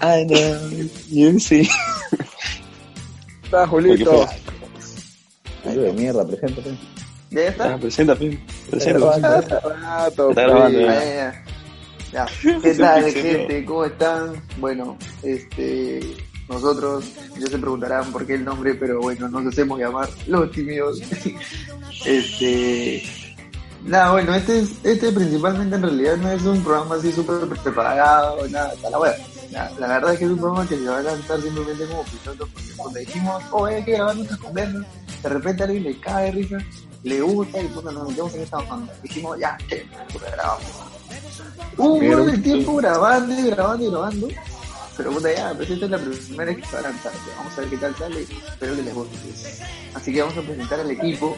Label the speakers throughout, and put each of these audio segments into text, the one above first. Speaker 1: I know you see.
Speaker 2: Está, Julito.
Speaker 3: Ay, de mierda, preséntate.
Speaker 4: ¿Ya
Speaker 1: Ah,
Speaker 4: está?
Speaker 1: presenta, pe.
Speaker 3: grabando.
Speaker 1: presenta.
Speaker 2: Hace rato,
Speaker 1: Está grabando,
Speaker 2: pues.
Speaker 4: Ah, ya, ya. Ya. ¿Qué
Speaker 1: Sí,
Speaker 4: tal,
Speaker 1: sí,
Speaker 4: gente? ¿Cómo están? Bueno, este. Nosotros, ya se preguntarán por qué el nombre, pero bueno, nos hacemos llamar los tímidos. Este. Nada, bueno, este, es- este principalmente en realidad no es un programa así súper preparado, nada, hasta la web. La, la verdad es que es un programa que se va a lanzar simplemente como piloto, porque cuando dijimos, oh, hay que grabar nuestras conversas, de repente a alguien le cae risa, le gusta y puta, nos metemos en esta banda. Dijimos, ya, che, puta, grabamos. Un
Speaker 3: Pero-
Speaker 4: buen tiempo grabando y grabando y grabando, pero puta, ya, pues esta es la primera que se va a lanzar, ya, vamos a ver qué tal sale, espero que les guste. Así que vamos a presentar al equipo.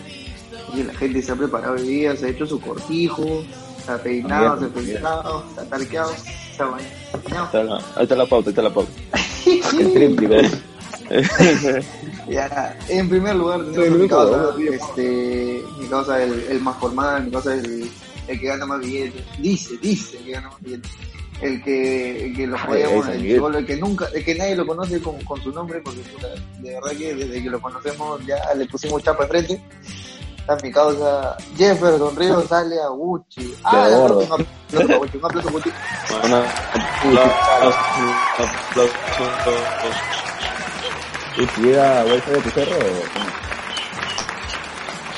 Speaker 4: Y la gente se ha preparado hoy día, se ha hecho su cortijo, se ha peinado, se ha
Speaker 3: Mierda,
Speaker 4: peinado, se ha talqueado, se ha bañado.
Speaker 1: Ahí está la- ahí está la pauta, ahí está la pauta.
Speaker 3: El tríptico.
Speaker 4: Ya, en primer lugar, tenemos
Speaker 3: Soy el
Speaker 4: a mi
Speaker 3: único
Speaker 4: causa,
Speaker 3: huevón, tío.
Speaker 4: este, mi causa el, el más formal, mi causa el, el que gana más billetes. Dice, dice que gana más billetes. El que, el que lo
Speaker 3: Ay,
Speaker 4: jodemos,
Speaker 3: ese
Speaker 4: el
Speaker 3: Miguel.
Speaker 4: chibolo, el que nunca, el que nadie lo conoce con, con su nombre, porque puta, de verdad que desde que lo conocemos ya le pusimos chapa enfrente. Está mi causa Jefferson Río sale a Gucci. Ah,
Speaker 3: Qué
Speaker 4: un
Speaker 3: gordo.
Speaker 4: aplauso para Gucci, un aplauso Gucci.
Speaker 1: Bueno, aplausos, aplausos.
Speaker 3: Uy, ¿Llega Wi-Fi de tu cerro o cómo?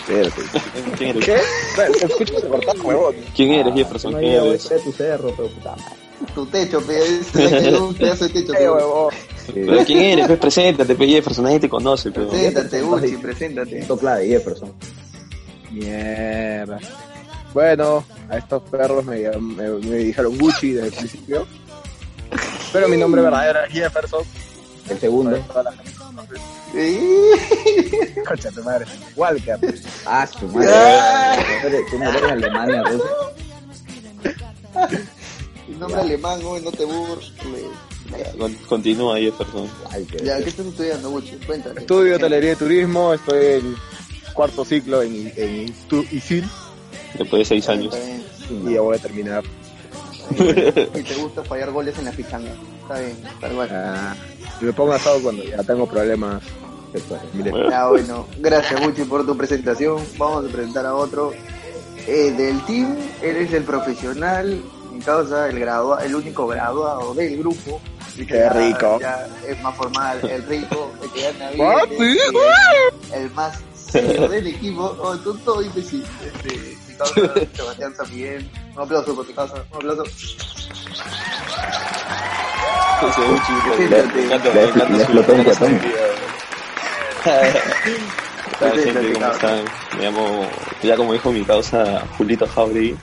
Speaker 3: Espérate.
Speaker 1: ¿Quién eres?
Speaker 2: ¿Qué? Escucha, se cortó, huevón.
Speaker 1: ¿Quién eres, Jefferson?
Speaker 3: No
Speaker 1: ¿Quién
Speaker 3: llega
Speaker 1: eres?
Speaker 3: Wi-Fi de tu cerro, pero puta madre.
Speaker 4: Tu techo, pe, es- es un pedazo de techo.
Speaker 2: Eh,
Speaker 4: pe.
Speaker 2: huevón.
Speaker 1: ¿Pero
Speaker 3: Eh,
Speaker 1: quién eres? Pues preséntate, pe Jefferson, nadie te conoce, pero...
Speaker 4: Preséntate, Gucci, preséntate.
Speaker 3: Punto clave, Jefferson.
Speaker 2: Mierda. Bueno, a estos perros me, llam- me, me dijeron Gucci desde el principio. Pero mi nombre verdadero era Jefferson.
Speaker 3: El segundo.
Speaker 2: Para toda la gente.
Speaker 4: Sí.
Speaker 2: Concha tu madre. Walker.
Speaker 3: Ah, su madre.
Speaker 4: Ah.
Speaker 3: Tú no eres en Alemania, Rusia.
Speaker 4: El nombre alemán, güey, no te burles.
Speaker 1: Con- Continúa, Jefferson.
Speaker 3: Ay, qué-
Speaker 4: Ya, ¿qué estás estudiando, Gucci? Cuéntate.
Speaker 2: Estudio hotelería y turismo. Estoy en cuarto ciclo en, en Tu- ISIL
Speaker 1: Después de seis años.
Speaker 4: Está bien, está
Speaker 2: y ya voy a terminar.
Speaker 4: bien. Y te gusta fallar goles en la pichanga. Está bien, tal cual.
Speaker 2: Ah, y me pongo asado cuando ya tengo problemas.
Speaker 3: qué padre.
Speaker 2: Mire,
Speaker 4: Ya, bueno. Gracias, Gucci, por tu presentación. Vamos a presentar a otro. Eh, del team, eres el profesional, mi causa, el, gradua el único graduado del grupo. Y que
Speaker 2: Qué
Speaker 4: ya-
Speaker 2: rico.
Speaker 4: Ya es más formal, el rico, el que gana bien, este,
Speaker 2: Ah,
Speaker 4: el,
Speaker 2: sí.
Speaker 4: el- el más serio del equipo. Oh, tú todo imbécil. Este, mi causa, Sebastián San Miguel. Un aplauso por tu causa, un aplauso.
Speaker 1: Ese es un chico,
Speaker 4: Sí,
Speaker 1: le-
Speaker 4: sí,
Speaker 1: le
Speaker 4: sí.
Speaker 1: encanta-
Speaker 3: Le-
Speaker 1: le encanta
Speaker 3: le
Speaker 1: su-
Speaker 3: explotó un
Speaker 1: le encanta su
Speaker 3: guatón.
Speaker 1: vida. Hola,
Speaker 4: Sí, sí,
Speaker 1: gente,
Speaker 4: sí,
Speaker 1: ¿cómo
Speaker 4: claro.
Speaker 1: están? Me llamo, ya como dijo mi causa, Julito Jauregui.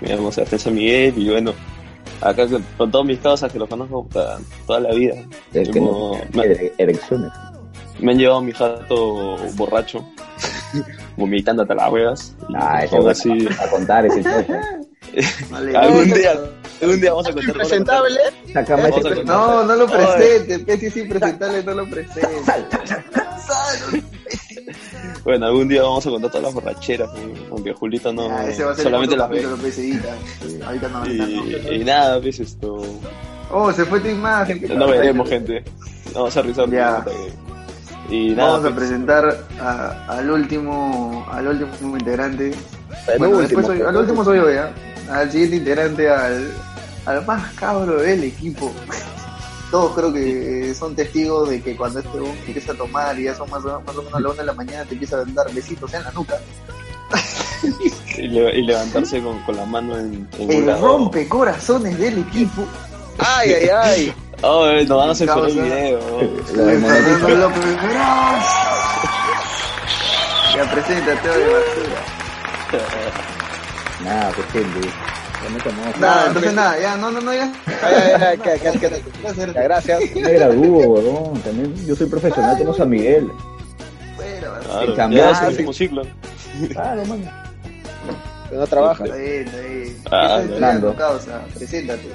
Speaker 1: Me llamo Sebastián San Miguel y bueno, acá con, con todos mis causas que los conozco puta, toda la vida.
Speaker 3: Es que no.
Speaker 1: Como- me,
Speaker 3: ere- Erecciones.
Speaker 1: me han llevado mi jato borracho, vomitando hasta las huevas. Y
Speaker 3: Ah, eso
Speaker 1: aún
Speaker 3: va
Speaker 1: así,
Speaker 3: a contar ese choque.
Speaker 4: Vale.
Speaker 1: algún día, algún día vamos a contar. vamos a contar.
Speaker 2: Presentable.
Speaker 3: Sácame
Speaker 1: Vamos a
Speaker 3: ese
Speaker 1: contar.
Speaker 4: No, no lo
Speaker 1: Oye.
Speaker 4: presentes, Pesi sin presentarle, no lo presentes.
Speaker 1: Bueno, algún día vamos a contar todas las borracheras, ¿no? aunque Julito no.
Speaker 4: Ah, ese va a ser
Speaker 1: solamente
Speaker 4: el
Speaker 1: las ve.
Speaker 4: otro capítulo, Pesi, ahorita. Ahorita no, ahorita
Speaker 1: Y, y nada, pues esto.
Speaker 4: no. Oh, se fue tu imagen.
Speaker 1: No veremos, gente. Vamos a rizar.
Speaker 4: Ya.
Speaker 1: Y nada,
Speaker 4: Vamos
Speaker 1: pues,
Speaker 4: a presentar a- al último, al último integrante.
Speaker 2: El
Speaker 4: Bueno,
Speaker 2: último.
Speaker 4: después soy- al último soy yo, ya. Al siguiente integrante, al, al más cabro del equipo. Todos creo que eh, son testigos de que cuando este hombre empieza a tomar y ya son más o, más o menos la una de la mañana, te empieza a dar besitos en la nuca.
Speaker 1: y, le- y levantarse con, con la mano en, en un
Speaker 4: El
Speaker 1: lado.
Speaker 4: rompe corazones del equipo.
Speaker 2: Ay, ay, ay.
Speaker 1: Oh, eh, nos van a censurar el
Speaker 4: Causa.
Speaker 1: video.
Speaker 3: Lo de Monet-
Speaker 4: Fernando López Verás. Ya preséntate hoy, basura.
Speaker 3: Nada, pues gente. Yo no
Speaker 4: Nada,
Speaker 3: conozco.
Speaker 2: Nada,
Speaker 4: entonces
Speaker 2: pues.
Speaker 4: nada, ya, no, no, no, ya.
Speaker 2: Ay, ay, ay, que- que- que-
Speaker 4: Gracias.
Speaker 2: Ya, Gracias.
Speaker 3: Me gradúo, huevón. También yo soy profesional como San Miguel.
Speaker 2: Ah,
Speaker 4: Bueno, basura.
Speaker 1: Claro,
Speaker 3: cambiar,
Speaker 1: ya es el
Speaker 3: sí.
Speaker 1: último ciclo.
Speaker 3: Claro, mano.
Speaker 2: No trabaja.
Speaker 4: Está bien, está bien.
Speaker 1: Ah,
Speaker 4: Esa es la
Speaker 3: Fernando.
Speaker 4: causa, preséntate.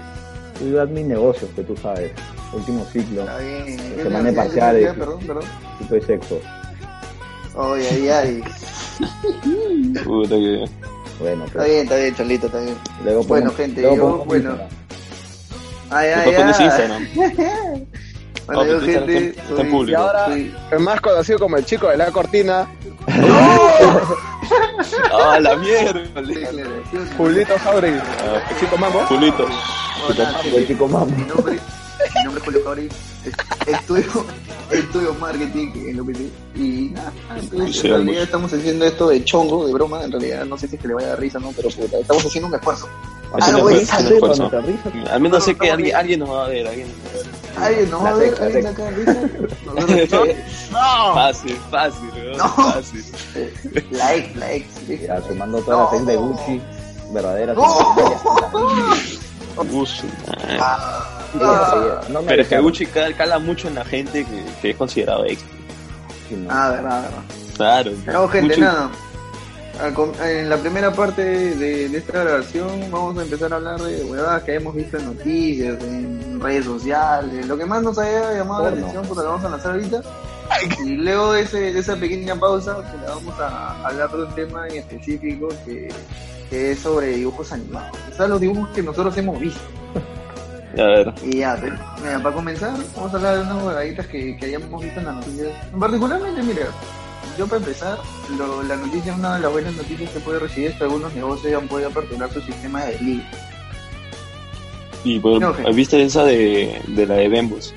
Speaker 3: Soy admin negocios, que tú sabes. Último ciclo.
Speaker 4: Está bien.
Speaker 3: Se
Speaker 4: Ya, ya,
Speaker 3: manda
Speaker 4: ya,
Speaker 3: parciales.
Speaker 4: ya, Perdón, perdón.
Speaker 3: Tipo de sexo.
Speaker 4: Ay, ay, ay.
Speaker 1: Puta que.
Speaker 3: Bueno,
Speaker 4: Está
Speaker 3: pero
Speaker 4: bien, está bien, Cholito, está bien.
Speaker 3: luego
Speaker 4: Bueno,
Speaker 3: pongo-
Speaker 4: gente,
Speaker 3: luego
Speaker 4: yo,
Speaker 3: pongo
Speaker 4: bueno.
Speaker 3: música.
Speaker 4: Ay, ay,
Speaker 1: Después pones
Speaker 4: ay.
Speaker 1: Instagram.
Speaker 4: Bueno,
Speaker 1: Oh,
Speaker 4: yo,
Speaker 1: tu Twitter
Speaker 4: gente,
Speaker 1: está en- está en
Speaker 4: soy-
Speaker 1: público.
Speaker 4: y ahora- soy-
Speaker 2: El más conocido como el chico de la cortina,
Speaker 1: ¡Ah, la mierda!
Speaker 4: declaraciones.
Speaker 2: Julito Jauregui. El chico mambo.
Speaker 1: Julito.
Speaker 4: Hola,
Speaker 3: El chico mambo.
Speaker 4: Mi nombre, mi nombre es Julio Cabri. Es- Estudio, estudio marketing en lo que te- Y nada, en
Speaker 1: Sí,
Speaker 4: realidad
Speaker 1: mucho.
Speaker 4: estamos haciendo esto de chongo, de broma. En realidad, no sé si es que le vaya a dar risa o no, pero puta, estamos haciendo un esfuerzo.
Speaker 1: Así
Speaker 4: Ah,
Speaker 1: no
Speaker 4: güey,
Speaker 1: fue,
Speaker 4: esa
Speaker 1: así no
Speaker 3: Sí,
Speaker 1: fue,
Speaker 3: para
Speaker 1: no.
Speaker 3: nuestra risa.
Speaker 1: Al menos sé
Speaker 4: Estamos
Speaker 1: que alguien,
Speaker 4: bien.
Speaker 1: alguien nos va a ver. Alguien nos va a ver.
Speaker 4: Alguien nos va a
Speaker 3: La
Speaker 4: ver,
Speaker 3: recta,
Speaker 4: alguien
Speaker 3: la
Speaker 4: acá, risa. Nosotros,
Speaker 1: Fácil, fácil, weón,
Speaker 4: No.
Speaker 1: fácil.
Speaker 4: no. La ex, la ex.
Speaker 3: Ya, sumando toda la tech de
Speaker 4: No.
Speaker 3: Gucci, verdadera.
Speaker 4: No.
Speaker 1: Gucci, man.
Speaker 4: Ah,
Speaker 3: No me
Speaker 1: Pero es que
Speaker 3: avisaron,
Speaker 1: Gucci cal- cala mucho en la gente que, que es considerado ex.
Speaker 3: sino-
Speaker 4: ah, verdad, verdad.
Speaker 1: Claro.
Speaker 4: No, gente,
Speaker 1: Gucci-
Speaker 4: nada. Al com- En la primera parte de, de esta grabación vamos a empezar a hablar de huevadas que hemos visto en noticias, en redes sociales, lo que más nos haya llamado la
Speaker 3: Porno.
Speaker 4: atención porque lo vamos a lanzar ahorita. Y luego de, ese- de esa pequeña pausa que la vamos a hablar de un tema en específico que, que es sobre dibujos animados. O sea, los dibujos que nosotros hemos visto.
Speaker 1: A ver,
Speaker 4: Y ya, pero, mira, para comenzar, vamos a hablar de unas huevaditas que, que hayamos visto en las noticias. Particularmente, mira, yo para empezar, lo- la noticia, una de las buenas noticias que puede recibir es que algunos negocios ya han podido aperturar su sistema de delivery.
Speaker 1: y por,
Speaker 4: No, ok.
Speaker 1: ¿viste esa de, de la de Bembos?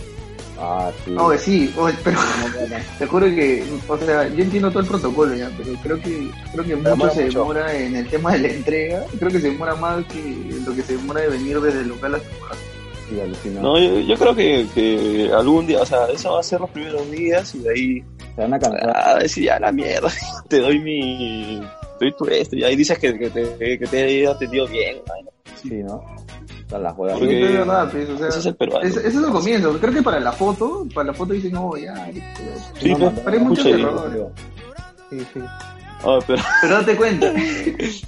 Speaker 3: Ah, sí.
Speaker 4: No, que sí, o- pero
Speaker 3: No, no, no.
Speaker 4: te juro que, o sea, yo entiendo todo el protocolo ya, pero creo que, creo que mucho
Speaker 2: demora
Speaker 4: se
Speaker 2: mucho.
Speaker 4: demora en el tema de la entrega. Creo que se demora más que lo que se demora de venir desde el local hasta tu casa.
Speaker 3: Sí, alucinó.
Speaker 1: No, yo, yo creo que, que algún día, o sea, eso va a ser los primeros días y de ahí
Speaker 3: Se van a cansar.
Speaker 4: Ah.
Speaker 1: a decir, ya la mierda, te doy mi. Te doy tu esto, y ahí dices que, que te, que te he atendido bien. man.
Speaker 3: Sí, ¿no? Están las juegas.
Speaker 1: Porque-
Speaker 4: Pero es verdad, pues, o sea,
Speaker 1: Ese es el peruano.
Speaker 4: es- eso es lo comienzo. Creo que para la foto, para la foto dicen, oh, ya, listo,
Speaker 1: Sí, pues, pero-
Speaker 3: No, no, no,
Speaker 4: pero hay muchos
Speaker 3: escucha,
Speaker 4: errores.
Speaker 2: Sí, sí.
Speaker 1: Ah, pero
Speaker 4: Pero date cuenta,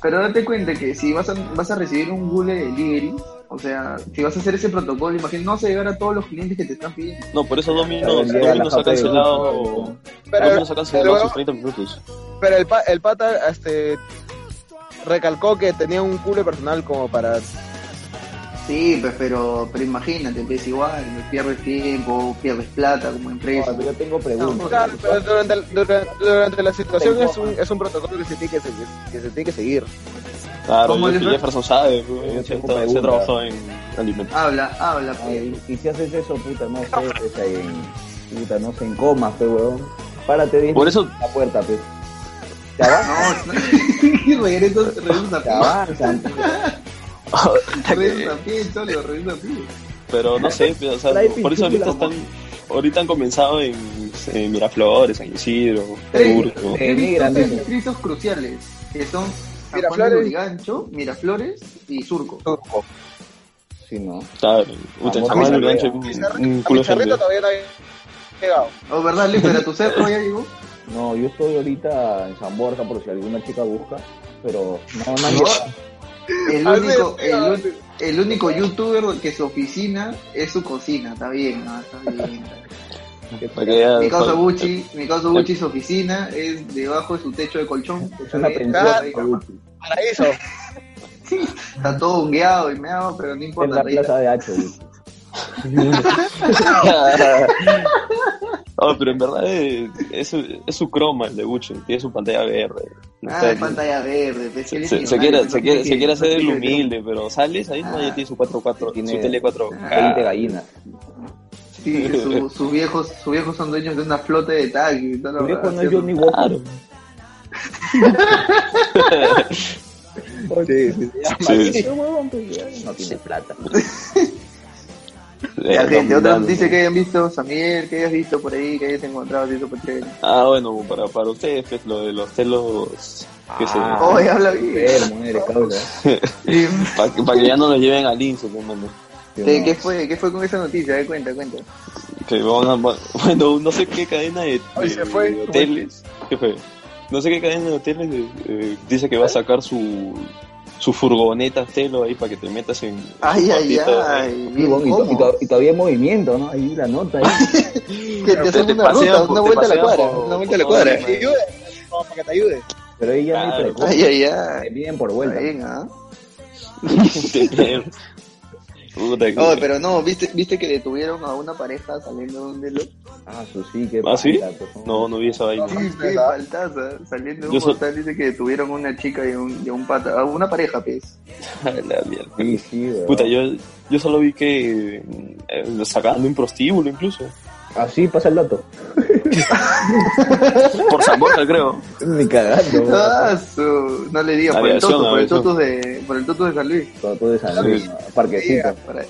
Speaker 4: pero date cuenta que si vas a, vas a recibir un Google delivery, o sea, si vas a hacer ese protocolo, imagínate, no vas a llegar a todos los clientes que te están pidiendo.
Speaker 1: no, por eso Domino,
Speaker 3: Pero llega la
Speaker 1: Domino se ha
Speaker 3: parte de-
Speaker 1: cancelado.
Speaker 2: Pero,
Speaker 1: Domino's ha cancelado
Speaker 2: pero-
Speaker 1: sus 30 minutos.
Speaker 2: pero el, pa- el pata este, recalcó que tenía un culo personal como para.
Speaker 4: Sí, pues, pero, pero imagínate, pues igual, pierdes tiempo, pierdes plata como empresa.
Speaker 3: No, pero Yo tengo preguntas.
Speaker 2: Claro, pero durante, el- durante, durante la situación es un, es un protocolo que se tiene que, se- que se tiene que seguir.
Speaker 1: Claro,
Speaker 4: ¿Cómo
Speaker 1: yo-
Speaker 4: le fue?
Speaker 1: Jefferson sabe, weón,
Speaker 3: Yo
Speaker 1: se
Speaker 3: tengo
Speaker 1: se
Speaker 3: pregunta.
Speaker 1: trabajó en alimentos.
Speaker 4: Habla, habla, pues.
Speaker 3: Ay, y si haces eso, puta, no sé, pues, ahí en, puta, no sé, en comas, pe, weón. Párate bien
Speaker 1: Por eso,
Speaker 3: en la puerta, pe. Te avanzan,
Speaker 4: No, y regresas, regresa
Speaker 3: te
Speaker 4: a
Speaker 3: avanzan. pe.
Speaker 4: pie, regresa a pie, cholo, regresa a pie.
Speaker 1: pero no sé, pero, o sea,
Speaker 3: Trae
Speaker 1: por eso ahorita
Speaker 3: pintura,
Speaker 1: están, ahorita han comenzado en, en Miraflores, en Isidro,
Speaker 4: Tres,
Speaker 1: Urco.
Speaker 3: Eh,
Speaker 4: tres
Speaker 3: emigran,
Speaker 4: tres
Speaker 3: dice.
Speaker 4: distritos cruciales, que son San Juan de
Speaker 2: Miraflores.
Speaker 4: Lurigancho, Miraflores y Surco.
Speaker 3: Sí, no.
Speaker 1: Claro, puta, en San Juan del Gancho hay un, un
Speaker 2: A
Speaker 1: culo
Speaker 2: mi
Speaker 1: de gente.
Speaker 2: charrito todavía no había llegado.
Speaker 4: Oh, ¿verdad, Luis? Pero tu cerro ya llegó.
Speaker 3: No, yo estoy ahorita en San Borja por si alguna chica busca, pero no, no,
Speaker 4: No, El
Speaker 2: A veces
Speaker 4: único, el,
Speaker 2: llegaba,
Speaker 4: un- el único youtuber que su oficina es su cocina, está bien, ¿no? está bien.
Speaker 1: Para que ya-
Speaker 4: Mi causa
Speaker 1: para-
Speaker 4: Gucci, mi causa Gucci, su oficina es debajo de su techo de colchón.
Speaker 3: es una
Speaker 4: Está bien,
Speaker 3: pensión.
Speaker 4: está bien.
Speaker 3: Gucci.
Speaker 2: Paraíso.
Speaker 4: Está todo hongueado y meado, pero no
Speaker 3: Es la
Speaker 4: importa.
Speaker 3: plaza de H, Gucci.
Speaker 1: Ah, pero en verdad es, es, su- es su croma el de Gucci, tiene su pantalla verde. No
Speaker 4: Ah,
Speaker 1: sé,
Speaker 4: es pantalla verde. pues, él
Speaker 1: se,
Speaker 4: es
Speaker 1: se- se
Speaker 4: millonario,
Speaker 1: quiere,
Speaker 4: no
Speaker 1: se,
Speaker 4: tiene Ah.
Speaker 1: quiere,
Speaker 4: que-
Speaker 1: se quiere hacer
Speaker 4: no
Speaker 1: el
Speaker 4: tiene que-
Speaker 1: humilde, pero sales ahí, no, ya tiene su 4-4,
Speaker 3: Tiene-
Speaker 1: su tele 4
Speaker 4: Ah.
Speaker 3: 20 gallinas.
Speaker 4: Sí, su- sus viejos, sus viejos son dueños de una flota de taxis. y toda la
Speaker 3: Tu viejo no
Speaker 4: verdad,
Speaker 3: es Johnny Walker.
Speaker 1: Claro.
Speaker 2: Sí, sí, sí.
Speaker 1: Sí, sí.
Speaker 3: Ese huevón, pe, ya No tiene plata.
Speaker 4: Ya, gente, otra
Speaker 1: Dominando.
Speaker 4: noticia que hayan visto, San Miguel, que hayas visto por ahí, que hayas encontrado, así súper chévere.
Speaker 1: Ah, bueno, para, para ustedes, pues, lo de los celos, que se...
Speaker 3: Ah.
Speaker 1: para
Speaker 4: Oye, habla bien.
Speaker 3: Enfermo, eres causa.
Speaker 4: Sí.
Speaker 1: que, pa' que ya no nos lleven al INSE, pues, mano.
Speaker 3: Sí,
Speaker 4: ¿Qué,
Speaker 3: no.
Speaker 4: qué fue, ¿Qué fue con esa noticia? A ver, cuenta, cuenta.
Speaker 1: Que van a- bueno, no sé qué cadena de,
Speaker 2: Ay,
Speaker 1: de-
Speaker 2: se fue.
Speaker 1: de hoteles... ¿Qué fue? No sé qué cadena de hoteles eh, dice que va a sacar su, su furgoneta Telo ahí para que te metas en...
Speaker 4: Ay,
Speaker 1: en
Speaker 4: ay,
Speaker 1: su patito,
Speaker 4: ay.
Speaker 1: eh.
Speaker 3: Y,
Speaker 4: bien
Speaker 3: bueno, y,
Speaker 4: cómodo.
Speaker 3: to- y to- y todavía hay movimiento, ¿no? Ahí la nota. Ahí.
Speaker 4: Que te hacen
Speaker 1: te
Speaker 4: una
Speaker 1: pasean
Speaker 4: ruta,
Speaker 1: por-
Speaker 4: una
Speaker 1: te
Speaker 4: vuelta a la
Speaker 1: pasean
Speaker 4: cuadra,
Speaker 1: por-
Speaker 4: una vuelta a la
Speaker 1: por
Speaker 4: cuadra.
Speaker 1: todo
Speaker 2: Te ayude, como para que te ayude.
Speaker 3: Pero ahí ya
Speaker 1: Claro.
Speaker 3: ni precoz.
Speaker 4: Ay, ay, ay.
Speaker 3: Te piden por vuelta.
Speaker 4: Está bien, ¿ah?
Speaker 1: Te- Puta que-
Speaker 4: Oh, pero no, ¿viste, viste que detuvieron a una pareja saliendo de un delo?
Speaker 3: Ah, su sí, qué
Speaker 1: ¿Ah, sí?
Speaker 3: pata, pues,
Speaker 1: No, no vi esa vaina.
Speaker 4: Sí, qué
Speaker 2: ¿verdad?
Speaker 4: faltaza. Saliendo de
Speaker 1: Yo
Speaker 4: un
Speaker 1: so-
Speaker 4: portal dice que detuvieron a una chica y a un, y a un pata, a una pareja, pues.
Speaker 1: A la mierda.
Speaker 3: Sí, sí, weón.
Speaker 1: Puta, yo, yo solo vi que eh, lo sacaban de un prostíbulo incluso.
Speaker 3: Así Ah, pasa el dato.
Speaker 1: Por Zamora, creo.
Speaker 3: Ni cagando, weón.
Speaker 4: Ah, su- No le digas, por el
Speaker 1: Aviación,
Speaker 4: toto, por el
Speaker 1: aviación.
Speaker 4: toto de, por el toto de San Luis.
Speaker 3: Todo, todo es así,
Speaker 1: Sí.
Speaker 3: parquecito.
Speaker 4: Para,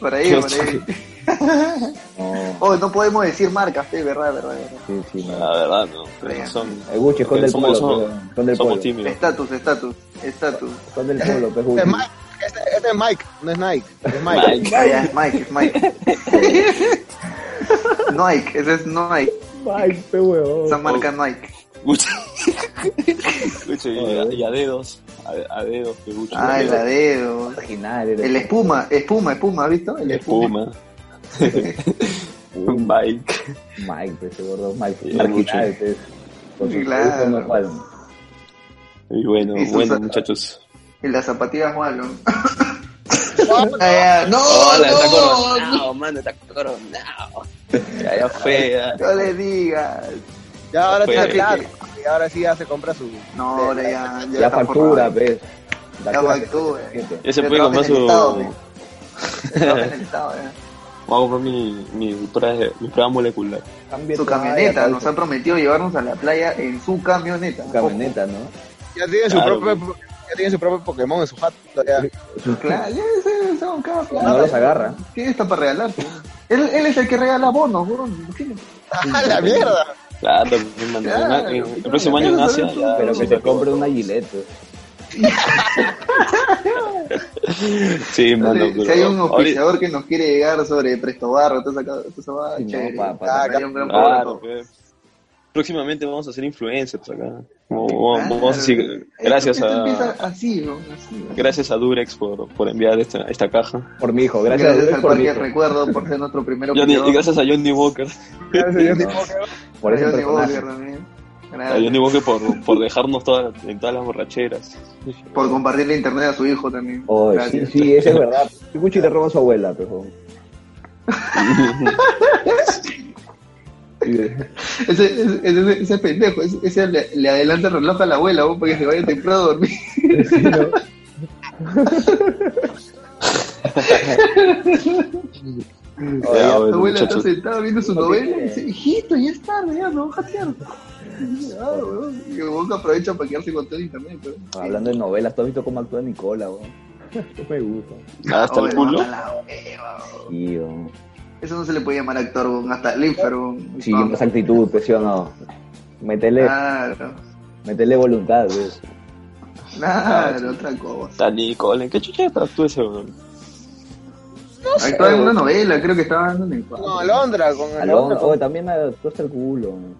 Speaker 4: para ella, para ella.
Speaker 3: No,
Speaker 4: Oh, no podemos decir marcas, pe, verdad, verdad, verdad.
Speaker 3: sí, sí, no.
Speaker 1: La verdad, no. Tienes razón.
Speaker 3: El Gucci, esconde el
Speaker 1: Ah, Somos-
Speaker 3: polo,
Speaker 1: somos-
Speaker 3: pues, esconde el
Speaker 1: Somos
Speaker 3: polo.
Speaker 1: tímidos.
Speaker 4: Estatus, estatus, estatus.
Speaker 3: Esconde el polo, pues,
Speaker 2: Este es
Speaker 3: Gucci.
Speaker 2: Mike, este, este es Mike, no es Nike, es Mike.
Speaker 1: Mike.
Speaker 4: Ah, ya, es Mike, es Mike. Nike, ese es Nike.
Speaker 3: Mike, pe huevón.
Speaker 4: Esa marca Nike.
Speaker 1: Gucci. Gucci, y, a, y a dedos. A, a dedos, que Gucci.
Speaker 4: Ah, el dedo.
Speaker 3: Original, eres-
Speaker 4: El espuma, espuma, espuma, ¿has visto? El espuma.
Speaker 1: Espuma. Un bike.
Speaker 3: Mike, pues, ese gordo, Mike.
Speaker 1: Sí,
Speaker 3: Marginal,
Speaker 1: Gucci.
Speaker 3: pues. Con sus
Speaker 4: Claro.
Speaker 3: productos no juegan.
Speaker 1: Y bueno,
Speaker 4: Y sus-
Speaker 1: bueno, muchachos.
Speaker 4: Y las zapatillas Wallon. Ah, ya. no, no,
Speaker 1: mano, está coronado. Ya, ya fue. ya.
Speaker 4: no le digas.
Speaker 2: Ya ahora
Speaker 1: Pues,
Speaker 2: tiene
Speaker 1: sí.
Speaker 2: plata, y ahora sí ya se compra su...
Speaker 4: No, ahora ya, ya,
Speaker 3: Ya
Speaker 4: está
Speaker 3: factura,
Speaker 4: forrado.
Speaker 3: pues.
Speaker 4: Ya
Speaker 3: clase,
Speaker 4: factura.
Speaker 3: siete.
Speaker 1: Ya se
Speaker 4: Yo
Speaker 1: puede
Speaker 4: trabajo
Speaker 1: comprar
Speaker 4: en el
Speaker 1: su.
Speaker 4: Estado,
Speaker 1: Voy
Speaker 4: pe. Trabaja en el Estado, ya.
Speaker 1: a comprar mi, mi, prueba, mi prueba molecular.
Speaker 3: Cambia
Speaker 4: Su
Speaker 3: tu
Speaker 4: camioneta,
Speaker 3: madre,
Speaker 4: nos han prometido llevarnos a la playa en su camioneta.
Speaker 3: Su camioneta, ¿no?
Speaker 2: Ya tiene su
Speaker 1: Claro,
Speaker 2: propio... Ya tiene su propio Pokémon en su jato. ya.
Speaker 4: Claro, ya ese- ese don Capo.
Speaker 3: No los agarra.
Speaker 4: ¿Qué está para regalar? pues? Él, él es el que regala bonos, weón. imagínate.
Speaker 2: ¡A la mierda!
Speaker 1: Claro, mi mano,
Speaker 4: Claro,
Speaker 1: en- en-
Speaker 4: claro,
Speaker 1: el próximo año en
Speaker 4: claro,
Speaker 1: Asia.
Speaker 4: claro,
Speaker 1: ya,
Speaker 3: Pero que
Speaker 1: sí,
Speaker 3: te compre una Gillette. pues.
Speaker 1: Sí, mano,
Speaker 4: Si-
Speaker 1: pero.
Speaker 4: si hay un
Speaker 1: ahorita-
Speaker 4: auspiciador que nos quiere llegar sobre Presto Barro, toda esa ca- toda esa va,
Speaker 3: Sí, no,
Speaker 4: chévere.
Speaker 3: pa- pa-
Speaker 4: Ah, hay un gran
Speaker 1: Claro,
Speaker 4: programa.
Speaker 1: pe. Próximamente vamos a ser influencers acá. Como-
Speaker 4: Claro.
Speaker 1: Vamos, a decir, gracias
Speaker 4: Esto
Speaker 1: a.
Speaker 4: empieza así, ¿no? Así, ¿no?
Speaker 1: Gracias a Durex por, por enviar esta, esta caja.
Speaker 3: Por mi hijo, gracias,
Speaker 4: Gracias,
Speaker 3: a Dios
Speaker 4: al
Speaker 3: por mi
Speaker 4: Parque
Speaker 3: hijo.
Speaker 4: Recuerdo por ser nuestro primero
Speaker 1: Johnny- y gracias a Johnny Walker.
Speaker 2: Gracias,
Speaker 3: No. Por ese personaje.
Speaker 1: A Johnny Walker por, por dejarnos toda- en todas las borracheras.
Speaker 4: Por compartirle internet a su hijo también.
Speaker 3: Oh, sí,
Speaker 4: Gracias.
Speaker 3: sí, eso es verdad. Gucci le roba a su abuela, pero.
Speaker 4: Ese, ese, ese, ese pendejo, ese, ese le, le adelanta el reloj a la abuela, weón, para que se vaya temprano a dormir.
Speaker 1: Ya,
Speaker 4: La
Speaker 1: bueno,
Speaker 4: abuela
Speaker 1: muchachos.
Speaker 4: está sentada viendo su
Speaker 3: No
Speaker 4: novela y
Speaker 3: tiene-
Speaker 4: dice, hijito, ya es tarde, ya no vas a jatear. Ah, weón. Y el weón aprovecha para quedarse con todo el internet, weón.
Speaker 3: Hablando de novelas, ¿tú has visto cómo actúa Nicola, weón? No me gusta.
Speaker 1: Ah, Hasta el
Speaker 4: Oye,
Speaker 1: culo.
Speaker 4: mala hueva, weón.
Speaker 3: Sí, weón.
Speaker 4: Eso no se le puede llamar actor, weón, hasta Linfer, weón.
Speaker 3: Sí,
Speaker 4: No.
Speaker 3: esa actitud, pues sí o no. Métele,
Speaker 4: Ah. Claro,
Speaker 3: métele voluntad, pues.
Speaker 4: claro, otra cosa.
Speaker 1: Está Nicole. ¿Qué chucha estás tú ese? weón?
Speaker 4: Actuaba en una novela, creo que estaba dando en el cuadro.
Speaker 2: Con Alondra, con
Speaker 3: Alonso,
Speaker 2: Alondra.
Speaker 3: oh, también actúa el culo, weón.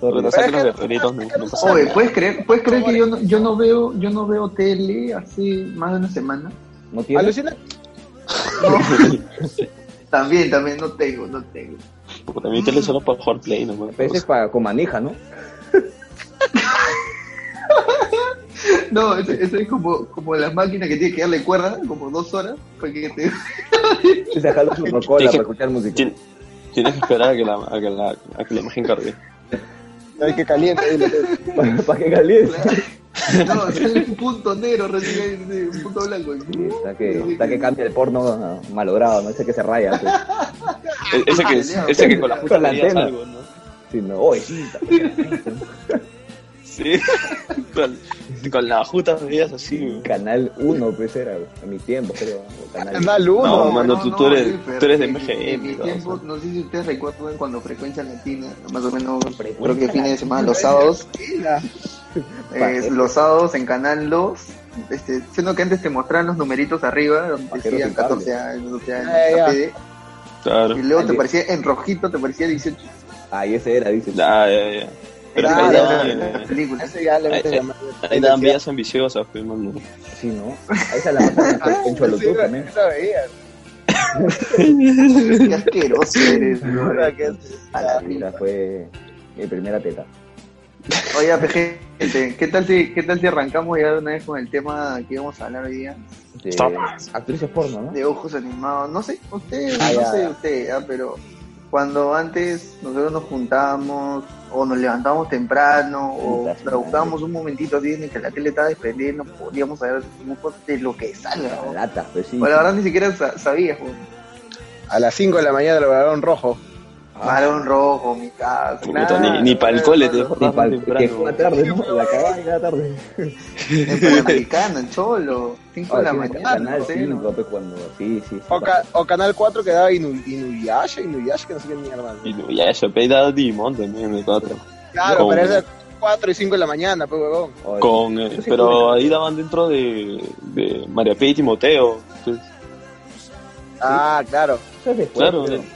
Speaker 3: Todo
Speaker 1: Bueno,
Speaker 3: bien.
Speaker 1: sáquenos
Speaker 2: que-
Speaker 1: de peritos, no, no pasa
Speaker 4: Oye,
Speaker 1: nada.
Speaker 4: ¿puedes creer, ¿puedes creer que yo no, yo no veo yo no veo tele hace más de una semana?
Speaker 3: ¿No tiene?
Speaker 2: Alucina.
Speaker 4: También, también, no tengo, no tengo.
Speaker 1: Puta, mi tele solo para jugar Play, no me
Speaker 3: Peces para con manija, ¿no?
Speaker 4: No, ese, ese es como, como las máquinas que tienes que darle cuerda, como dos horas, para que te...
Speaker 3: Y Dejarlo su rocola
Speaker 1: Dije-
Speaker 3: para escuchar música.
Speaker 1: Pues, Tien- Tienes que esperar a que la, a que la, a que la imagen cargue.
Speaker 2: Ay, que caliente. dile.
Speaker 3: Para para que caliente.
Speaker 4: No, sale un punto negro, recién ahí, un punto blanco.
Speaker 3: Sí, Está que, está que cambia el porno ah, malogrado, no sé que se raya. Pues.
Speaker 1: E- Ese que, ese que con la puta
Speaker 3: Con la
Speaker 1: leías
Speaker 3: antena.
Speaker 1: algo, ¿no?
Speaker 3: Sí, no, oh, oye, sí, está que caliente.
Speaker 1: Sí. con, con la juta veías así, güey.
Speaker 3: Canal 1, pues era, a mi tiempo, creo. o Canal
Speaker 2: Anda al uno.
Speaker 1: No, mano, tú- tú eres- tú eres de MGM,
Speaker 4: En mi
Speaker 1: ¿no?
Speaker 4: tiempo, no sé si ustedes recuerdan cuando Frecuencia Latina, más o menos, creo que
Speaker 3: Frecuencia
Speaker 4: fines de semana, los sábados,
Speaker 2: Mira.
Speaker 4: Eh, los sábados en Canal 2, este, siendo que antes te mostraban los numeritos arriba, donde
Speaker 3: Pajeros
Speaker 4: decían
Speaker 3: sin cable.
Speaker 4: 14 años, 12 años,
Speaker 2: Ah, ya.
Speaker 4: APD,
Speaker 1: Claro.
Speaker 4: y luego te
Speaker 3: Ahí.
Speaker 4: parecía en rojito, te parecía 18.
Speaker 3: Ahí ese era, dice.
Speaker 1: Ah, Ya, ya, ya. Pero
Speaker 2: Ah,
Speaker 1: ahí
Speaker 2: ya,
Speaker 1: daban,
Speaker 2: ya,
Speaker 1: eh,
Speaker 4: película.
Speaker 2: Ese ya le mete
Speaker 1: Ahí-
Speaker 2: la mano.
Speaker 1: ahí daban vidas ambiciosas, pues, mano.
Speaker 3: Sí, ¿no? Ahí se la mataron en
Speaker 2: Sí,
Speaker 3: Cholotú también.
Speaker 2: esa veía.
Speaker 4: Qué asqueroso eres, bro.
Speaker 2: Ahora que-
Speaker 4: A la
Speaker 3: Mira, fue mi primera teta.
Speaker 4: Oiga, PG, este, ¿qué tal, si, ¿qué tal si arrancamos ya de una vez con el tema que íbamos a hablar hoy día?
Speaker 3: De
Speaker 1: Stop.
Speaker 3: actrices porno, ¿no?
Speaker 4: De ojos animados. No sé, usted,
Speaker 3: Ah,
Speaker 4: no
Speaker 3: ya,
Speaker 4: sé
Speaker 3: ya.
Speaker 4: usted, ah, pero cuando antes nosotros nos juntábamos o nos levantábamos temprano o
Speaker 3: Puta madre.
Speaker 4: buscábamos un momentito así en el que la tele estaba desprendida y nos podíamos ver dibujos de lo que salga. ¿no?
Speaker 3: Latas, pues sí.
Speaker 4: Bueno, la verdad ni siquiera sa- sabías, pues. ¿no?
Speaker 2: A las 5 de la mañana el varón rojo.
Speaker 3: Ah.
Speaker 4: Balón rojo, mi casa.
Speaker 1: Puta, ni- ni pa'l
Speaker 4: claro,
Speaker 1: cole te
Speaker 4: claro.
Speaker 1: dejó.
Speaker 3: Y pa'l- que fue la tarde, ¿no? La cagada y la tarde.
Speaker 4: En Panamericana, en Cholo. 5 de la
Speaker 3: Ahora sí,
Speaker 4: mañana,
Speaker 3: Canal
Speaker 4: no sé, ¿no?
Speaker 3: 5, pues, cuando... Sí, sí. sí.
Speaker 2: O, ca- o Canal 4 que daba Inu- Inuyasha, Inuyasha, que no sé qué mierda.
Speaker 1: Y lo- ya eso, he dado Digimon también en el 4.
Speaker 2: Claro,
Speaker 1: Con-
Speaker 2: pero es de 4 y 5 de la mañana, pues, huevón.
Speaker 3: Oye,
Speaker 1: Con, eh,
Speaker 3: eso sí
Speaker 1: pero
Speaker 3: fue-
Speaker 1: ahí daban dentro de, de María P. y Timoteo. pues, Entonces,
Speaker 2: Ah, claro.
Speaker 3: eso es después,
Speaker 1: Claro,
Speaker 3: creo.
Speaker 1: de-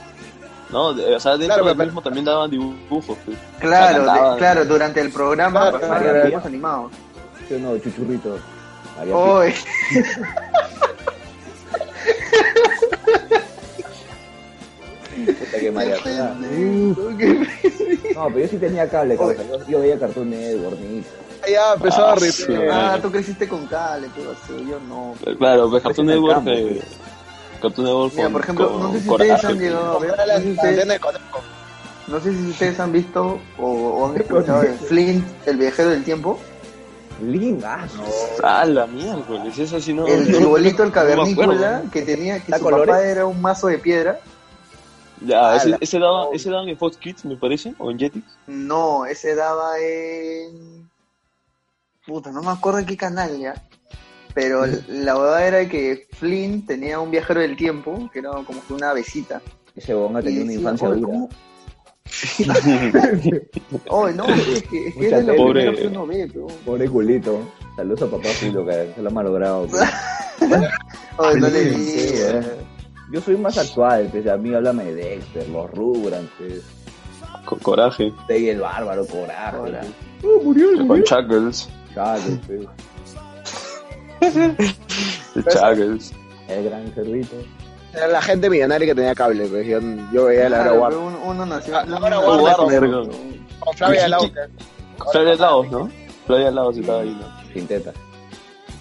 Speaker 1: no, de- o sea, dentro
Speaker 2: Claro,
Speaker 1: del
Speaker 2: pero-
Speaker 1: mismo también daban dibujos. pues.
Speaker 4: Claro,
Speaker 1: Cantaban.
Speaker 4: de- claro, durante el programa
Speaker 2: Claro,
Speaker 4: pasaban
Speaker 3: claro.
Speaker 4: dibujos animados.
Speaker 3: Sí, no, chuchurrito. María
Speaker 4: Oye,
Speaker 3: Pita, puta que María
Speaker 1: Ah.
Speaker 3: Pita.
Speaker 4: ¿qué
Speaker 3: No, pero yo sí tenía cable,
Speaker 4: Oye.
Speaker 3: causa. Yo, yo veía Cartoon Network, ni...
Speaker 2: Ah, Ya, pues,
Speaker 1: Ah,
Speaker 2: sorry,
Speaker 1: sí,
Speaker 2: pues.
Speaker 1: man.
Speaker 4: Ah, tú creciste con Cale, pero así, yo no.
Speaker 1: Claro, pues Cartoon
Speaker 3: en el
Speaker 1: Network.
Speaker 3: campo,
Speaker 1: eh, Cartoon Network.
Speaker 4: pues. Mira,
Speaker 1: con-
Speaker 4: por ejemplo,
Speaker 1: con
Speaker 4: no sé si
Speaker 1: Coraje,
Speaker 4: ustedes han
Speaker 1: pues.
Speaker 4: llegado a ver,
Speaker 2: Era la
Speaker 4: no sé si ustedes-
Speaker 2: antena de Codelco.
Speaker 4: no sé si ustedes han visto o, o han
Speaker 1: pues,
Speaker 4: escuchado de Flint, el viajero del tiempo,
Speaker 3: Linda.
Speaker 1: Ah, la miércoles, eso sí no.
Speaker 4: el, el bolito, el
Speaker 1: no me acuerdo.
Speaker 4: cavernícola, que tenía, que
Speaker 3: ¿Da
Speaker 4: su
Speaker 3: colores?
Speaker 4: papá era un mazo de piedra.
Speaker 1: Ya,
Speaker 2: Ah,
Speaker 1: ese,
Speaker 2: la-
Speaker 1: ese daban, ese daban en Fox Kids, me parece, o en Jetix.
Speaker 4: No, ese daba en. Puta, no me acuerdo en qué canal ya. Pero la verdad era que Flynn tenía un viajero del tiempo, que era como que una besita.
Speaker 3: Ese huevón ha tenido Ah, una infancia
Speaker 4: "Oye,
Speaker 3: dura.
Speaker 4: ¿cómo? Oye, no, es que, es que
Speaker 3: Mucha
Speaker 4: es lo
Speaker 1: tele.
Speaker 4: primero que uno ve, pero.
Speaker 3: Pobre culito. Saludos a papá Julio, que se lo ha malogrado. pues.
Speaker 4: Oye, no le
Speaker 3: Ah, Sí,
Speaker 4: digas.
Speaker 3: eh. Yo soy más actual, pues a mí háblame de Dexter, los Rugrats, pues.
Speaker 1: Con Coraje,
Speaker 3: Tey el Bárbaro, Coraje.
Speaker 4: Coraje.
Speaker 1: ¡Uh,
Speaker 3: Oh, murió,
Speaker 1: con Chuckles.
Speaker 3: Chale, pues.
Speaker 1: de Chuckles.
Speaker 3: El gran cerrito.
Speaker 2: Era la gente millonaria que tenía cable, pues. Yo, yo veía la hora
Speaker 4: Claro,
Speaker 2: guarda.
Speaker 4: pero uno, uno nació.
Speaker 2: Ah,
Speaker 4: uno
Speaker 2: Laura
Speaker 4: nació
Speaker 2: Guardia,
Speaker 4: con eso,
Speaker 1: verga.
Speaker 4: pero-
Speaker 2: Con Flavia Lauca.
Speaker 1: Flavia Laos, ¿no? Flavia Laos estaba ahí, ¿no?
Speaker 3: Sin teta.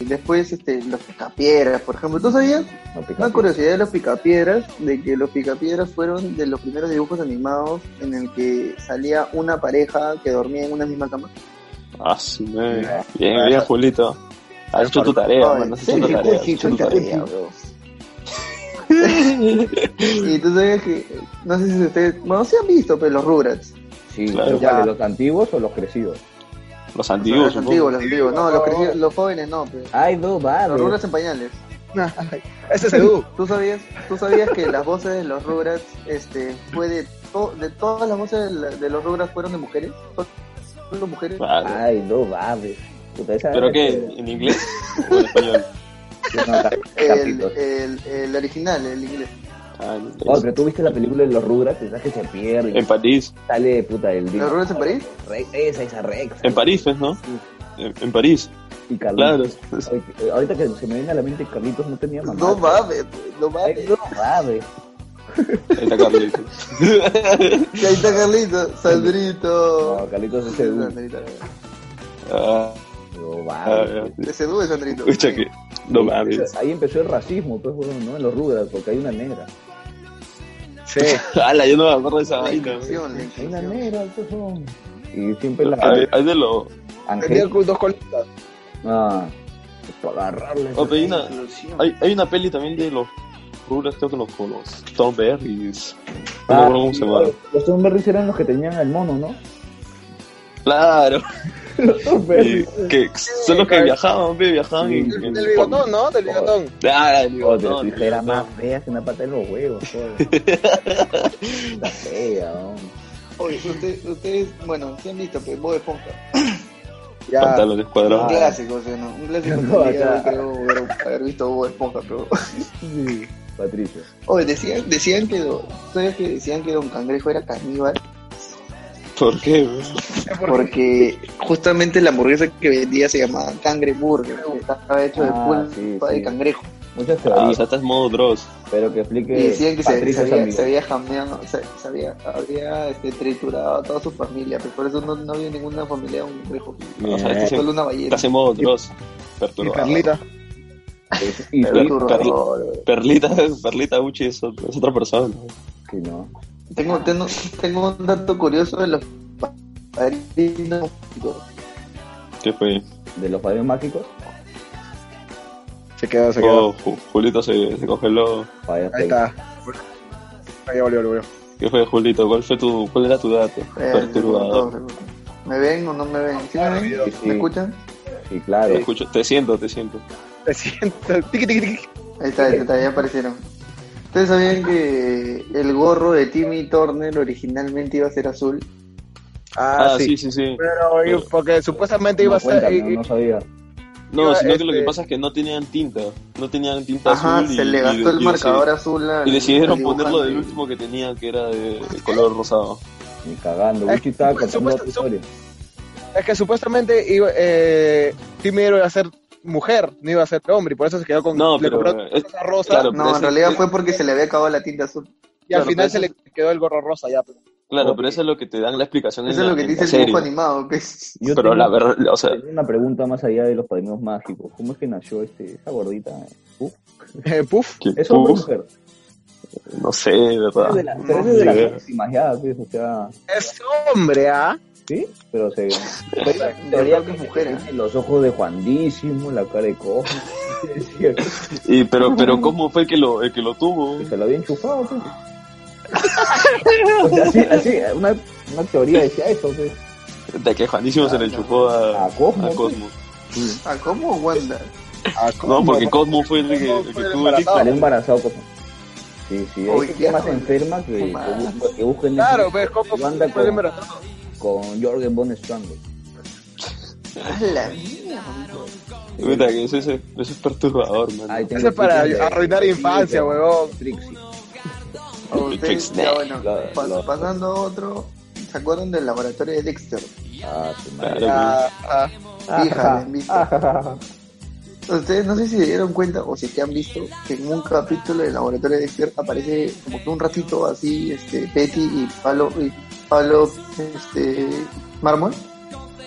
Speaker 4: Y después, este, los picapiedras, por ejemplo. ¿Tú sabías?
Speaker 3: No pica.
Speaker 4: Una curiosidad de los picapiedras, de que los picapiedras fueron de los primeros dibujos animados en el que salía una pareja que dormía en una misma cama.
Speaker 1: Ah, sí, me. Bien, bien, Julito. Has hecho tu tarea,
Speaker 4: Ay,
Speaker 1: mano. Has hecho tu
Speaker 4: sí,
Speaker 1: tarea. has
Speaker 4: sí,
Speaker 1: hecho tu
Speaker 4: sí,
Speaker 1: tarea.
Speaker 4: sí. Y tú sabías que, no sé si ustedes, bueno, se han visto, pero los Rugrats.
Speaker 3: Sí,
Speaker 1: Claro.
Speaker 3: pero ¿cuáles,
Speaker 2: Ya.
Speaker 3: ¿Los antiguos o los crecidos?
Speaker 1: Los
Speaker 4: Los
Speaker 1: antiguos,
Speaker 4: antiguos,
Speaker 1: supongo.
Speaker 4: los antiguos. No, los, crecidos- los jóvenes no, pero.
Speaker 3: Hay dos
Speaker 4: Los
Speaker 3: barrios.
Speaker 4: Rugrats en pañales.
Speaker 2: Ese es Edu.
Speaker 4: ¿Tú sabías, tú sabías que las voces de los Rugrats, este, fue de, to- de todas las voces de, la- de los Rugrats fueron de mujeres? Solo mujeres.
Speaker 1: Claro.
Speaker 3: Hay dos barrios. Puta, esa-
Speaker 1: ¿Pero qué? ¿En inglés o en español?
Speaker 3: Yo no, cap-
Speaker 4: El,
Speaker 3: capítulos.
Speaker 4: el, el original, el inglés.
Speaker 1: Ah, en inglés.
Speaker 3: Oh, pero tú viste la película de los Rugrats, esa que se pierde.
Speaker 1: En París.
Speaker 3: Sale puta el
Speaker 4: ¿Los
Speaker 3: dinosaurio
Speaker 4: Rugrats en París?
Speaker 3: Rex, esa, esa Rex.
Speaker 1: En París, pues, ¿no? En, en París,
Speaker 3: Y Carlitos.
Speaker 1: claro.
Speaker 3: Oye, Ahorita que se me viene a la mente Carlitos no tenía mamá.
Speaker 4: No mames, no
Speaker 3: Ay,
Speaker 4: mames.
Speaker 3: No mames.
Speaker 1: Ahí está Carlitos.
Speaker 4: Y ahí está Carlito, Sandrito.
Speaker 3: No, Carlitos es el único.
Speaker 4: Sandrito.
Speaker 1: Ah,
Speaker 3: No
Speaker 1: ah,
Speaker 3: mames.
Speaker 1: ya.
Speaker 4: Ese dúo es Sandrito.
Speaker 1: Escucha que. No mames.
Speaker 3: Ahí empezó el racismo, pues, bueno, ¿no? En los Rugrats, porque hay una negra.
Speaker 2: Sí.
Speaker 1: Ala, yo no me acuerdo de esa
Speaker 4: La
Speaker 1: vaina. güey.
Speaker 4: inclusión, la
Speaker 3: Hay una
Speaker 4: inclusión.
Speaker 3: negra, pues, bueno. Y siempre la...
Speaker 1: Hay hay de los.
Speaker 2: Tenía
Speaker 3: Angélica.
Speaker 2: dos colitas.
Speaker 3: Ah, para agarrarle.
Speaker 1: Oh, pero hay
Speaker 4: La
Speaker 1: una,
Speaker 4: inclusión.
Speaker 1: hay, hay una peli también de los Rugrats, creo que los, con los Thornberries. No me
Speaker 3: Ah,
Speaker 1: acuerdo cómo se
Speaker 3: sí,
Speaker 1: llamaban.
Speaker 3: Los Thornberries eran los que tenían al mono, ¿no?
Speaker 1: Claro,
Speaker 3: Los
Speaker 1: y
Speaker 3: Thornberries.
Speaker 1: que son los que
Speaker 2: claro.
Speaker 1: viajaban, ve, viajaban
Speaker 3: Sí.
Speaker 1: en, en-
Speaker 2: Del del bigotón, ¿no? Del bigotón.
Speaker 1: Ah, el
Speaker 3: Oh, pero
Speaker 1: bigotón.
Speaker 3: si
Speaker 1: el
Speaker 3: era
Speaker 1: bigotón.
Speaker 3: más fea que una pata de los huevos, joder. Está fea, hombre.
Speaker 4: Oye, usted- ustedes, bueno, se han visto, pues, Bob Esponja.
Speaker 2: Ya.
Speaker 1: Pantalones
Speaker 4: Un
Speaker 1: cuadrados.
Speaker 4: clásico, o sea, ¿no? Un clásico que
Speaker 3: Ah. No,
Speaker 4: un día
Speaker 3: acá.
Speaker 4: creo haber- haber visto Bob Esponja, pero...
Speaker 3: Sí, Patricia.
Speaker 4: Oye, decían, decían que... do- ¿Sabías que decían que Don Cangrejo era caníbal?
Speaker 1: ¿Por qué? güey?
Speaker 4: Porque justamente la hamburguesa que vendía se llamaba Cangreburger. que Estaba hecho de
Speaker 3: Ah,
Speaker 4: pulpa
Speaker 3: sí, sí.
Speaker 4: de cangrejo.
Speaker 3: Muchas
Speaker 1: Ah, o
Speaker 3: teorías.
Speaker 1: sea, estás modo Dross.
Speaker 3: Pero que explique.
Speaker 4: Y decían que se, se
Speaker 3: Patricia
Speaker 4: había,
Speaker 3: San
Speaker 4: se
Speaker 3: Miguel.
Speaker 4: había jameado, se, se había, había este, triturado a toda su familia, pero por eso no, no había ninguna familia de un cangrejo.
Speaker 1: No, o sea, estás en,
Speaker 4: Solo una ballena.
Speaker 1: estás en modo Dross.
Speaker 2: Y
Speaker 1: Perturbado.
Speaker 2: Carlita.
Speaker 3: Y
Speaker 1: Perla-
Speaker 3: sí,
Speaker 4: Perturbador, güey.
Speaker 1: Perlita, Perlita Uchi es, ot- es otra persona.
Speaker 3: sí, no.
Speaker 4: Tengo, tengo, tengo un dato curioso de los padrinos.
Speaker 1: ¿Qué fue?
Speaker 3: De los padres mágicos.
Speaker 2: Se quedó, se quedó.
Speaker 1: Oh, Ju- Julito se, se congeló.
Speaker 3: Fire
Speaker 2: Ahí
Speaker 3: Tail.
Speaker 2: está. Ahí volvió, volvió.
Speaker 1: ¿Qué fue, Julito? ¿Cuál, fue tu, cuál era tu dato?
Speaker 4: Eh,
Speaker 1: Perturbador.
Speaker 4: ¿Me ven o no me ven? ¿Sí me ven?
Speaker 3: Sí, sí.
Speaker 4: ¿Me escuchan?
Speaker 3: Sí,
Speaker 1: Te,
Speaker 3: claro.
Speaker 1: escucho, te siento, te siento.
Speaker 2: Te siento. Tiki, tiki, tiki.
Speaker 4: Ahí está, ahí está, ya aparecieron. ¿Ustedes sabían que el gorro de Timmy Turner originalmente iba a ser azul?
Speaker 1: Ah,
Speaker 2: Ah, sí.
Speaker 1: sí, sí, sí.
Speaker 2: Pero, oye,
Speaker 1: Pero-
Speaker 2: porque supuestamente
Speaker 3: No,
Speaker 2: iba a ser.
Speaker 3: cuéntame,
Speaker 2: y-
Speaker 3: no sabía.
Speaker 1: No,
Speaker 2: Iba,
Speaker 1: sino que lo que
Speaker 2: este-
Speaker 1: pasa es que no tenían tinta. No tenían tinta
Speaker 4: Ajá,
Speaker 1: azul. y-
Speaker 4: se le
Speaker 1: y-
Speaker 4: gastó
Speaker 1: y
Speaker 4: el
Speaker 1: decid-
Speaker 4: marcador azul al
Speaker 1: Y decidieron
Speaker 4: al
Speaker 1: ponerlo del
Speaker 4: dibujante.
Speaker 1: último que tenían, que era de color rosado.
Speaker 3: Ni cagando.
Speaker 2: Eh,
Speaker 3: Gucci estaba
Speaker 2: supuesto-
Speaker 3: contando tu
Speaker 2: sup-
Speaker 3: historia.
Speaker 2: Es que supuestamente iba, eh, Timmy iba a ser mujer, no iba a ser hombre, y por eso se quedó con
Speaker 1: No,
Speaker 2: le
Speaker 1: pero,
Speaker 2: compró
Speaker 1: eh,
Speaker 2: rosa rosa
Speaker 1: claro,
Speaker 4: No, en
Speaker 1: Ese-
Speaker 4: realidad
Speaker 1: ese-
Speaker 4: fue porque se le había acabado la tinta azul.
Speaker 2: y al
Speaker 1: claro,
Speaker 2: final
Speaker 1: pero
Speaker 2: se le quedó el gorro rosa ya. pues. pero-
Speaker 1: Claro,
Speaker 3: Ok.
Speaker 1: pero eso es lo que te dan la explicación en
Speaker 4: Eso es
Speaker 1: la-
Speaker 4: lo que
Speaker 1: en
Speaker 4: dice
Speaker 1: la
Speaker 4: el dibujo
Speaker 1: serie.
Speaker 4: animado. Que es-
Speaker 3: Yo
Speaker 1: Pero
Speaker 3: tengo-
Speaker 1: la verdad, o sea,
Speaker 3: Tenía una pregunta más allá de los padrinos mágicos. ¿Cómo es que nació este, esa gordita? Uf.
Speaker 2: Eh, Puff,
Speaker 1: que
Speaker 3: ¿Es
Speaker 1: tú-
Speaker 3: hombre o mujer?
Speaker 1: no sé, de
Speaker 3: Es de
Speaker 1: verdad.
Speaker 3: la- pero es de la
Speaker 1: Ah. Sí,
Speaker 3: imagiada, pues, o sea,
Speaker 2: es hombre, ¿ah?
Speaker 3: sí, pero se
Speaker 4: De verdad que es mujer, ¿eh?
Speaker 3: Los ojos de Juandísimo, la cara de cojo. Decía que
Speaker 1: Y, pero, pero ¿cómo fue el que lo, el que lo tuvo?
Speaker 3: se lo había enchufado, pues. O sea, así, así, una, una teoría decía eso, pues.
Speaker 1: De que Juanísimo se le enchufó a,
Speaker 3: A Cosmo,
Speaker 1: a Cosmo.
Speaker 4: Ah, ¿cómo Wanda?
Speaker 2: Ah,
Speaker 1: No,
Speaker 2: ¿cómo?
Speaker 1: porque Cosmo fue el que,
Speaker 2: Cosmo
Speaker 1: el que
Speaker 2: fue el
Speaker 1: tuvo el hijo.
Speaker 3: Salió embarazado, cojo. Sí, sí, hay
Speaker 4: Uy,
Speaker 3: gente
Speaker 4: qué
Speaker 3: más
Speaker 4: asco.
Speaker 3: enferma que, que,
Speaker 4: Más.
Speaker 3: busca- que busquen
Speaker 2: Claro, pues, ¿cómo
Speaker 3: Yo anda
Speaker 2: fue el
Speaker 3: con-
Speaker 2: embarazo?
Speaker 3: con Jorgen Von Strangle.
Speaker 4: A la mierda.
Speaker 1: Puta, que eso, eso- eso es perturbador,
Speaker 3: Ahí
Speaker 1: man.
Speaker 3: tengo
Speaker 2: Eso es para
Speaker 3: Trixie de-
Speaker 2: arruinar infancia, huevón.
Speaker 3: Trixie.
Speaker 4: O ustedes- ya, bueno,
Speaker 3: Lo-
Speaker 4: pas-
Speaker 3: lo-
Speaker 4: pasando a otro, ¿se acuerdan del laboratorio de Dexter?
Speaker 3: Ah, su madre.
Speaker 2: Ah, ah.
Speaker 4: Hija, ¿han visto? Ustedes no sé si se dieron cuenta o si te han visto que en un capítulo del laboratorio de Dexter aparece como que un ratito así, este, Betty y Pablo, y Pablo, este, Mármol.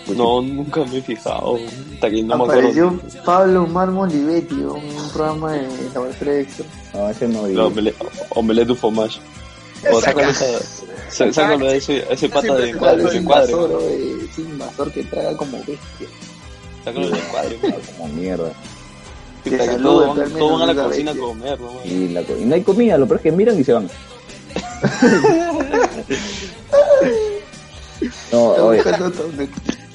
Speaker 1: Pues No, nunca me he fijado. Hasta que no me
Speaker 4: Apareció
Speaker 1: acuerdo.
Speaker 4: Pablo Mármol y Betty en un programa de laboratorio de Dexter.
Speaker 3: No, ese no vi.
Speaker 1: La omelette- omelette du fromage. O sácalo, esa- sa- sácalo a ese, a ese pata de encuadre.
Speaker 4: Pablo
Speaker 1: de
Speaker 4: es
Speaker 1: encuadre.
Speaker 4: invasor, eh, es invasor que traga como bestia.
Speaker 1: Sácalo de encuadre.
Speaker 3: Ah, como mierda.
Speaker 4: Que
Speaker 1: Puta, que
Speaker 4: saluda,
Speaker 1: todos van,
Speaker 4: también,
Speaker 1: todos van a la
Speaker 4: saluda,
Speaker 1: cocina a
Speaker 4: bestia.
Speaker 1: comer, ¿no? man?
Speaker 3: Y, la co- y no hay comida, lo peor es que miran y se van. no,
Speaker 4: Está
Speaker 3: oye,
Speaker 4: buscando hasta donde,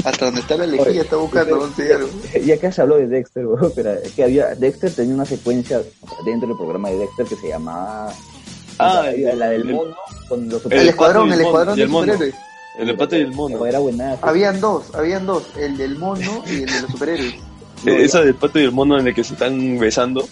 Speaker 4: hasta donde está la lejía,
Speaker 3: Oye,
Speaker 4: está buscando
Speaker 3: ustedes-
Speaker 4: dónde llegaron.
Speaker 3: ya que se habló de Dexter, bro, pero es que había, Dexter tenía una secuencia o sea, dentro del programa de Dexter que se llamaba
Speaker 1: Ah,
Speaker 3: o sea, la, la del
Speaker 1: el-
Speaker 3: mono con los
Speaker 1: El
Speaker 4: El,
Speaker 1: pato y
Speaker 4: escuadrón,
Speaker 1: el mono,
Speaker 4: el escuadrón
Speaker 1: y
Speaker 4: de
Speaker 1: el mono.
Speaker 4: superhéroes.
Speaker 1: El empate y el mono. Eh,
Speaker 3: Era buena.
Speaker 4: Habían dos, habían dos, el del mono y el de los superhéroes.
Speaker 1: Eh, Esa del pato y el mono en el que se están besando.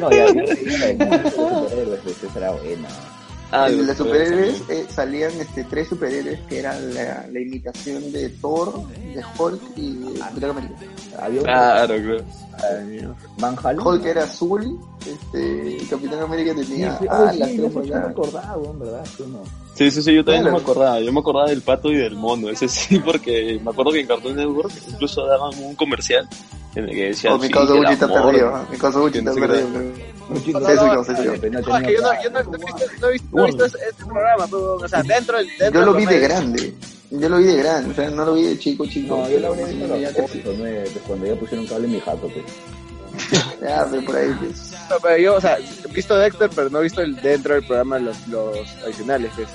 Speaker 3: No, ya, ya, ya, ya, los superhéroes, pues, esa era buena.
Speaker 4: el de
Speaker 1: Ah, los
Speaker 4: los superhéroes eh, salían este, tres superhéroes que eran la, la imitación de Thor, de Hulk y de Capitán América.
Speaker 3: Había un
Speaker 1: Claro, claro.
Speaker 3: Van Halen.
Speaker 4: Hulk era azul, este, y Capitán América
Speaker 3: Sí,
Speaker 4: tenía
Speaker 3: sí,
Speaker 4: ah,
Speaker 3: oye,
Speaker 4: la
Speaker 3: sí,
Speaker 4: crema
Speaker 3: eso yo no
Speaker 4: acá.
Speaker 3: recordaba, weón, ¿verdad? Sí, no.
Speaker 1: Sí, sí, sí, yo también no
Speaker 4: Claro.
Speaker 1: me acordaba. Yo me acordaba del pato y del mono. Ese sí, porque me acuerdo que en Cartoon Network incluso daban un comercial en el que decían.
Speaker 4: Oh, mi
Speaker 1: sí,
Speaker 4: causa
Speaker 1: el
Speaker 4: Gucci está
Speaker 1: amor.
Speaker 4: perdido, ah, mi causa Gucci
Speaker 1: Que no
Speaker 4: está
Speaker 1: sé qué
Speaker 4: perdido.
Speaker 3: Mucho
Speaker 4: pero- Eso yo,
Speaker 3: Dale,
Speaker 4: eso
Speaker 3: pero no
Speaker 2: No, es que
Speaker 3: tenía
Speaker 2: yo no, yo no,
Speaker 3: nada,
Speaker 2: no he
Speaker 3: weón.
Speaker 2: visto, no he visto- no he visto ese, ese programa, pero, o sea, dentro del...
Speaker 4: yo.
Speaker 2: dentro
Speaker 4: Yo lo
Speaker 2: del
Speaker 4: vi de
Speaker 2: programa-
Speaker 4: grande, yo lo vi de grande, o sea, no lo vi de chico, chico.
Speaker 3: No, yo la habría
Speaker 4: pero
Speaker 3: visto
Speaker 4: ya
Speaker 3: a los
Speaker 4: crecí.
Speaker 3: 8, 9, pues, cuando ya pusieron cable en mi jato, pues.
Speaker 4: Ah, pero por ahí. pues.
Speaker 2: No, pero yo, o sea, he visto Dexter, pero no he visto el dentro del programa los, los adicionales. pues.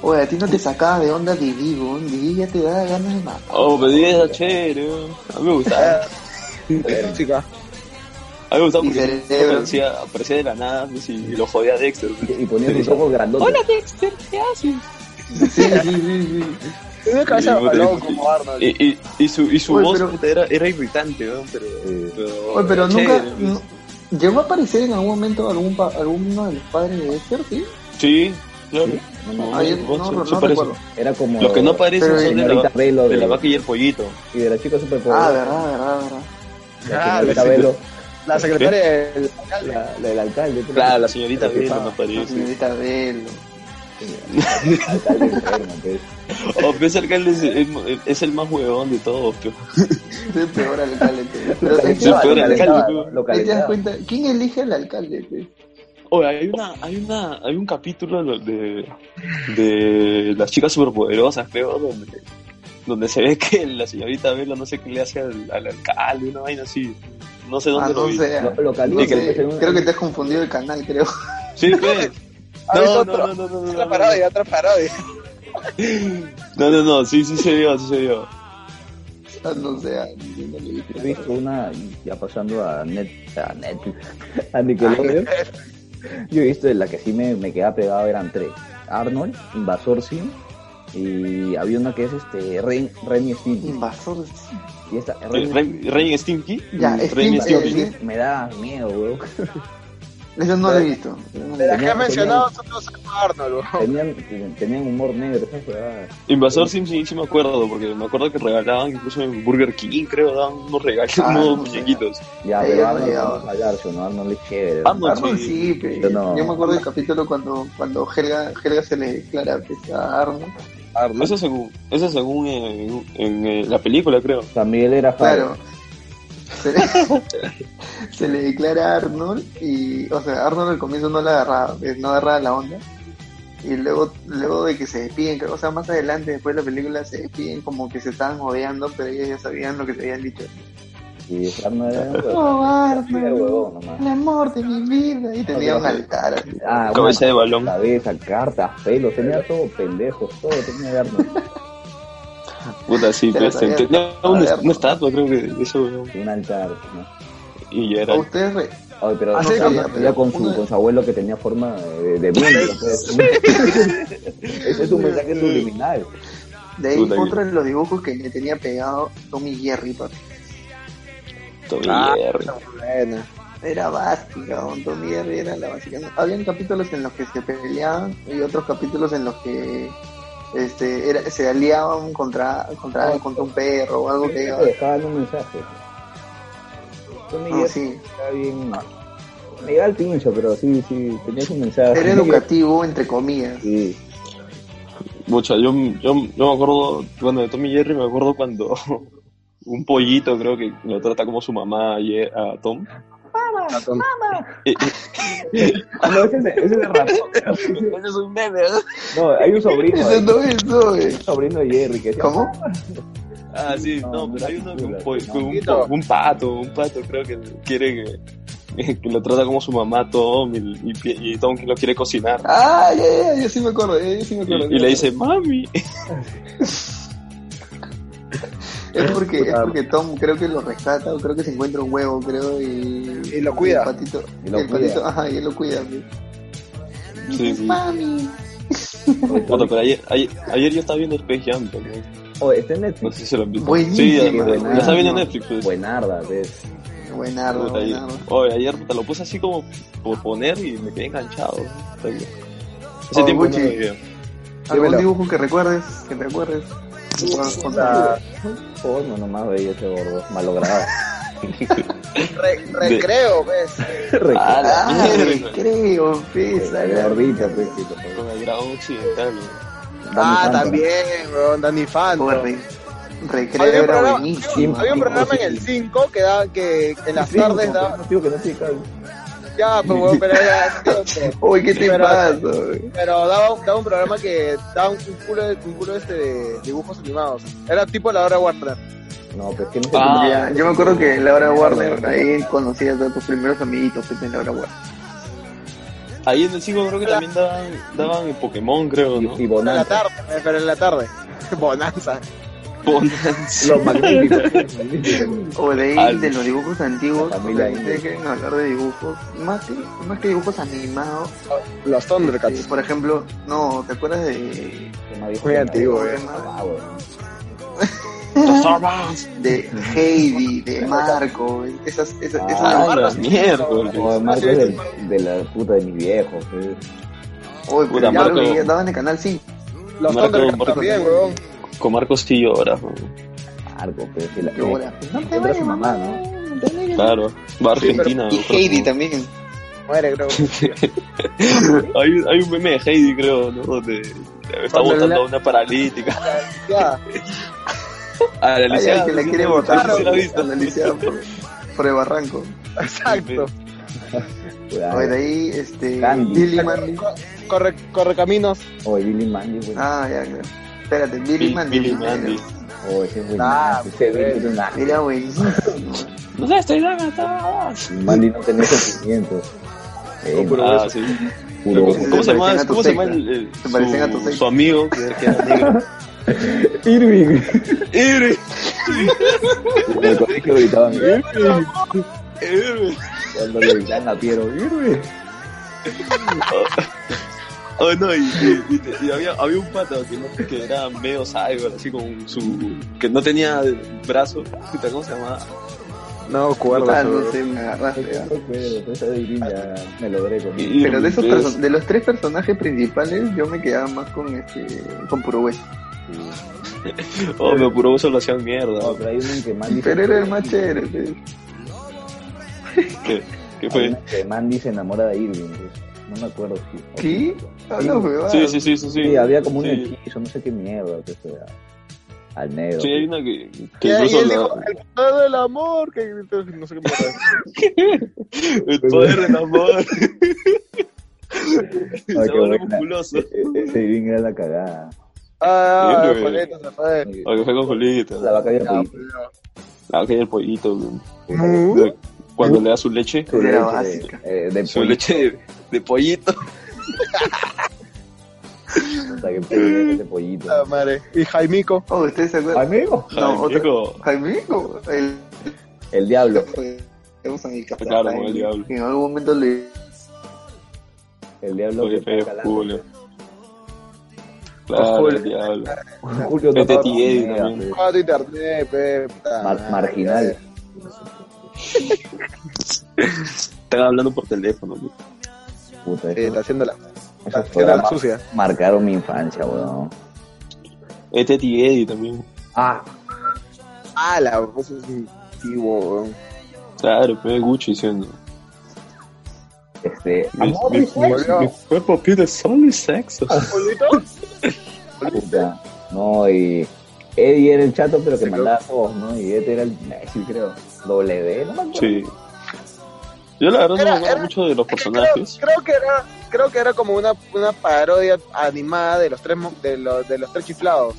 Speaker 4: Oye, a ti no te sacaba de onda Didi, weón. Didi ya te da ganas de matar.
Speaker 1: Oh, pero dije, era chévere. A mí me gustaba.
Speaker 2: Eh, chica.
Speaker 1: A mí me gustaba
Speaker 4: Ah, Mi
Speaker 1: porque
Speaker 4: cerebro.
Speaker 1: aparecía, aparecía de la nada pues, y lo jodía a Dexter.
Speaker 3: Y, y ponían sus ojos grandotes.
Speaker 4: Sí, sí, sí, sí.
Speaker 2: Tiene una cabeza de balón como Arnold.
Speaker 1: Y, y, y su, y su
Speaker 4: Oye,
Speaker 1: voz
Speaker 4: pero-
Speaker 1: puta, era, era irritante, ¿no? pero,
Speaker 3: Sí.
Speaker 1: pero,
Speaker 4: Oye, pero
Speaker 1: era
Speaker 4: nunca.
Speaker 1: chévere, pues.
Speaker 4: no- ¿Llegó a aparecer en algún momento algún pa- alguno de los padres de Dexter, sí?
Speaker 1: Sí, claro.
Speaker 3: Sí, no, no,
Speaker 4: Ah, yo
Speaker 1: no,
Speaker 4: no,
Speaker 1: sí,
Speaker 4: no
Speaker 1: sí parece.
Speaker 4: recuerdo.
Speaker 3: Era como.
Speaker 1: Los que no aparecen
Speaker 4: Pero-
Speaker 1: son de
Speaker 3: Señorita
Speaker 1: la,
Speaker 3: Velo,
Speaker 1: de la
Speaker 3: de-
Speaker 1: vaca y el Ah, pollito.
Speaker 3: Y de la chica super
Speaker 4: Ah, verdad, verdad, verdad.
Speaker 2: Ah,
Speaker 3: La señorita
Speaker 2: la
Speaker 3: Velo.
Speaker 2: La secretaria del alcalde.
Speaker 3: La, la del alcalde. creo.
Speaker 1: Claro, la señorita
Speaker 3: La que
Speaker 1: Bell,
Speaker 3: fa-
Speaker 1: no
Speaker 4: La
Speaker 1: parece.
Speaker 4: señorita Bell.
Speaker 3: El alcalde enfermo, pues.
Speaker 1: O Oh, pero ese alcalde es, es- es el más huevón de todos, pero-
Speaker 4: Es el peor alcalde. pe. Pero,
Speaker 3: Lo
Speaker 4: ¿sabes qué?
Speaker 1: Sí,
Speaker 3: calentaba,
Speaker 1: peor
Speaker 3: lo
Speaker 1: alcalde,
Speaker 3: calentaba,
Speaker 1: tú.
Speaker 3: lo
Speaker 4: Ahí te das
Speaker 3: calentaba.
Speaker 4: cuenta, ¿quién elige al alcalde? pe?
Speaker 1: Oye, hay una, hay una, hay un capítulo de, de, de las chicas superpoderosas, creo, donde, donde se ve que la señorita Vela no sé qué le hace al, al alcalde, una vaina así. No sé
Speaker 4: Ah,
Speaker 1: dónde lo
Speaker 4: no
Speaker 1: vi.
Speaker 4: sé.
Speaker 3: Lo- lo
Speaker 4: no
Speaker 3: calentaba,
Speaker 4: sé.
Speaker 3: pues, en un-
Speaker 4: eh, Creo que te has confundido el canal, creo.
Speaker 1: Sí, pues.
Speaker 2: Ah, es
Speaker 1: No, no,
Speaker 2: otro.
Speaker 1: no, no, no, no,
Speaker 2: Otra
Speaker 1: no,
Speaker 2: parodia, otra parodia.
Speaker 1: no, no, no, sí, sí se vio, sí se vio.
Speaker 4: Ah, No sé. ah, no lo
Speaker 3: He
Speaker 4: vi.
Speaker 3: visto una, ya pasando a, Net, a Netflix, a
Speaker 4: Ah,
Speaker 3: Nickelodeon. Yo he visto la que sí me, me quedaba pegado, eran tres: Arnold, Invasor Sim, y había una que es este Ren, Ren y Stimpy.
Speaker 4: Invasor. sí.
Speaker 3: Y esta, Ren y
Speaker 1: Rey, Rey Stinky.
Speaker 4: Ya,
Speaker 1: Rey
Speaker 4: Steam,
Speaker 1: Mm, Stimpy.
Speaker 4: eh,
Speaker 3: Stimpy me da miedo, weón.
Speaker 4: Eso no lo he visto. Eso no lo he
Speaker 2: La
Speaker 4: visto.
Speaker 2: que ha mencionado son los Arnold, weón.
Speaker 3: Tenían, tenían humor negro, esas huevadas.
Speaker 1: Invasor Sim sí, sí me acuerdo, porque me acuerdo que regalaban incluso en Burger King, creo, daban unos regalos,
Speaker 4: Ah,
Speaker 1: unos
Speaker 4: no sé.
Speaker 1: muñequitos.
Speaker 3: Ya,
Speaker 4: Ahí
Speaker 3: pero
Speaker 4: ya
Speaker 3: Arnold
Speaker 4: me
Speaker 3: vamos a hablar, si no, Arnold es chévere.
Speaker 1: Arnold,
Speaker 4: Arnold
Speaker 1: Sí.
Speaker 4: sí, pe.
Speaker 3: Yo no.
Speaker 4: Yo me acuerdo del capítulo cuando, cuando Helga, Helga se le declara pues, a Arnold.
Speaker 2: Arnold.
Speaker 1: Eso según, eso según eh, en, en, eh, la película, creo.
Speaker 3: San Miguel era
Speaker 4: Claro. Se le, se le declara a Arnold y, o sea, Arnold al comienzo no la agarraba, pues, no agarraba la onda. Y luego, luego de que se despiden, creo, o sea, más adelante, después de la película, se despiden como que se estaban odiando, pero ellos ya sabían lo que se habían dicho.
Speaker 3: Y Arnold era un huevón.
Speaker 4: Oh,
Speaker 3: Era huevón
Speaker 4: Arnold, el
Speaker 3: nomás.
Speaker 4: amor de mi vida. Y tenía un altar. así.
Speaker 3: Ah, una
Speaker 1: Cabeza de balón.
Speaker 3: Cabeza, cartas, pelos, tenía todo pendejo, todo tenía Arnold.
Speaker 1: Puta, sí,
Speaker 4: Pero
Speaker 1: pues,
Speaker 4: sabía-
Speaker 1: tenía
Speaker 4: sabía-
Speaker 1: una, una estatua, creo que de eso, weón.
Speaker 3: Un altar, ¿no?
Speaker 1: Y ya
Speaker 4: ¿A
Speaker 1: era.
Speaker 4: ustedes re-
Speaker 3: Ay, pero
Speaker 2: Así
Speaker 3: no
Speaker 2: como-
Speaker 3: sabía, ya con su,
Speaker 4: Ah, una-
Speaker 3: con su abuelo que tenía forma de, de mundo. pues. Ese es un mensaje subliminal.
Speaker 4: De ahí
Speaker 1: Puta que-
Speaker 4: otro de los dibujos que le tenía pegado Tommy Jerry, papi.
Speaker 1: Tommy
Speaker 2: Ah,
Speaker 1: Jerry.
Speaker 2: buena.
Speaker 4: Era básica, don Tommy Jerry era la básica. Habían capítulos en los que se peleaban y otros capítulos en los que este era, se aliaban contra contra, contra un perro o algo que
Speaker 3: Te dejaban un mensaje. Son
Speaker 4: no,
Speaker 3: ideas
Speaker 4: sí.
Speaker 3: Está bien. Me llegaba el pincho, pero sí, sí, tenías un
Speaker 1: Ah.
Speaker 3: mensaje.
Speaker 4: Era educativo entre comillas.
Speaker 3: Sí.
Speaker 1: Mucha, yo, yo, yo me acuerdo, bueno, de Tommy Jerry me acuerdo cuando un pollito, creo que lo trata como su mamá a Ye- a Tom. Eh, eh,
Speaker 3: Ah, no, ese es, ese es el ratón.
Speaker 1: Ese es un meme,
Speaker 3: No, hay un sobrino.
Speaker 4: Eso
Speaker 3: hay
Speaker 4: no es, no es.
Speaker 3: un sobrino de Jerry que decía,
Speaker 4: ¿Cómo?
Speaker 1: Ah, sí, no, pero hay uno que un, po- que un, po-
Speaker 2: Pollito.
Speaker 1: un pato, un pato creo que quiere que, que lo trata como su mamá a Tom y, y pi- y Tom que lo quiere cocinar.
Speaker 4: Ah, ya, ya, yo sí me acuerdo, eh, yo sí me acuerdo.
Speaker 1: Y, y le dice, mami.
Speaker 4: es porque, es porque Tom creo que lo rescata, o creo que se encuentra un huevo, creo, y,
Speaker 2: Y lo cuida.
Speaker 4: El patito,
Speaker 3: Y lo
Speaker 4: el
Speaker 3: cuida.
Speaker 4: patito, ajá, y él lo cuida. pues.
Speaker 1: Sí, sí.
Speaker 4: Mami.
Speaker 1: Puta, pero ayer, ayer, ayer yo estaba viendo Space Jam también.
Speaker 3: Oh, este
Speaker 1: No
Speaker 3: Netflix.
Speaker 1: sé si se lo han visto.
Speaker 4: Buenísimo,
Speaker 1: sí, ya, ya
Speaker 3: buenazo.
Speaker 1: está viendo Netflix. Pues.
Speaker 3: Buenarda, ves.
Speaker 4: Buenardo,
Speaker 1: Puta, ayer,
Speaker 4: buenardo.
Speaker 1: oye, ayer te lo puse así como por poner y me quedé enganchado. Está bien. Ese
Speaker 4: Oh,
Speaker 1: tiempo no
Speaker 4: Gucci.
Speaker 1: lo veía.
Speaker 4: ¿Algún
Speaker 2: Dímelo.
Speaker 4: dibujo que recuerdes? Que te acuerdes. Que puedas contar.
Speaker 2: La-
Speaker 3: Porno nomás veía ese gordo, malogrado.
Speaker 2: re- pues. recreo, ¿ves?
Speaker 1: Ah, la
Speaker 4: Ah,
Speaker 1: mierda.
Speaker 4: creo, pesa.
Speaker 3: La gordita, pues, sí, por favor.
Speaker 1: Con el grado occidental.
Speaker 3: Dame
Speaker 2: Ah,
Speaker 3: tanta.
Speaker 2: también, weón, Danny Phantom.
Speaker 4: Corre.
Speaker 2: Había
Speaker 4: Recreo
Speaker 2: un,
Speaker 4: era
Speaker 2: programa,
Speaker 4: buenísimo.
Speaker 2: había un programa en el 5 que, daba- que en las
Speaker 3: Sí,
Speaker 2: tardes
Speaker 3: no,
Speaker 2: daba.
Speaker 3: no, digo que no estoy cal-
Speaker 2: Ya, pues, weón, pero era.
Speaker 4: Uy, ¿qué te
Speaker 2: Pero-
Speaker 4: pasa? güey?
Speaker 2: Pero daba, un- daba un programa que daba un un culo, de- un culo este de dibujos animados. Era tipo la hora de Warner.
Speaker 3: No, pues que no sé.
Speaker 1: Ah.
Speaker 4: Ya, yo me acuerdo que en la hora Warner, ahí conocías a tus primeros amiguitos que en la hora Warner.
Speaker 1: Ahí en el 5 creo que también daban, daban el Pokémon, creo, ¿no?
Speaker 3: Y
Speaker 2: En la
Speaker 3: Bonanza.
Speaker 2: tarde, eh, pero en la tarde. Bonanza.
Speaker 1: Bonanza.
Speaker 3: Los magníficos.
Speaker 4: O de ahí,
Speaker 1: Al-
Speaker 4: de los dibujos antiguos,
Speaker 3: La familia
Speaker 4: si ustedes quieren hablar de dibujos, más que, más que dibujos animados,
Speaker 2: Los
Speaker 4: eh,
Speaker 2: Thundercats.
Speaker 4: por ejemplo, no, ¿te acuerdas de
Speaker 2: Muy antiguo, eh.
Speaker 3: Ah, bueno.
Speaker 4: de Heidi, de Marco, esas, esas,
Speaker 3: Ah,
Speaker 4: esas
Speaker 1: la mierda,
Speaker 3: No,
Speaker 1: güey.
Speaker 3: Marco es del- de la puta de mis viejos. eh.
Speaker 1: Puta,
Speaker 4: Uy, pero pues, ya lo
Speaker 1: Marco.
Speaker 4: veía, daban en el canal 5.
Speaker 2: Los
Speaker 1: Marco,
Speaker 2: Thundercats
Speaker 1: Marco.
Speaker 2: también, weón.
Speaker 1: Con Marcos sí lloras, weón.
Speaker 3: Marco, pero si la
Speaker 1: Pues
Speaker 4: Llora.
Speaker 3: No te vayas, mamá. No te
Speaker 1: Claro, va a Argentina.
Speaker 4: Y
Speaker 1: ¿no? Creo
Speaker 4: Heidi
Speaker 1: que-
Speaker 4: también.
Speaker 2: Muere, creo.
Speaker 1: hay, un- hay un meme de Heidi, creo, ¿no? Donde está
Speaker 2: Cuando
Speaker 1: botando
Speaker 2: la-
Speaker 1: a una paralítica.
Speaker 2: Ya.
Speaker 1: A la
Speaker 4: Hay
Speaker 1: Alicia.
Speaker 4: alguien que Ah, la quiere
Speaker 1: botar
Speaker 4: botar
Speaker 1: la
Speaker 4: güey,
Speaker 1: vista.
Speaker 4: a la Alicia por, por el barranco.
Speaker 2: Exacto.
Speaker 3: Pues,
Speaker 4: A ver, ahí, este.
Speaker 3: Candy.
Speaker 4: Billy Mandy.
Speaker 2: Corre, corre caminos.
Speaker 3: O Billy Mandy, güey.
Speaker 4: Ah, ya, claro. Espérate, Billy
Speaker 1: Billy
Speaker 4: Mandy.
Speaker 1: Billy Mandy.
Speaker 3: O ese es
Speaker 2: Ah,
Speaker 3: buenazo, ese
Speaker 2: güey.
Speaker 3: güey es un asco.
Speaker 4: Era buenísimo.
Speaker 1: No sé, estoy dando hasta.
Speaker 3: Mandy no tenía sentimientos. Eh,
Speaker 2: pero-
Speaker 1: Ah, sí.
Speaker 3: puro-
Speaker 1: ¿Cómo, cómo se
Speaker 4: parecen
Speaker 1: llama,
Speaker 4: a tu
Speaker 1: ¿cómo se llama
Speaker 4: secta.
Speaker 1: el, el-
Speaker 4: Se parecen a tu
Speaker 1: su,
Speaker 4: secta.
Speaker 1: su amigo? Que era- que era negro.
Speaker 3: Irving.
Speaker 1: Irving,
Speaker 3: En el colegio gritaban, Irving.
Speaker 1: Irving.
Speaker 3: Cuando le gritaban a Piero, Irving.
Speaker 1: Oh, no, y, y- y- y había, había un pata que, no- que era medio cyber, así con su. que no tenía brazo. Puta, ¿Cómo se llamaba?
Speaker 2: No,
Speaker 4: Ah,
Speaker 2: cuerda.
Speaker 4: no sé, me agarraste, ah.
Speaker 3: Pero esa de Irving ya me logré con
Speaker 1: Y-
Speaker 4: Pero de esos
Speaker 1: Entonces-
Speaker 4: perso- de los tres personajes principales, yo me quedaba más con este, con puro hueso.
Speaker 1: Oh, me apuró, eso lo hacían mierda.
Speaker 3: No, pero hay uno en que Mandy
Speaker 4: Pero era el más chévere. pues.
Speaker 1: ¿Qué, qué
Speaker 3: Hay
Speaker 1: fue?
Speaker 3: uno en que Mandy se enamora de Irving. pues. No me acuerdo si.
Speaker 4: ¿Sí? Ah, no, huevada.
Speaker 1: Sí, sí, sí, sí. Sí,
Speaker 3: Sí, había como un
Speaker 1: Sí,
Speaker 3: hechizo, no sé qué mierda. Que sea. Al negro. E-,
Speaker 1: sí, hay una que, que
Speaker 2: Y ahí
Speaker 1: incluso
Speaker 2: él
Speaker 1: la-
Speaker 2: dijo, el poder del amor. Que no sé qué mierda es.
Speaker 1: el poder del amor. Se
Speaker 3: qué
Speaker 1: vuelve
Speaker 3: buena.
Speaker 1: musculoso.
Speaker 3: e-, Ese Irving era la cagada.
Speaker 2: Ah,
Speaker 1: Sí,
Speaker 2: ah,
Speaker 1: güey.
Speaker 2: Juanito se fue.
Speaker 1: O que fue con Julita.
Speaker 3: La vaca y el
Speaker 2: Ya,
Speaker 3: pollito.
Speaker 2: pero-
Speaker 1: La vaca y el pollito. güey.
Speaker 2: Mu.
Speaker 1: Cuando le da su leche.
Speaker 3: Su
Speaker 4: Era
Speaker 3: leche de-
Speaker 4: básica.
Speaker 3: eh, de
Speaker 1: Su
Speaker 3: pollito,
Speaker 1: leche de, de pollito.
Speaker 3: hasta que pegue ese pollito.
Speaker 2: La madre. Y Jaimico.
Speaker 4: Oh, ¿ustedes se acuerdan?
Speaker 3: Amigo.
Speaker 4: No, otra-
Speaker 1: Jaimico.
Speaker 4: Jaimico, el
Speaker 3: El diablo.
Speaker 4: Tenemos a mi casa,
Speaker 1: Claro,
Speaker 4: Jaime,
Speaker 1: el diablo.
Speaker 4: que En algún momento le
Speaker 3: El diablo
Speaker 1: Oye,
Speaker 3: que
Speaker 1: feo,
Speaker 3: está
Speaker 1: Julio. Claro,
Speaker 2: Julio.
Speaker 1: el diablo.
Speaker 3: calando. Julio
Speaker 1: Vete
Speaker 3: tocaba
Speaker 1: a ti, Eddie,
Speaker 3: hormigas,
Speaker 1: también.
Speaker 3: pues.
Speaker 2: Ah, tu internet, pe, puta
Speaker 3: Mar-
Speaker 2: madre.
Speaker 3: marginal.
Speaker 1: Están hablando por teléfono. güey.
Speaker 3: Puta,
Speaker 2: Sí, está
Speaker 3: esos,
Speaker 2: haciendo la, está
Speaker 3: esos
Speaker 2: haciendo la
Speaker 3: programas
Speaker 2: sucia.
Speaker 3: marcaron mi infancia, weón.
Speaker 1: Este y Eddie también.
Speaker 3: Ah,
Speaker 2: Ah, la voz es antiguo, weón.
Speaker 1: Claro, fue Gucci diciendo.
Speaker 3: este.
Speaker 1: Mi,
Speaker 3: amor,
Speaker 1: mi-
Speaker 3: ¿es eso?
Speaker 1: mi cuerpo pide sol y sexo.
Speaker 3: Puta. No, y. Eddie era el chato, pero que mandaba todos, ¿no? Y este era el Messi, creo. W, no me acuerdo.
Speaker 1: Sí. Yo la verdad no
Speaker 2: Era-
Speaker 1: me acuerdo
Speaker 2: era-
Speaker 1: mucho de los
Speaker 2: Es que creo,
Speaker 1: personajes.
Speaker 2: creo que era, creo que era como una, una parodia animada de los tres mo- de los, de los tres chiflados.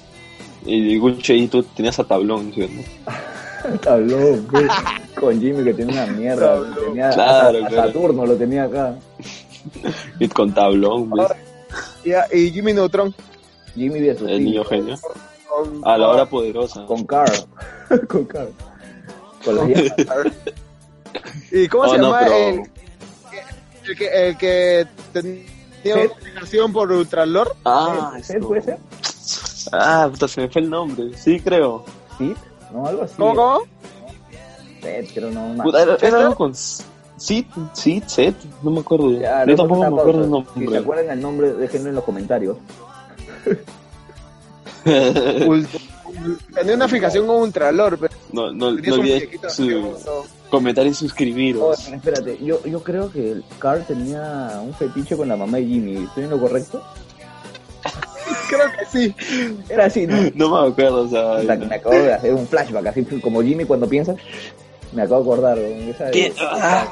Speaker 1: Y Gucci ahí tú tenías a tablón, ¿sí o no?
Speaker 3: Tablón, pues. Con Jimmy que tiene una mierda.
Speaker 2: Tablón.
Speaker 3: Tenía
Speaker 1: Claro,
Speaker 3: hasta- hasta
Speaker 1: claro.
Speaker 3: Saturno lo tenía acá.
Speaker 1: Y con tablón, ¿ves?
Speaker 2: Y, a- y Jimmy Neutron
Speaker 3: Jimmy de su
Speaker 1: el niño genio.
Speaker 2: con,
Speaker 1: A la hora poderosa.
Speaker 3: Con Carl. con Carl. Con los llamas.
Speaker 2: ¿Y cómo
Speaker 1: Oh,
Speaker 2: se
Speaker 1: no,
Speaker 2: llama
Speaker 1: pero-
Speaker 2: el, el que, el que tenía
Speaker 3: Zed.
Speaker 2: una fijación por Ultralord?
Speaker 1: Ah,
Speaker 3: ¿Sid puede ser?
Speaker 1: ah, puta, se me fue el nombre. Sí, creo.
Speaker 3: ¿Sid? No, algo así.
Speaker 2: ¿Cómo, cómo?
Speaker 3: Sid, creo, no, no.
Speaker 1: Puta, era,
Speaker 2: ¿Esto?
Speaker 1: era algo con. Sid, Sid, Seth, no me acuerdo.
Speaker 3: Ya,
Speaker 1: Yo
Speaker 3: luego
Speaker 1: tampoco
Speaker 3: una
Speaker 1: me acuerdo el
Speaker 3: pausa. Si se
Speaker 1: nombre.
Speaker 3: acuerdan el nombre, déjenlo en los comentarios.
Speaker 2: Ult- Tenía una fijación con Ultralord, pero
Speaker 1: no, no, no
Speaker 2: tenías un
Speaker 1: olvidé
Speaker 2: muñequito
Speaker 1: su
Speaker 2: asqueroso.
Speaker 1: comentar y
Speaker 3: Oh,
Speaker 1: suscribiros.
Speaker 3: pero espérate, yo, yo creo que Carl tenía un fetiche con la mamá de Jimmy. ¿Estoy en lo correcto?
Speaker 2: Creo que sí.
Speaker 3: Era así, ¿no?
Speaker 1: No me acuerdo, o sea.
Speaker 3: O sea, me acabo de hacer un flashback, así como Jimmy cuando piensa. Me acabo de acordar, ¿no? Esa de-
Speaker 1: Pi- ah,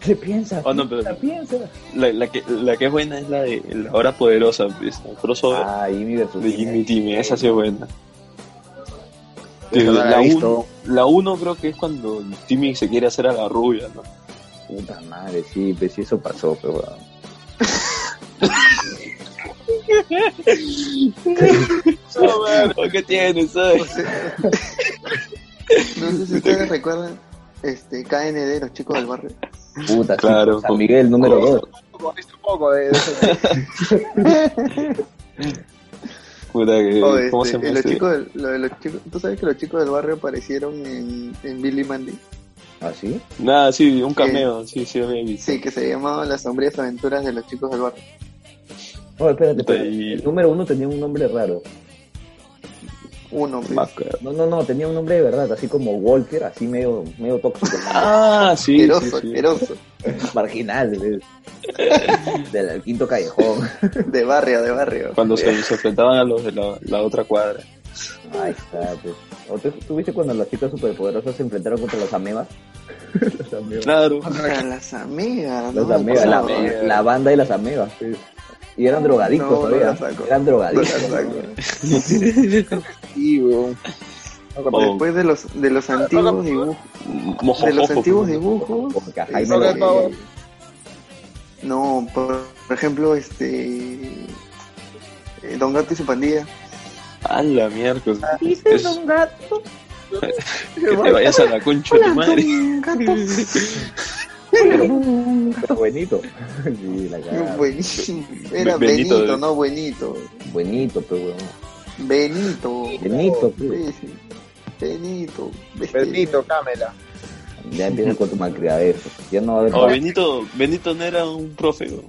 Speaker 3: ¿Qué piensa?
Speaker 1: Oh, no,
Speaker 3: piensa,
Speaker 1: pero-
Speaker 3: piensa.
Speaker 1: la, la, que, la que es buena es la de La Hora Poderosa, pues, ¿ves? El crossover
Speaker 3: Ah, Jimmy versus
Speaker 1: Oh. de Jimmy Timmy, esa sí es buena.
Speaker 2: Esa no la
Speaker 1: la
Speaker 2: he
Speaker 1: un-
Speaker 2: visto.
Speaker 1: la uno creo que es cuando Timmy se quiere hacer a la rubia, ¿no?
Speaker 3: Puta madre, sí, pues sí, eso pasó, pero... weón.
Speaker 1: Oh, ¿Qué tienes? eh?
Speaker 4: No sé si ustedes recuerdan este KND, los chicos del barrio.
Speaker 3: Puta, sí,
Speaker 1: Claro. pues. Oh.
Speaker 3: San Miguel, número
Speaker 1: Con-
Speaker 3: 2.
Speaker 2: Poco, es un poco de, de ese-
Speaker 1: Puta, que-
Speaker 4: Oh, este,
Speaker 1: ¿Cómo se
Speaker 4: eh,
Speaker 1: llama?
Speaker 4: los
Speaker 1: este?
Speaker 4: chicos del- lo de los chicos, tú sabes que los chicos del barrio aparecieron en, en Billy Mandy.
Speaker 3: ¿Así?
Speaker 1: Nada, sí, un cameo, sí, sí, había visto.
Speaker 4: Sí, que se llamaba Las sombrías aventuras de los chicos del barrio.
Speaker 3: No, Oh, espérate, espérate.
Speaker 1: Y-
Speaker 3: El número uno tenía un nombre raro.
Speaker 4: Uno, pues.
Speaker 1: Maca.
Speaker 3: No, no, no, tenía un nombre de verdad, así como Walker, así medio, medio tóxico,
Speaker 1: Ah, sí. sí,
Speaker 4: Asqueroso,
Speaker 1: sí.
Speaker 4: asqueroso.
Speaker 3: marginal, del, del quinto callejón.
Speaker 4: De barrio, de barrio.
Speaker 1: Cuando se, se enfrentaban a los de la, la otra cuadra.
Speaker 3: Ahí está, pues. ¿O tú, tú viste cuando las chicas superpoderosas se enfrentaron contra las amebas? las amebas.
Speaker 1: Claro.
Speaker 4: Contra las amigas,
Speaker 3: Las
Speaker 4: ¿no? pues,
Speaker 3: amebas,
Speaker 1: no,
Speaker 3: la,
Speaker 1: no,
Speaker 3: la- la banda de las amebas, pues. Y eran drogadictos
Speaker 4: No, no
Speaker 3: todavía.
Speaker 4: la saco.
Speaker 3: eran drogadictos.
Speaker 4: No la saco.
Speaker 2: Sí, weón.
Speaker 1: Oh.
Speaker 4: Después de los, de los antiguos dibujos.
Speaker 1: Mojojojo.
Speaker 4: De los antiguos dibujos.
Speaker 3: Porque a
Speaker 4: Sí,
Speaker 3: Jaime
Speaker 4: no,
Speaker 3: lo-
Speaker 4: que no. No, por, por ejemplo, este. eh, Don Gato y su pandilla.
Speaker 1: A la miércoles.
Speaker 4: Ah,
Speaker 1: Es- Que te vayas a la concha de tu madre.
Speaker 4: Don Gato.
Speaker 3: Pero buenito. Sí, la cagada.
Speaker 4: Buenísimo. Era
Speaker 1: Benito,
Speaker 4: Benito,
Speaker 1: eh.
Speaker 4: no Buenito.
Speaker 3: Buenito, pero pues, weón.
Speaker 4: Benito.
Speaker 3: Benito, pues.
Speaker 4: Sí, sí. Benito.
Speaker 2: Benito, cámela.
Speaker 3: Ya empieza con tu malcriadero. Ya no va a haber.
Speaker 1: Oh, Benito, Benito no era un profe. ¿no?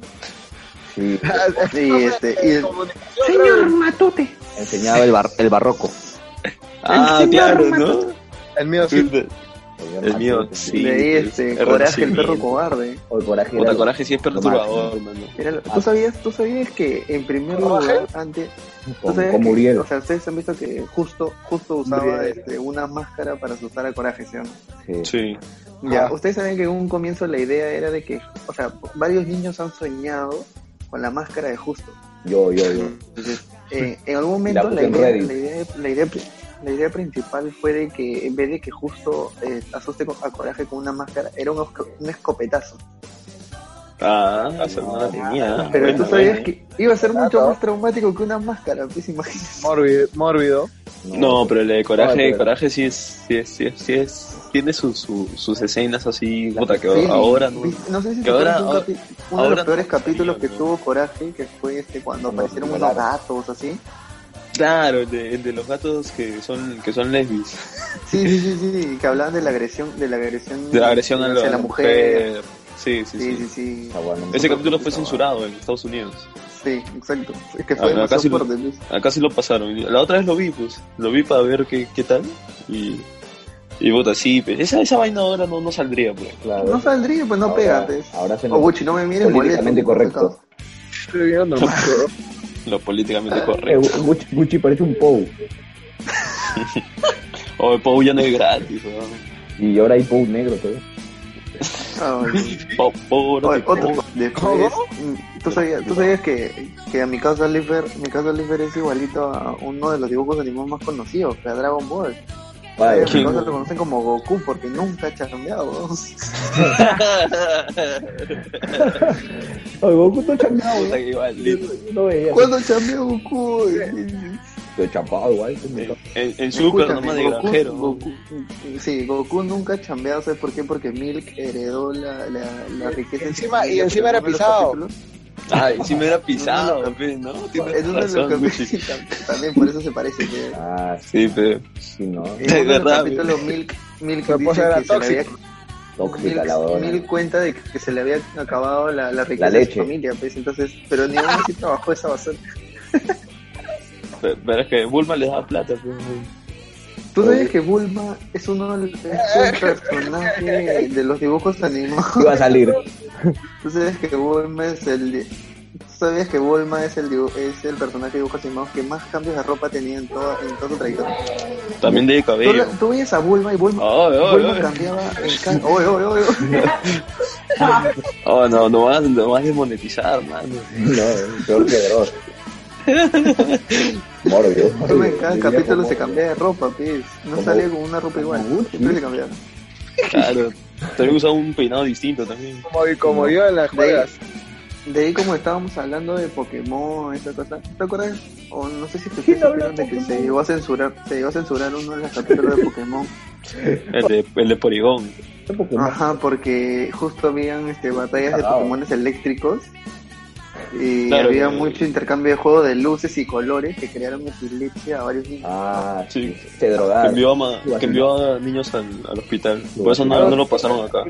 Speaker 3: Sí,
Speaker 4: Sí, este. Y el-
Speaker 2: Señor.
Speaker 3: enseñaba el, bar- el barroco.
Speaker 1: Ah, claro, ¿no?
Speaker 2: El mío sí.
Speaker 1: El mío, sí.
Speaker 4: de ahí, este.
Speaker 1: el
Speaker 4: Coraje, el perro
Speaker 1: renacimiento.
Speaker 4: cobarde.
Speaker 3: O el coraje.
Speaker 1: Puta,
Speaker 3: era-
Speaker 1: coraje sí es perturbador, mano.
Speaker 4: Era lo-
Speaker 3: Ah.
Speaker 4: ¿Tú sabías, tú sabías que en primer
Speaker 2: ¿Coraje?
Speaker 4: lugar, antes, ¿tú
Speaker 3: Con,
Speaker 4: sabías
Speaker 3: con
Speaker 4: que-
Speaker 3: Muriel.
Speaker 4: o sea, ustedes han visto que justo, justo usaba
Speaker 2: Muriel.
Speaker 4: este, una máscara para asustar a Coraje, ¿sí o no?
Speaker 3: Sí.
Speaker 1: Sí.
Speaker 4: Ya,
Speaker 2: Ah.
Speaker 4: ustedes saben que en un comienzo la idea era de que, o sea, varios niños han soñado con la máscara de justo.
Speaker 3: Yo, yo, yo.
Speaker 4: Entonces, eh, en algún
Speaker 3: La
Speaker 4: momento
Speaker 3: puse
Speaker 4: la
Speaker 3: en
Speaker 4: idea,
Speaker 3: Reddit.
Speaker 4: la, idea, la, idea, la idea principal fue de que en vez de que justo eh, asuste con- a Coraje con una máscara, era un, osco- un escopetazo.
Speaker 1: Ah, esa no la tenía.
Speaker 4: Pero
Speaker 1: Ah, Bueno,
Speaker 4: tú sabías
Speaker 1: bueno. Ah,
Speaker 4: que iba a ser mucho
Speaker 2: Claro.
Speaker 4: más traumático que una máscara, pues imagínate.
Speaker 2: Mórbido. mórbido.
Speaker 1: No, pero el de coraje,
Speaker 3: pero-
Speaker 1: coraje sí es, sí es, sí es, sí es- tiene sus- su- sus escenas así, puta, que
Speaker 4: Sí,
Speaker 1: ahora no.
Speaker 4: vi- no sé si
Speaker 1: que
Speaker 4: te
Speaker 1: ahora-
Speaker 4: acuerdas un
Speaker 1: ahora-
Speaker 4: capi- uno de
Speaker 1: ahora
Speaker 4: los peores
Speaker 1: no
Speaker 4: capítulos
Speaker 1: sabía,
Speaker 4: que
Speaker 1: ¿no?
Speaker 4: tuvo Coraje, que fue este cuando
Speaker 3: Cuando
Speaker 4: aparecieron
Speaker 3: se
Speaker 4: unos
Speaker 3: liberaron.
Speaker 4: gatos así.
Speaker 1: Claro, el de, el de los gatos que son, que son lesbis.
Speaker 4: Sí, sí, sí, sí, que hablaban de la agresión, de la agresión,
Speaker 1: De la agresión a la,
Speaker 4: hacia la mujer.
Speaker 1: Sí, sí, sí. Ah,
Speaker 4: Sí, sí, sí,
Speaker 3: Está bueno.
Speaker 1: Ese capítulo fue censurado en Estados Unidos.
Speaker 4: sí, exacto. Es que
Speaker 1: Ah,
Speaker 4: fue
Speaker 1: no,
Speaker 4: demasiado
Speaker 1: casi lo-
Speaker 4: fuerte, Luis.
Speaker 1: Acá sí lo pasaron. La otra vez lo vi, pues. Lo vi para ver qué, qué tal. Y, y puta, sí, pues. Esa, esa vaina ahora no, no saldría, pues.
Speaker 3: Claro.
Speaker 4: No saldría, pues no
Speaker 3: Ahora-
Speaker 4: pégate.
Speaker 3: Ahora se
Speaker 4: O Gucci, no me mires
Speaker 3: Políticamente
Speaker 4: molesto. pues,
Speaker 3: correcto.
Speaker 2: Estoy viendo nomás, weón.
Speaker 1: Lo
Speaker 4: Ah,
Speaker 1: políticamente
Speaker 3: Eh,
Speaker 1: correcto.
Speaker 3: Gu- Gucci, Gucci parece un Pou.
Speaker 1: O el Pou ya no es gratis, weón.
Speaker 3: Y ahora hay Pou negro, todavía.
Speaker 4: Ay.
Speaker 1: Pou, Pou, no
Speaker 4: Oye,
Speaker 1: te-
Speaker 4: otro, después,
Speaker 2: ¿Cómo?
Speaker 4: mm, ¿tú sabías, tú sabías que, que a mi casa Lifer, mi casa Lifer es igualito a uno de los dibujos animados más conocidos, que a Dragon Ball. A
Speaker 3: Vaya,
Speaker 4: mi
Speaker 1: ¿quién?
Speaker 4: casa lo conocen como Goku porque nunca ha chambeado.
Speaker 3: Ay, Goku está chapado,
Speaker 1: Puta, que igual, lindo.
Speaker 3: No veía.
Speaker 4: ¿Cuándo chambeó Goku?
Speaker 3: Estoy chapado igual. que me
Speaker 1: Eh, En,
Speaker 3: toca.
Speaker 1: en Super,
Speaker 4: Escúchame,
Speaker 1: nomás de
Speaker 4: Goku-
Speaker 1: granjero.
Speaker 4: Goku- sí, Goku nunca ha chambeado, ¿sabes por qué? Porque Milk heredó la, la, la riqueza.
Speaker 2: Y encima- y
Speaker 4: en
Speaker 2: encima era
Speaker 4: uno de los
Speaker 2: pisado.
Speaker 4: capítulos-
Speaker 1: Ay, si me era
Speaker 4: pisado,
Speaker 1: pisado, pe, pues, ¿no? Tienes
Speaker 4: En uno de los
Speaker 1: razón, Gucci.
Speaker 4: capítulos, también por eso se parece. ¿eh?
Speaker 3: Ah,
Speaker 1: Sí, pe.
Speaker 3: sí, no.
Speaker 4: En uno de los
Speaker 1: verdad,
Speaker 4: capítulos, Milk, Milk dice
Speaker 2: Su
Speaker 4: que
Speaker 2: esposa
Speaker 4: se
Speaker 2: era
Speaker 4: le había
Speaker 3: Tóxica
Speaker 4: Mil,
Speaker 3: la hora.
Speaker 4: Mil cuenta de que se le había acabado la, la riqueza
Speaker 3: La
Speaker 4: de su
Speaker 3: leche.
Speaker 4: familia, pues entonces, pero ni aún así trabajó esa basura.
Speaker 1: Pe- Pero es que Bulma les daba plata, pues, pe.
Speaker 4: ¿Tú
Speaker 3: Oye.
Speaker 4: sabes que Bulma es uno de los es un personaje de los dibujos animados?
Speaker 3: Iba a salir.
Speaker 4: ¿Tú sabes que Bulma es el di- ¿Tú sabías que Bulma es el dibu- es el personaje de dibujos animados que más cambios de ropa tenía en toda en toda su trayectoria?
Speaker 1: También de
Speaker 4: Tú, la-
Speaker 1: cabello.
Speaker 4: tú veías a Bulma y Bulma,
Speaker 1: Ay, ay,
Speaker 4: Bulma
Speaker 1: ay.
Speaker 4: cambiaba en oh, cada... Oye, oye, oye, oye.
Speaker 1: Oh, no, no vas, no vas a desmonetizar, mano.
Speaker 3: No, peor que Dross. Morbio.
Speaker 4: Bulma en cada capítulo se cambiaba de ropa, pues. No
Speaker 3: Como-
Speaker 4: salía con una ropa igual.
Speaker 3: como Gucci.
Speaker 4: Siempre se cambiaba.
Speaker 1: Claro. También usaba un peinado distinto también.
Speaker 2: Como, como yo en las juegas.
Speaker 4: De ahí como estábamos hablando de Pokémon, esa cosa, ¿te acuerdas? O no sé si te
Speaker 3: ¿Quién habla
Speaker 4: supieron de que
Speaker 3: Pokémon?
Speaker 4: se llegó a censurar, se llegó a censurar uno de los capítulos de Pokémon.
Speaker 1: El de, el de Porigón.
Speaker 4: Ajá, porque justo habían este batallas de
Speaker 3: Cagado.
Speaker 4: Pokémones eléctricos y
Speaker 1: Claro
Speaker 4: había
Speaker 1: que-
Speaker 4: mucho intercambio de juego de luces y colores que crearon epilepsia a varios niños.
Speaker 3: Ah,
Speaker 1: Sí.
Speaker 3: sí. Se
Speaker 1: Que
Speaker 3: drogaron.
Speaker 1: envió a, ma- que envió a niños al, al hospital.
Speaker 3: Sí.
Speaker 1: Por eso no, no lo pasaron acá.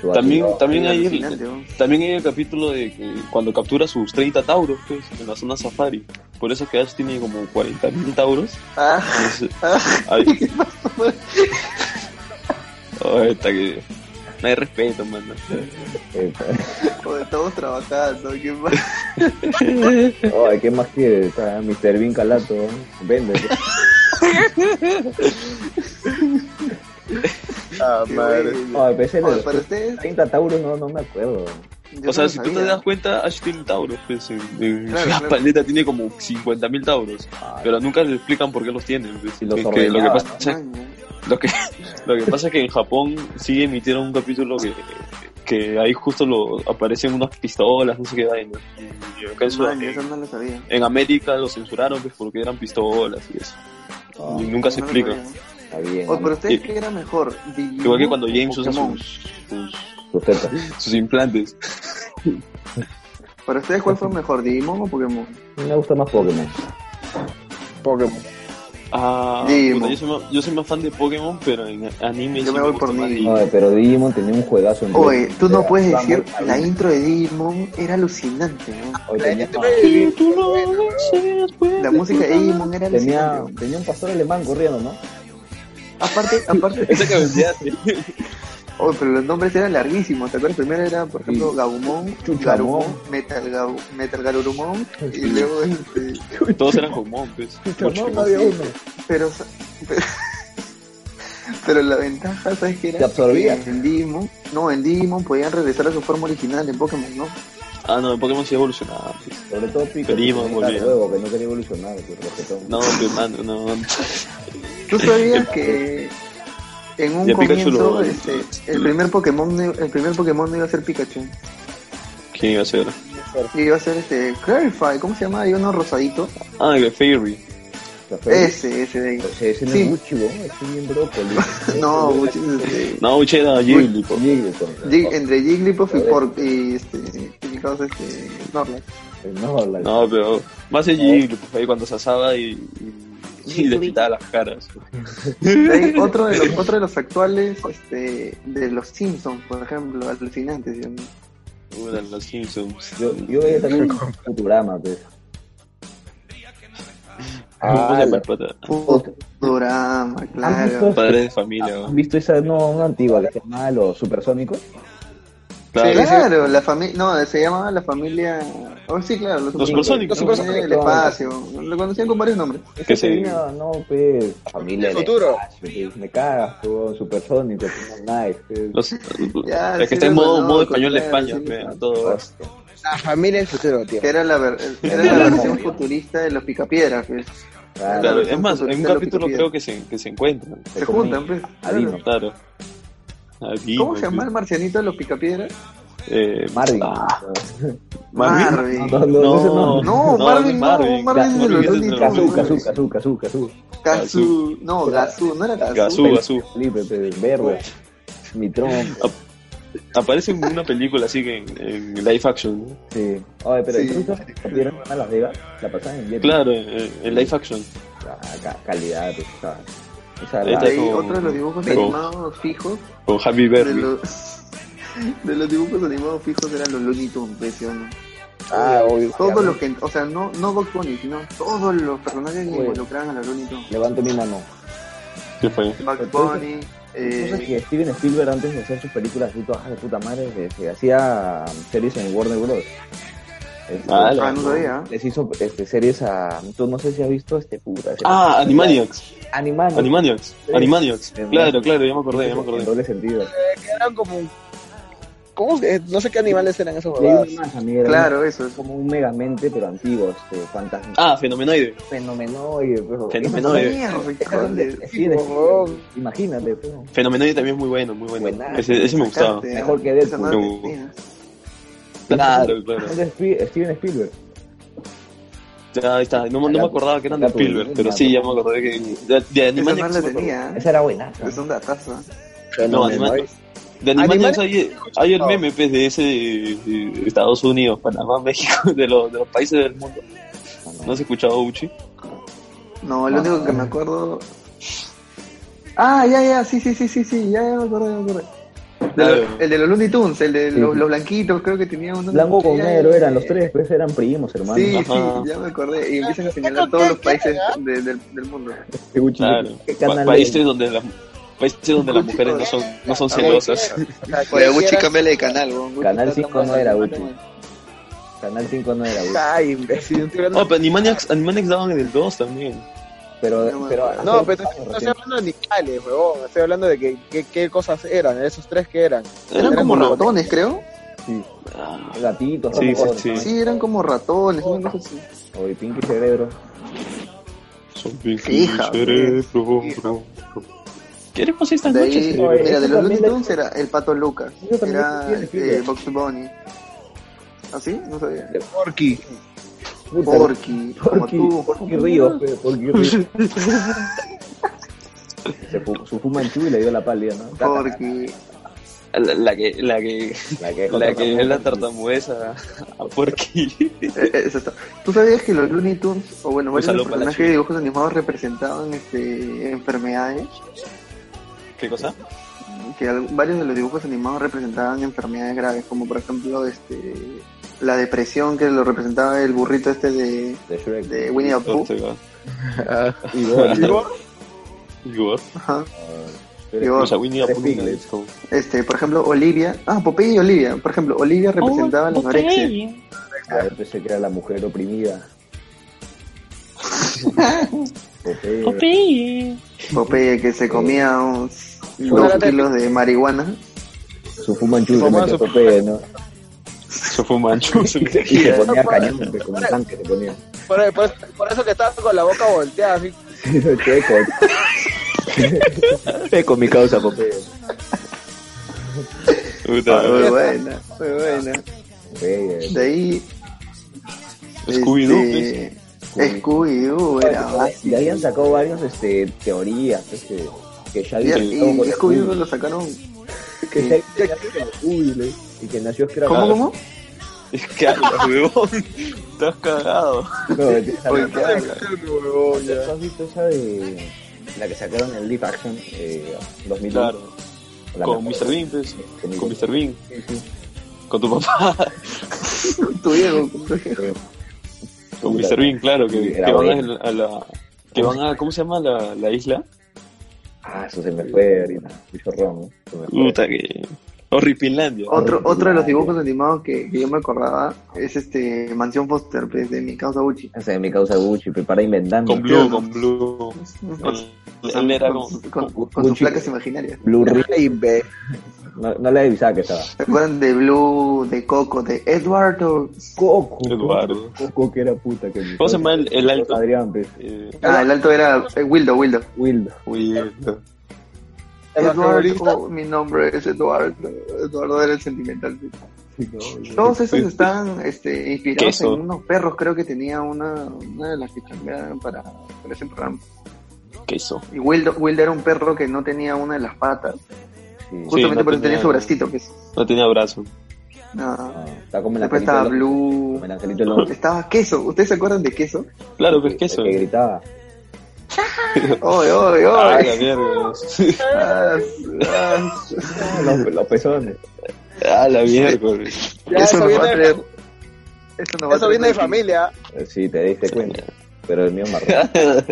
Speaker 3: Su
Speaker 1: También,
Speaker 3: vacilón.
Speaker 1: también hay
Speaker 4: Alucinante,
Speaker 1: el,
Speaker 4: ¿no?
Speaker 1: también hay el capítulo de que cuando captura sus 30 tauros, pues, en la zona safari. Por eso que Ash tiene como 40.000 tauros.
Speaker 4: Ah,
Speaker 1: Entonces,
Speaker 4: ah,
Speaker 1: ay,
Speaker 4: ¿Qué pasó?
Speaker 1: ay, está que... No hay respeto, mano.
Speaker 3: Eh,
Speaker 4: Joder, todos trabajando. ¿Qué pasa?
Speaker 3: Ay, oh, ¿qué más quieres? Está Mr. Bean Calato. Vende.
Speaker 2: Ah,
Speaker 4: Qué
Speaker 2: madre.
Speaker 4: bello.
Speaker 3: Ay, pero ese de
Speaker 4: Joder,
Speaker 3: los
Speaker 4: para ustedes.
Speaker 3: 30 tauros no, no me acuerdo.
Speaker 4: yo
Speaker 1: O sea,
Speaker 4: no
Speaker 1: si
Speaker 4: lo
Speaker 1: tú te
Speaker 4: sabía.
Speaker 1: das cuenta, Ash tiene tauros. Pues, en, en
Speaker 4: Claro,
Speaker 1: la
Speaker 4: claro.
Speaker 1: paleta tiene como 50.000 tauros.
Speaker 3: Ay,
Speaker 1: Pero nunca le explican por qué los tienen. pues.
Speaker 3: Y los
Speaker 1: Es que lo, que
Speaker 3: ordeñaban,
Speaker 1: pasa,
Speaker 4: Maña.
Speaker 1: lo, que, lo que pasa es que en Japón sí emitieron un capítulo que, que ahí justo lo, aparecen unas pistolas, no sé qué vaina. Y acá en, Sud-
Speaker 4: Maña, eso no lo sabía.
Speaker 1: en América lo censuraron pues, porque eran pistolas y eso.
Speaker 3: no,
Speaker 1: y nunca se
Speaker 4: Ah, No lo
Speaker 1: explica.
Speaker 4: sabía.
Speaker 3: está bien.
Speaker 4: O, Oh, pero ustedes
Speaker 1: Y-
Speaker 4: qué era mejor. Digimon
Speaker 1: Igual que cuando
Speaker 4: o
Speaker 1: James usa
Speaker 4: Pokémon?
Speaker 1: sus, sus,
Speaker 3: Sus tetas.
Speaker 1: sus implantes.
Speaker 4: Para ustedes, ¿cuál fue mejor? ¿Digimon o Pokémon?
Speaker 3: Me gusta más Pokémon.
Speaker 2: Pokémon.
Speaker 1: Ah,
Speaker 4: Digimon.
Speaker 1: puta, yo, soy más, yo soy más fan de Pokémon, pero en anime
Speaker 4: Yo
Speaker 1: sí
Speaker 4: me voy
Speaker 1: gusta
Speaker 4: por
Speaker 1: más
Speaker 4: Digimon.
Speaker 1: Digimon.
Speaker 3: Ay, pero Digimon tenía un juegazo en
Speaker 4: Oye, tú no
Speaker 3: Era-
Speaker 4: puedes
Speaker 3: estaba
Speaker 4: decir,
Speaker 3: muy-
Speaker 4: la intro de Digimon era alucinante, ¿no?
Speaker 3: Oye, tenía,
Speaker 1: Si tú no deseas, puedes
Speaker 4: La música de Digimon era
Speaker 3: tenía,
Speaker 4: alucinante.
Speaker 3: tenía un pastor alemán corriendo, ¿no?
Speaker 4: Aparte, aparte,
Speaker 1: Esa que vendías,
Speaker 4: oh, pero los nombres eran larguísimos, ¿te acuerdas? Primero era, por ejemplo,
Speaker 3: Sí.
Speaker 4: Gabumon,
Speaker 3: Chuchamón.
Speaker 4: Garumon, Metal, Gabu, Metal Garurumon, y
Speaker 3: Sí.
Speaker 4: luego este...
Speaker 1: Todos eran Pokémon, pues.
Speaker 3: No, no
Speaker 1: Pokémon.
Speaker 3: había uno.
Speaker 4: Pero, sa- pero, pero la ventaja, ¿sabes qué era?
Speaker 3: Te absorbía.
Speaker 4: Que En Digimon, no, en Digimon podían regresar a su forma original en Pokémon, ¿no?
Speaker 1: Ah, no, en Pokémon sí evolucionaba. pues.
Speaker 3: Sobre todo Pico.
Speaker 1: Primo,
Speaker 3: que
Speaker 1: boludo.
Speaker 3: era huevo, que no quería evolucionar, que respetó.
Speaker 1: No, pues, mano, no.
Speaker 4: ¿Tú sabías que en un
Speaker 1: Y a Pikachu
Speaker 4: comienzo
Speaker 1: lo-
Speaker 4: este, el primer Pokémon no- el primer Pokémon no iba a ser Pikachu?
Speaker 1: ¿Quién iba a ser?
Speaker 4: Y iba a ser este Clarify, ¿cómo se llama? Hay uno rosadito.
Speaker 1: Ah, el Fairy.
Speaker 4: Ese, ese de ahí.
Speaker 3: Ese, ese no
Speaker 4: Sí.
Speaker 3: es Gucci, ¿no? es un bien brócoli.
Speaker 4: No, muchos, este,
Speaker 1: No, pues. Uche era Jigglypuff.
Speaker 4: Jig- entre Jigglypuff y Pork y este y mi causa, este Snorlax.
Speaker 3: No, la-
Speaker 1: No, pero más el Jigglypuff ahí cuando se asaba y, y, y le pintaba las caras.
Speaker 4: Hay otro de los otro de los actuales este de los Simpsons, por ejemplo, alucinantes. ¿sí o no?
Speaker 1: Puta, los Simpsons.
Speaker 3: Yo, yo veía también Futurama, pues.
Speaker 1: Ah,
Speaker 3: la-
Speaker 4: Futurama, claro.
Speaker 1: Padres de
Speaker 4: Ah,
Speaker 1: familia.
Speaker 3: ¿Han
Speaker 1: ¿no?
Speaker 3: visto esa, no, una antigua que se llamaba Los Supersónicos?
Speaker 1: Claro.
Speaker 4: Claro, la familia, no, se llamaba la familia, oh, sí, claro, los,
Speaker 1: Los supersónicos.
Speaker 4: La familia del
Speaker 3: Los
Speaker 4: espacio, lo conocían con varios nombres.
Speaker 3: Esa
Speaker 1: Que
Speaker 3: que
Speaker 1: se-
Speaker 3: vino, no, pues, familia.
Speaker 2: El
Speaker 3: del
Speaker 2: futuro.
Speaker 3: espacio, pues, me cagas, tú, Supersónicos, tú, Nice, pues.
Speaker 1: Los,
Speaker 4: Ya,
Speaker 1: es que
Speaker 4: sí
Speaker 1: está en
Speaker 4: lo
Speaker 1: modo, modo
Speaker 4: conozco,
Speaker 1: español de
Speaker 4: claro,
Speaker 1: España,
Speaker 4: sí lo
Speaker 1: pe, a
Speaker 4: conozco.
Speaker 1: todo gas.
Speaker 2: La familia del futuro, tío.
Speaker 4: Que era la, ver- era la versión futurista de los picapiedras, pues.
Speaker 3: Claro,
Speaker 1: Claro,
Speaker 4: son
Speaker 1: es más, en un
Speaker 4: futuristas los
Speaker 1: capítulo
Speaker 4: picapiedra.
Speaker 1: creo que se, que se encuentran.
Speaker 4: se juntan, pues.
Speaker 3: Adivino.
Speaker 4: claro.
Speaker 1: Claro. Aquí,
Speaker 4: ¿Cómo se llama el marcianito de los picapiedras?
Speaker 1: Eh,
Speaker 3: Marvin.
Speaker 1: ah, Marvin.
Speaker 4: Marvin.
Speaker 3: No,
Speaker 1: No,
Speaker 3: ese
Speaker 1: no,
Speaker 4: No, Marvin, no,
Speaker 1: Marvin.
Speaker 4: Marvin es de los
Speaker 1: Marvin es
Speaker 4: Looney
Speaker 3: Cazú,
Speaker 4: Tunes.
Speaker 3: Cazú, Cazú, Cazú, Cazú.
Speaker 4: Gazú, no, Gazú, no era
Speaker 1: Gazú,
Speaker 4: Gazú.
Speaker 1: Gazú.
Speaker 3: Felipe, pues, Verga. Mitrón.
Speaker 1: Aparece en una película así que en, en live action. ¿no?
Speaker 3: Sí. Oye, pero
Speaker 4: Sí.
Speaker 3: el truco es que vieron a Las Vegas, la pasaban en Jet.
Speaker 1: Claro, en, en live action.
Speaker 3: Ah, ca- calidad, pues, esa. Esa
Speaker 1: Ahí está.
Speaker 4: De
Speaker 3: la,
Speaker 4: ahí,
Speaker 1: con-
Speaker 4: otro de los dibujos
Speaker 1: con-
Speaker 4: animados fijos.
Speaker 1: Con Happy
Speaker 4: De
Speaker 1: Berry.
Speaker 4: los, de los dibujos animados fijos eran los Looney Tunes, pues, ¿sí o no?
Speaker 2: Ah, obvio.
Speaker 4: Todos los que, o sea, no, no Bugs Bunny, sino todos los personajes que
Speaker 3: Oye.
Speaker 4: involucraban a los Looney Tunes.
Speaker 3: levanto mi mano.
Speaker 1: ¿Qué fue?
Speaker 4: Bugs Bunny,
Speaker 3: Entonces
Speaker 4: eh,
Speaker 3: que Steven Spielberg antes de hacer sus películas así todas de puta madre, se, se hacía series en Warner Bros. Este,
Speaker 1: Ah,
Speaker 4: ah, no sabía.
Speaker 3: les hizo este, series a... Tú no sé si has visto este puta. ese-
Speaker 1: Ah, Animaniacs.
Speaker 3: Animal.
Speaker 1: Animaniacs. Animaniacs. Claro, claro, ya me acordé, ya me
Speaker 3: En
Speaker 1: acordé.
Speaker 3: doble sentido.
Speaker 2: que eran como. ¿Cómo que? No sé qué animales eran esos
Speaker 3: Y hay
Speaker 2: huevadas.
Speaker 3: una más, amiga, era
Speaker 4: claro, eso es.
Speaker 3: como un megamente, pero antiguo, este, fantasma.
Speaker 1: Ah, Fenomenoide.
Speaker 3: Fenomenoide, pero... eh,
Speaker 1: Fenomenoide.
Speaker 2: Huevón.
Speaker 3: oh, Imagínate, pero...
Speaker 1: Fenomenoide también es muy bueno, muy bueno.
Speaker 3: Buenazo.
Speaker 1: Ese, ese me gustaba.
Speaker 3: Mejor que Deadpool.
Speaker 1: Claro, claro.
Speaker 3: Es de Spi- Steven Spielberg.
Speaker 1: Ya ahí está. No, me- no me acordaba que eran de Spielberg, pero sí, ya me acordé que. De, de
Speaker 4: Esa no
Speaker 1: Animaniacs.
Speaker 4: la
Speaker 1: sí me acordé.
Speaker 4: tenía, ¿eh?
Speaker 3: Esa era buena.
Speaker 4: es un datazo.
Speaker 1: No, Animaniacs. De Animaniacs
Speaker 2: Animaniacs.
Speaker 1: hay, hay el meme pues, de ese de Estados Unidos, Panamá, México, de los, de los países del mundo. ¿No has escuchado Uchi?
Speaker 4: No, lo único que me Ah, acuerdo. Ah, ya, ya, sí, sí, sí, sí, sí, ya, ya me acordé, ya me acordé. De lo-
Speaker 1: Claro.
Speaker 4: el de los Looney Tunes, el de
Speaker 3: Sí.
Speaker 4: los, los blanquitos, creo que tenía uno.
Speaker 3: Blanco con negro eran los tres, pues eran primos, hermano.
Speaker 4: Sí,
Speaker 1: Ajá.
Speaker 4: sí, ya me acordé. Y empiezan a
Speaker 5: Claro,
Speaker 4: señalar todos los
Speaker 5: ¿qué era,
Speaker 4: países
Speaker 5: ya?
Speaker 4: de- del, del mundo.
Speaker 3: Qué Gucci,
Speaker 1: Claro.
Speaker 3: qué
Speaker 1: Pa-
Speaker 3: canal
Speaker 1: países
Speaker 3: es.
Speaker 1: donde las países donde las mujeres no son no son
Speaker 4: Ah,
Speaker 1: celosas.
Speaker 4: Oye, Gucci, cámbiale de canal, weón. Gucci
Speaker 3: Canal
Speaker 4: está
Speaker 3: 5
Speaker 4: tan
Speaker 3: no era
Speaker 4: bueno,
Speaker 3: Gucci.
Speaker 4: weón.
Speaker 3: Canal 5 no era Gucci.
Speaker 2: Ay, imbécil. estoy hablando-
Speaker 1: Oh, pero Animaniacs, Animaniacs daban en el 2 también.
Speaker 3: Pero,
Speaker 4: No,
Speaker 3: pero
Speaker 2: No, pero no estoy- no estoy hablando de animales, huevón. Estoy hablando de que, que- qué cosas eran, esos tres que eran.
Speaker 1: Eran como
Speaker 4: como
Speaker 1: los
Speaker 4: ratones, creo.
Speaker 1: Ah,
Speaker 3: gatitos,
Speaker 1: Sí, sí,
Speaker 3: ratones,
Speaker 1: sí.
Speaker 4: Sí, eran como ratones. una cosa así.
Speaker 3: ¿no? Oye, Pinky Cerebro.
Speaker 1: son mi
Speaker 4: Hija,
Speaker 1: cerebro. ¿Qué le pusiste
Speaker 4: De
Speaker 1: tan
Speaker 4: ahí,
Speaker 1: noches?
Speaker 3: Oye,
Speaker 4: mira, de
Speaker 3: eso
Speaker 4: los Looney
Speaker 3: eh, también
Speaker 4: Tunes era el Pato Lucas,
Speaker 3: Eso también
Speaker 4: era
Speaker 3: lo tiene,
Speaker 4: este, Box Bunny. ¿Ah, sí? No sabía.
Speaker 2: Porky.
Speaker 3: Puta,
Speaker 4: Porky, como
Speaker 3: Porky,
Speaker 4: tú.
Speaker 3: Porky Ríos, pe, Porky Ríos. Se fu- su fuma en chu y le dio la pálida, ¿no?
Speaker 4: Porky. Eh,
Speaker 1: La, la que la que
Speaker 3: La que,
Speaker 1: la que es la Ah, tartamudez a, a Porky.
Speaker 4: Eh, eh, eso está. ¿Tú sabías que los Looney Tunes, o bueno, varios de
Speaker 1: saludo
Speaker 4: los
Speaker 1: para la
Speaker 4: personajes
Speaker 1: chica.
Speaker 4: de dibujos animados representaban este, enfermedades?
Speaker 1: ¿Qué cosa?
Speaker 4: Que al- varios de los dibujos animados representaban enfermedades graves, como por ejemplo este, la depresión que lo representaba el burrito este de,
Speaker 3: De Shrek.
Speaker 4: de Winnie the Pooh.
Speaker 1: Ortega.
Speaker 3: Y Dory.
Speaker 1: Igor.
Speaker 4: Ajá.
Speaker 3: Ah, Shrek.
Speaker 4: Igor.
Speaker 1: O sea, Winnie the
Speaker 3: Tres
Speaker 1: Pooh.
Speaker 3: Piglet.
Speaker 1: es como-
Speaker 4: Este, por ejemplo, Olivia. Ah, Popeye y Olivia. Por ejemplo, Olivia representaba la anorexia.
Speaker 3: A ver, pensé que era la mujer oprimida. Popeye.
Speaker 4: Popeye que se comía unos dos
Speaker 2: Chocolate.
Speaker 4: kilos de marihuana.
Speaker 3: Su fumanchu se
Speaker 2: Fuma-
Speaker 3: metió
Speaker 2: su-
Speaker 3: Popeye, ¿no?
Speaker 1: Eso fue Manchu.
Speaker 3: Y se ponía cañón, pe, como tanque se ponía.
Speaker 2: Por, por eso, por eso que estaba con la boca volteada, así.
Speaker 3: Checo. Checo mi causa, Popeye.
Speaker 1: Puta,
Speaker 4: Ah, Muy buena, muy buena.
Speaker 3: Popeye.
Speaker 4: De ahí.
Speaker 1: Scooby-Doo,
Speaker 4: este, Scooby-Doo era
Speaker 3: Y
Speaker 4: básico.
Speaker 3: ahí han sacado varias este, teorías este, que ya
Speaker 4: Y,
Speaker 3: habían sacado con
Speaker 4: y
Speaker 3: la
Speaker 4: Scooby-Doo
Speaker 3: Uy,
Speaker 4: lo sacaron.
Speaker 3: que ya habían sacado con la Uy, le- y que nació Scrap.
Speaker 4: ¿Cómo,
Speaker 1: Claro.
Speaker 4: cómo?
Speaker 1: Es que hablas, huevón. Estás cagado.
Speaker 3: No, que esa-
Speaker 4: Oye, ¿qué habla?
Speaker 3: ¿Tú has visto esa de la que sacaron en Leap Action eh, 2001?
Speaker 1: Claro.
Speaker 3: La
Speaker 1: Con
Speaker 3: mejor-
Speaker 1: Mr. Bean, pues.
Speaker 3: Con
Speaker 1: Con Mr. Bean.
Speaker 3: Sí, sí.
Speaker 1: Con tu papá.
Speaker 4: Tu Diego, tu Diego.
Speaker 1: Con
Speaker 3: Puta,
Speaker 1: Mr. Bean, claro. Que,
Speaker 3: Era
Speaker 1: que van
Speaker 3: bueno.
Speaker 1: a, a la... Que van a... ¿Cómo se llama la, la isla?
Speaker 3: Ah, eso se me fue ahorita. Mucho ron. ¿no? Se me fue.
Speaker 1: Puta que... Horripilandia.
Speaker 4: Otro, otro de los dibujos animados que, que yo me acordaba es este Mansión Foster, pues, de mi causa Uchi.
Speaker 3: Esa es mi causa Gucci, prepara inventando.
Speaker 1: Con Blue, con Blue. Él, él era
Speaker 4: con,
Speaker 1: como...
Speaker 4: con-
Speaker 3: con-
Speaker 4: con sus
Speaker 3: Uchi.
Speaker 4: placas imaginarias.
Speaker 3: Blue Ring.
Speaker 2: Imbécil.
Speaker 3: No, no le avisaba que estaba.
Speaker 4: ¿Se acuerdan de Blue, de Coco, de Eduardo?
Speaker 3: Coco.
Speaker 1: Eduardo.
Speaker 3: Coco que era puta que me-
Speaker 1: ¿Cómo se llama el- el alto?
Speaker 3: Adrián, pues.
Speaker 1: Eh,
Speaker 4: Ah, el alto era eh, Wildo, Wildo.
Speaker 3: Wildo.
Speaker 1: uy, eh,
Speaker 4: Eduardo, oh, mi nombre es Eduardo. Eduardo era el sentimental. Todos esos estaban este, inspirados
Speaker 1: Queso.
Speaker 4: en unos perros, creo que tenía una, una de las que cambiaban para, para ese programa.
Speaker 1: queso.
Speaker 4: Y Wildo, Wildo era un perro que no tenía una de las patas,
Speaker 3: Sí.
Speaker 4: justamente
Speaker 1: no
Speaker 4: por eso tenía
Speaker 1: tenía-
Speaker 4: su bracito. Pues.
Speaker 1: No tenía brazo.
Speaker 4: Nada.
Speaker 3: Ah, está como el
Speaker 4: Después
Speaker 3: angelito
Speaker 4: estaba
Speaker 3: López.
Speaker 4: Blue,
Speaker 3: Como el angelito López.
Speaker 4: estaba Queso. ¿Ustedes se acuerdan de Queso?
Speaker 1: Claro, pues, pero es
Speaker 3: El
Speaker 1: queso.
Speaker 3: Que gritaba.
Speaker 4: ¡Oy, oy,
Speaker 1: Ah, la
Speaker 4: oy!
Speaker 1: mierda.
Speaker 4: Ah, ah.
Speaker 3: Ah, Los, los pezones.
Speaker 1: Ah, la mierda.
Speaker 2: Ya,
Speaker 4: Eso
Speaker 2: eso,
Speaker 4: nos va a
Speaker 2: viene,
Speaker 4: traer.
Speaker 2: de,
Speaker 4: Eso, nos va a
Speaker 2: eso
Speaker 4: traer
Speaker 2: viene de
Speaker 4: Netflix.
Speaker 2: familia.
Speaker 3: Eh, Sí, te diste cuenta. Pero el mío es marrón.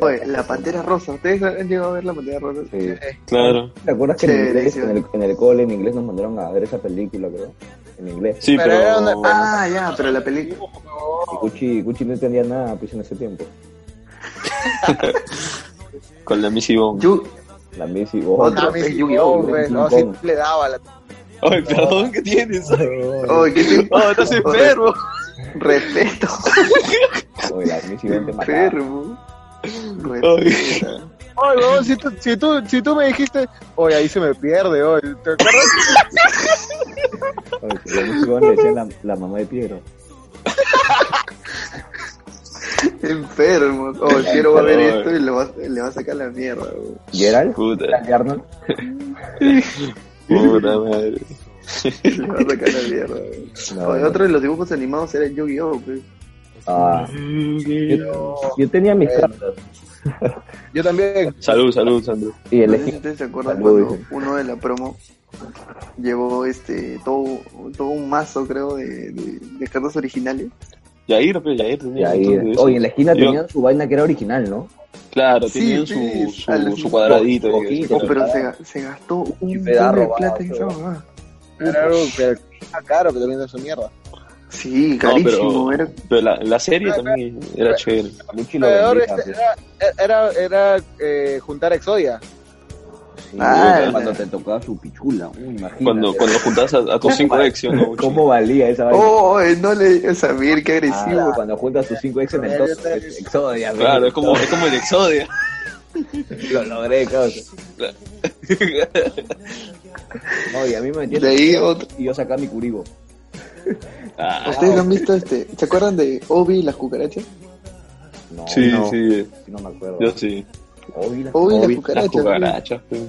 Speaker 4: Oye, la pantera rosa. ¿Ustedes han llegado a ver la pantera rosa?
Speaker 3: Sí.
Speaker 1: Claro.
Speaker 3: ¿Te acuerdas que en
Speaker 4: Chévere,
Speaker 3: inglés,
Speaker 4: sí.
Speaker 3: en el, en el cole, en inglés nos mandaron a ver esa película, creo? En inglés.
Speaker 1: Sí,
Speaker 2: Pero
Speaker 1: pero...
Speaker 2: era una-
Speaker 4: Ah, ya, pero la película.
Speaker 3: Y Gucci, Gucci no entendía nada, pues, en ese tiempo.
Speaker 1: Con la Missy Bone.
Speaker 4: Yu-
Speaker 3: La Missy, oh,
Speaker 4: Otro.
Speaker 2: Ah,
Speaker 4: es
Speaker 2: mi-
Speaker 4: Yu-Gi-Oh,
Speaker 2: oh, güey, No, sí
Speaker 3: Yu-Gi-Oh.
Speaker 2: le daba la.
Speaker 1: Ay, perdón, ¿qué tienes?
Speaker 4: Oye, ¿qué te-
Speaker 1: Oh, estás enfermo.
Speaker 4: Respeto.
Speaker 3: oh, la Missy Bond te mataba.
Speaker 4: Enfermo. Respeta.
Speaker 2: Oye, huevón, si tú, si, tú, si tú me dijiste, oye, ahí se me pierde, oye. ¿Te acuerdas?
Speaker 3: Oh, la Missy Bond le decían la, la mamá de Piero.
Speaker 4: Enfermo. O quiero va a ver esto y le va, le va a sacar la mierda. güey.
Speaker 3: ¿Gerald?
Speaker 1: Puta,
Speaker 3: ¿Gerald Arnold?
Speaker 1: puta madre.
Speaker 4: Le va a sacar la mierda. güey.
Speaker 3: No,
Speaker 4: Oye,
Speaker 3: no.
Speaker 4: otro de los dibujos animados era Yu-Gi-Oh! güey.
Speaker 3: Ah, yo, yo tenía mis cartas.
Speaker 2: Yo también.
Speaker 1: Salud, salud, Sandro.
Speaker 3: Y el
Speaker 4: No sé si
Speaker 3: equipo.
Speaker 4: ustedes se acuerdan
Speaker 3: Saludos.
Speaker 4: cuando uno de la promo llevó este todo, todo un mazo, creo, de, de, de cartas originales.
Speaker 1: Yair, pues, Yair tenía un montón de eso.
Speaker 3: eh. Oye, en la esquina
Speaker 1: Yo-
Speaker 3: tenían su vaina que era original, ¿no?
Speaker 1: Claro,
Speaker 4: Sí,
Speaker 1: tenían
Speaker 4: sí,
Speaker 1: su,
Speaker 4: al-
Speaker 1: su, su cuadradito.
Speaker 3: un
Speaker 1: y-
Speaker 3: poquito.
Speaker 4: Oh, pero se, ga- se gastó un
Speaker 3: Yo
Speaker 4: montón
Speaker 3: me da
Speaker 4: de
Speaker 3: robado,
Speaker 4: plata en esa
Speaker 3: pero-
Speaker 4: mamá.
Speaker 2: Claro, pero está caro que te venden su mierda.
Speaker 4: Sí,
Speaker 1: No, pero-
Speaker 4: carísimo. era-
Speaker 1: Pero la, la serie también era chévere.
Speaker 3: Luchi lo
Speaker 2: Alrededor
Speaker 3: vendía,
Speaker 2: este,
Speaker 3: pues.
Speaker 2: era, era, era, eh, juntar Exodia.
Speaker 3: Sí,
Speaker 4: Ah,
Speaker 3: cuando
Speaker 4: la-
Speaker 3: te tocaba su pichula, uy, imagínate.
Speaker 1: Cuando, cuando juntabas a, a tus cinco ex, ¿sí o ¿no?
Speaker 3: ¿Cómo valía esa vaina?
Speaker 4: Oh, eh, no le digas a Mir, qué
Speaker 3: Ah,
Speaker 4: agresivo.
Speaker 3: cuando juntas tus cinco ex en el
Speaker 2: Yo
Speaker 3: top,
Speaker 2: sé.
Speaker 3: es Exodia,
Speaker 1: Claro,
Speaker 3: ¿no?
Speaker 1: es como, es como el exodio.
Speaker 3: Lo logré, causa. No, y a mí
Speaker 4: De
Speaker 3: me metieron
Speaker 4: ahí otro.
Speaker 3: y yo sacaba mi curibo.
Speaker 1: Ah,
Speaker 4: ¿Ustedes han visto este? ¿Se acuerdan de Obi y las cucarachas?
Speaker 3: No,
Speaker 1: sí,
Speaker 3: no,
Speaker 1: sí,
Speaker 3: sí, no me acuerdo.
Speaker 1: yo sí.
Speaker 3: Obi, la-
Speaker 4: Obi y las
Speaker 3: Obi.
Speaker 1: Las
Speaker 4: cucarachas.
Speaker 1: cucarachas, pues.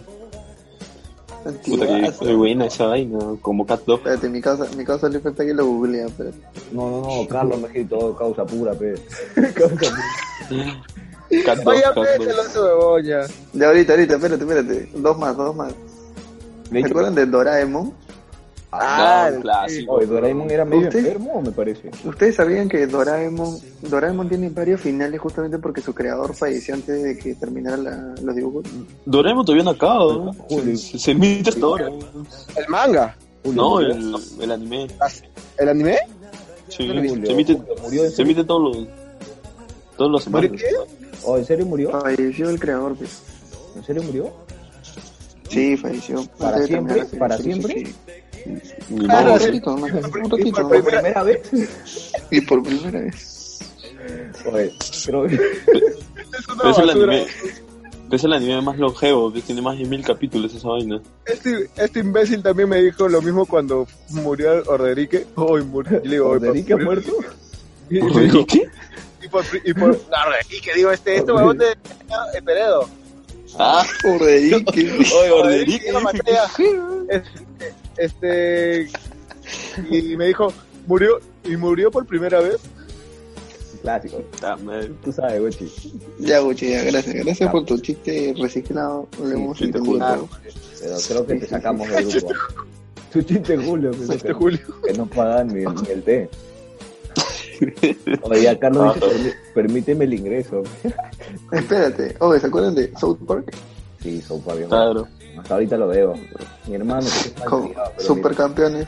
Speaker 1: Puta que
Speaker 4: Antiguazo.
Speaker 1: fue buena esa vaina, como cat dog.
Speaker 4: Espérate, mi causa, mi causa le falta que lo googlea, pero...
Speaker 3: No, no, no, Carlos me ha escrito causa pura, pe.
Speaker 1: Cat
Speaker 3: Causa pura.
Speaker 1: dog,
Speaker 2: Oye,
Speaker 1: cat dog.
Speaker 2: pételo su huevoña.
Speaker 4: Ya ahorita, ahorita, espérate, espérate. Dos más, dos más.
Speaker 3: De
Speaker 4: ¿Se
Speaker 3: hecho,
Speaker 4: acuerdan de Doraemon?
Speaker 1: Ah,
Speaker 2: Ah,
Speaker 1: un clásico.
Speaker 3: oye, Doraemon era medio
Speaker 4: ¿Usted?
Speaker 3: enfermo, me parece.
Speaker 4: ¿Ustedes sabían que Doraemon, Doraemon tiene varios finales justamente porque su creador falleció antes de que terminara la- los dibujos?
Speaker 1: Doraemon todavía no acaba, ¿no?
Speaker 3: Julio.
Speaker 1: Se, se emite hasta ahora.
Speaker 2: El manga.
Speaker 3: Julio
Speaker 1: No,
Speaker 3: murió.
Speaker 1: el, el anime.
Speaker 2: ¿El anime?
Speaker 1: Sí,
Speaker 3: Julio,
Speaker 1: se emite,
Speaker 3: murió en
Speaker 1: se
Speaker 3: serio.
Speaker 1: emite todos los... Todos los
Speaker 2: ¿Por
Speaker 1: semanas.
Speaker 2: qué?
Speaker 3: Oh, ¿en serio
Speaker 1: Ah.
Speaker 3: murió?
Speaker 4: Falleció el creador, pues.
Speaker 3: ¿En serio murió?
Speaker 4: Sí, falleció.
Speaker 3: ¿Para
Speaker 4: Antes de
Speaker 3: siempre?
Speaker 4: terminar la-
Speaker 3: ¿Para
Speaker 4: sí,
Speaker 3: siempre?
Speaker 4: sí, sí.
Speaker 1: Ni
Speaker 2: Claro,
Speaker 1: modo.
Speaker 4: un
Speaker 2: sí.
Speaker 4: ratito, nomás, un
Speaker 2: Y
Speaker 4: ratito.
Speaker 2: por
Speaker 4: nomás.
Speaker 2: primera-
Speaker 3: ¿Primera vez?
Speaker 4: Y por primera vez.
Speaker 3: Oye, creo que...
Speaker 2: Es una
Speaker 1: Pero es el
Speaker 2: basura.
Speaker 1: anime. Es el anime más longevo, que tiene más de mil capítulos esa vaina.
Speaker 2: Este, este imbécil también me dijo lo mismo cuando murió Orderique. Hoy murió. Yo le digo, "Oy, por-
Speaker 3: ¿Orderique ha muerto?
Speaker 2: Y, y-
Speaker 1: ¿Y ¿Qué?
Speaker 2: y por. Y por no, Orderique, digo, este, este huevón de de Peredo.
Speaker 1: Ah,
Speaker 4: Orderique.
Speaker 1: oye,
Speaker 2: Orderique
Speaker 1: Orderique.
Speaker 2: lo maté a- Este. Y, y me dijo, murió. Y murió por primera vez.
Speaker 3: Clásico.
Speaker 1: Puta madre.
Speaker 3: Tú sabes, Gochi.
Speaker 4: Ya, Gucci, ya, gracias. Gracias por tu chiste reciclado. Lo hemos
Speaker 1: chiste
Speaker 4: entendido.
Speaker 3: Pero creo que te sacamos del grupo. Tu chiste, Julio. que-
Speaker 2: Este Julio.
Speaker 3: Que no pagan ni, ni el té. Oye, ya Carlos dice, "Permi- permíteme el ingreso.
Speaker 4: Espérate. Oye, ¿se acuerdan de South Park?
Speaker 3: Sí, son bien.
Speaker 1: Claro,
Speaker 3: Hasta ahorita lo veo. Mi hermano. que está
Speaker 4: Con
Speaker 3: criado, ah, pero
Speaker 4: Supercampeones.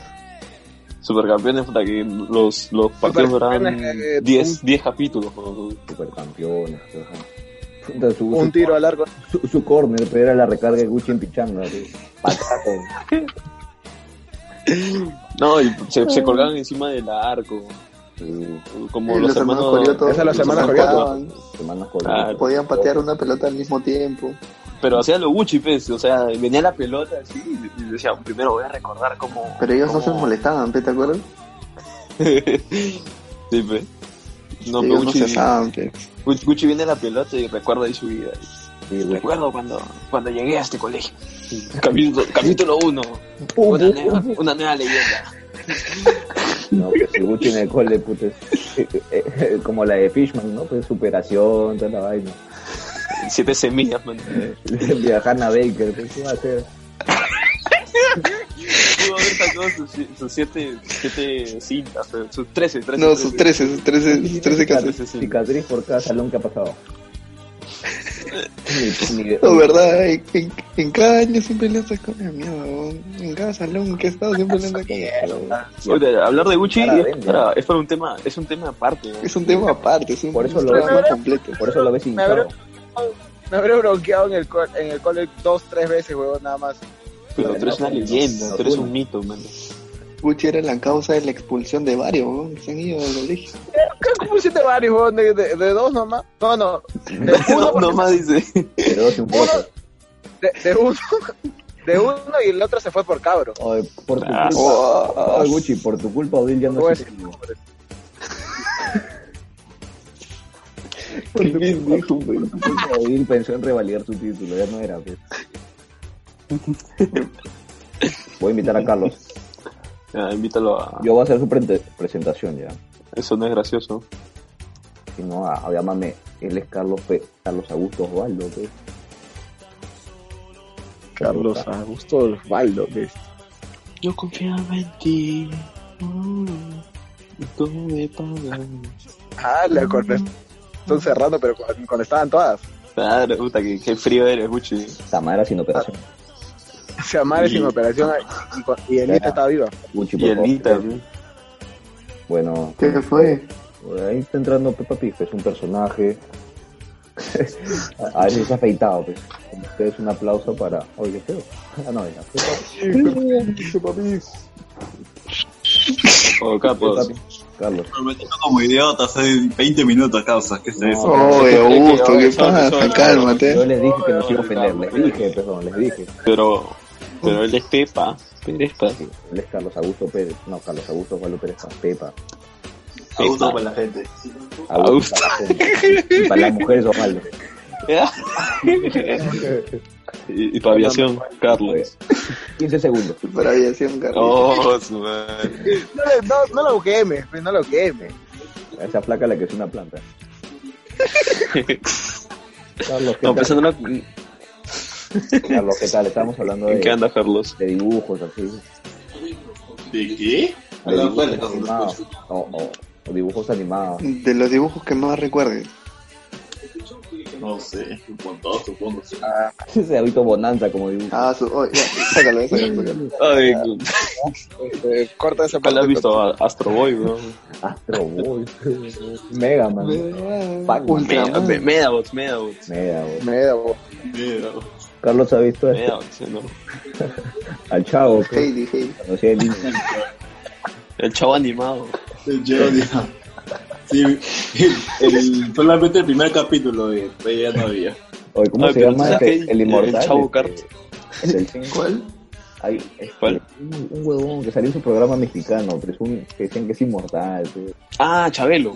Speaker 1: supercampeones, puta que los, los partidos duran
Speaker 2: Supercampeones, eh,
Speaker 1: 10 10 capítulos. ¿no?
Speaker 3: mira, Supercampeones. todo eso. Puta, Su,
Speaker 2: Un
Speaker 3: su,
Speaker 2: tiro al arco.
Speaker 3: su, su corner, pero era la recarga de Gucci en Pichanga. así. Pataco.
Speaker 1: No, y se,
Speaker 4: Mm.
Speaker 1: se colgaban encima del arco,
Speaker 3: Sí,
Speaker 1: como
Speaker 4: Y
Speaker 1: los,
Speaker 4: los hermanos
Speaker 1: hermanos,
Speaker 4: Corioto.
Speaker 2: Esa es la
Speaker 4: los
Speaker 2: semana
Speaker 4: hermanos
Speaker 2: Corioto.
Speaker 4: Corioto.
Speaker 3: hermanos
Speaker 1: Claro.
Speaker 4: Podían patear una pelota al mismo tiempo.
Speaker 1: Pero hacía lo Gucci, pues, o sea, venía la pelota así y y decía, primero voy a recordar cómo...
Speaker 4: Pero ellos no se
Speaker 1: cómo-"
Speaker 4: molestaban, ¿pe? ¿te acuerdas?
Speaker 1: Sí, pues. No, pero
Speaker 4: ellos no se
Speaker 1: Gucci,
Speaker 4: asaban, pe.
Speaker 1: Gucci- Gucci viene la pelota y recuerda ahí su vida.
Speaker 3: Sí, Gucci.
Speaker 1: Recuerdo cuando, cuando llegué a este colegio. Capítulo, capítulo 1. Una, nueva- una nueva leyenda.
Speaker 3: No, pues si Gucci en el cole, puta, es- eh, eh, eh, como la de Fishman, ¿no? Pues superación, toda la vaina.
Speaker 1: Siete semillas, man.
Speaker 3: Viajar a Baker, pues, ¿qué va a hacer?
Speaker 1: Pudo haber sacado sus, sus siete, siete cintas, pero sus trece, trece.
Speaker 4: No, sus 13, sus 13, sus 13
Speaker 1: Cicatriz.
Speaker 4: casos.
Speaker 1: sí, sí.
Speaker 3: Cicatriz por cada salón que ha pasado. Ni- ni-
Speaker 4: No, verdad, en, en- en cada año siempre le han sacado una mierda, weón. En cada salón que he estado siempre le han sacado una mierda.
Speaker 1: Oye, hablar de Gucci
Speaker 3: Para
Speaker 1: es
Speaker 3: vender.
Speaker 1: para, es para un tema, es un tema aparte. ¿no?
Speaker 4: Es un tema aparte, es un
Speaker 3: Por eso lo-
Speaker 4: tema más completo.
Speaker 3: Por eso lo ves
Speaker 2: Me habré,
Speaker 3: hinchado.
Speaker 2: me habré bronqueado en el, co- en el cole dos, tres veces, huevón, nada más.
Speaker 1: Pero
Speaker 3: Bueno,
Speaker 1: tú eres una
Speaker 3: no,
Speaker 1: leyenda,
Speaker 3: no,
Speaker 1: tú eres
Speaker 3: no.
Speaker 1: un mito, man.
Speaker 4: Gucci era la causa de la expulsión de varios, weón, que se han ido del colegio.
Speaker 2: Creo que puse de varios, huevón, de, de- de dos nomás. No, no, de uno,
Speaker 1: No, más dice.
Speaker 3: Pero es un
Speaker 2: uno,
Speaker 3: poco.
Speaker 2: de, de uno, de uno y el otro se fue por cabro.
Speaker 3: Ay, por tu
Speaker 1: Ah, oh.
Speaker 3: culpa. Ay, Oh, Gucci, por tu culpa, Odil ya no
Speaker 2: Voy a
Speaker 3: es
Speaker 2: decir
Speaker 3: íntimo. Por
Speaker 2: nombres.
Speaker 3: tu culpa, Odil pensó en revalidar su título, ya no era. pues. Voy a invitar a Carlos.
Speaker 1: Ya, invítalo a.
Speaker 3: Yo voy a hacer su prente- presentación ya.
Speaker 1: Eso no es gracioso.
Speaker 3: si no, a, a- llámame, él es Carlos, Pe- Carlos Augusto Osvaldo, pe.
Speaker 2: Carlos Augusto Osvaldo, pues.
Speaker 1: Yo confiaba en ti. Mm, y tú me pagas.
Speaker 2: Ah, la corté. Están cerrando, pero cuando, cuando estaban todas.
Speaker 1: Claro, puta, qué, qué frío eres, Gucci.
Speaker 3: Samara sin operación.
Speaker 2: O sea, madre
Speaker 1: Y-
Speaker 2: sin operación y, y Elita
Speaker 3: Claro.
Speaker 2: estaba viva.
Speaker 3: Gucci,
Speaker 1: Y
Speaker 3: por
Speaker 1: el
Speaker 3: favor.
Speaker 1: Nita,
Speaker 3: Bueno,
Speaker 4: ¿Qué fue?
Speaker 3: por ahí está entrando Peppa Pig, es un personaje. a ver si se ha afeitado, pues. Con ustedes un aplauso para. Oye, qué feo. Ah, no, ya. Peppa-
Speaker 1: o capo.
Speaker 3: Peppa-
Speaker 1: sí.
Speaker 3: Carlos.
Speaker 5: Prometiendo como idiota hace 20 minutos, causa. ¿Qué es
Speaker 3: No,
Speaker 5: eso?
Speaker 4: Oye,
Speaker 1: Yo creo que oh,
Speaker 4: Augusto,
Speaker 1: yo-
Speaker 4: Oh, ¿qué
Speaker 1: yo- yo-
Speaker 4: pasa?
Speaker 1: yo-
Speaker 3: Yo
Speaker 4: Cálmate.
Speaker 3: les dije que nos iba a ofender, les dije, perdón, les dije.
Speaker 1: Pero, pero él es Pepa. Perespa.
Speaker 3: Sí, Él es Carlos Augusto Pérez. No, Carlos Augusto Osvaldo Pérez Paz, Pepa.
Speaker 5: Augusto con la gente.
Speaker 1: Augusto.
Speaker 3: Para, la gente. Y para las mujeres Osvaldo.
Speaker 1: y, y para aviación, Carlos.
Speaker 3: 15 Pues, segundos.
Speaker 4: Para aviación, Carlos.
Speaker 1: Oh, su madre.
Speaker 2: No, le- no, no lo quemes, pues, no lo quemes.
Speaker 3: Esa placa la que es una planta. Carlos, ¿qué
Speaker 1: No, pues,
Speaker 3: tal?
Speaker 1: pensando
Speaker 3: Carlos, ¿qué tal? Estábamos hablando
Speaker 1: en qué
Speaker 3: de,
Speaker 1: anda Carlos.
Speaker 3: de dibujos, así.
Speaker 5: ¿De qué?
Speaker 3: De
Speaker 5: Habla fuerte,
Speaker 3: dibujos
Speaker 5: causa, no
Speaker 3: animados.
Speaker 5: escucho.
Speaker 3: O- o- o dibujos animados.
Speaker 4: De los dibujos que más recuerdes.
Speaker 5: No sé, un montón, supongo.
Speaker 3: Ese hábito bonanza como dibujo.
Speaker 4: Ah, su... oh, ya, sácalo, sácalo, sácalo.
Speaker 1: Ay,
Speaker 2: Este, corta esa
Speaker 1: ¿cuál
Speaker 2: parte.
Speaker 1: has visto a Astro Boy, bro?
Speaker 3: Astro Boy. Mega Man. Pac-Man.
Speaker 4: Ultraman.
Speaker 1: Me- Medabots, Medabots.
Speaker 3: Mega, güey.
Speaker 2: Me da, bo-
Speaker 5: Miedo.
Speaker 3: Carlos ha visto este-
Speaker 1: Medabots, ¿no?
Speaker 3: al chavo. que
Speaker 4: Heidi, Heidi.
Speaker 3: conocía de niño.
Speaker 1: El chavo animado.
Speaker 5: Yo, digo, sí, el, el- solamente el primer capítulo de de ya no había.
Speaker 3: Oye, ¿cómo
Speaker 1: Ay,
Speaker 3: se
Speaker 1: pero
Speaker 3: llama
Speaker 1: tú sabes
Speaker 3: este-
Speaker 1: que
Speaker 3: el
Speaker 1: el-
Speaker 3: inmortal?
Speaker 1: el chavo
Speaker 3: este,
Speaker 1: Cart-
Speaker 3: el del cine.
Speaker 4: ¿Cuál?
Speaker 3: Hay, este,
Speaker 1: ¿Cuál?
Speaker 3: Un, un huevón que salió en su programa mexicano, pero es un, que decían que es inmortal. pe.
Speaker 1: Ah, Chabelo.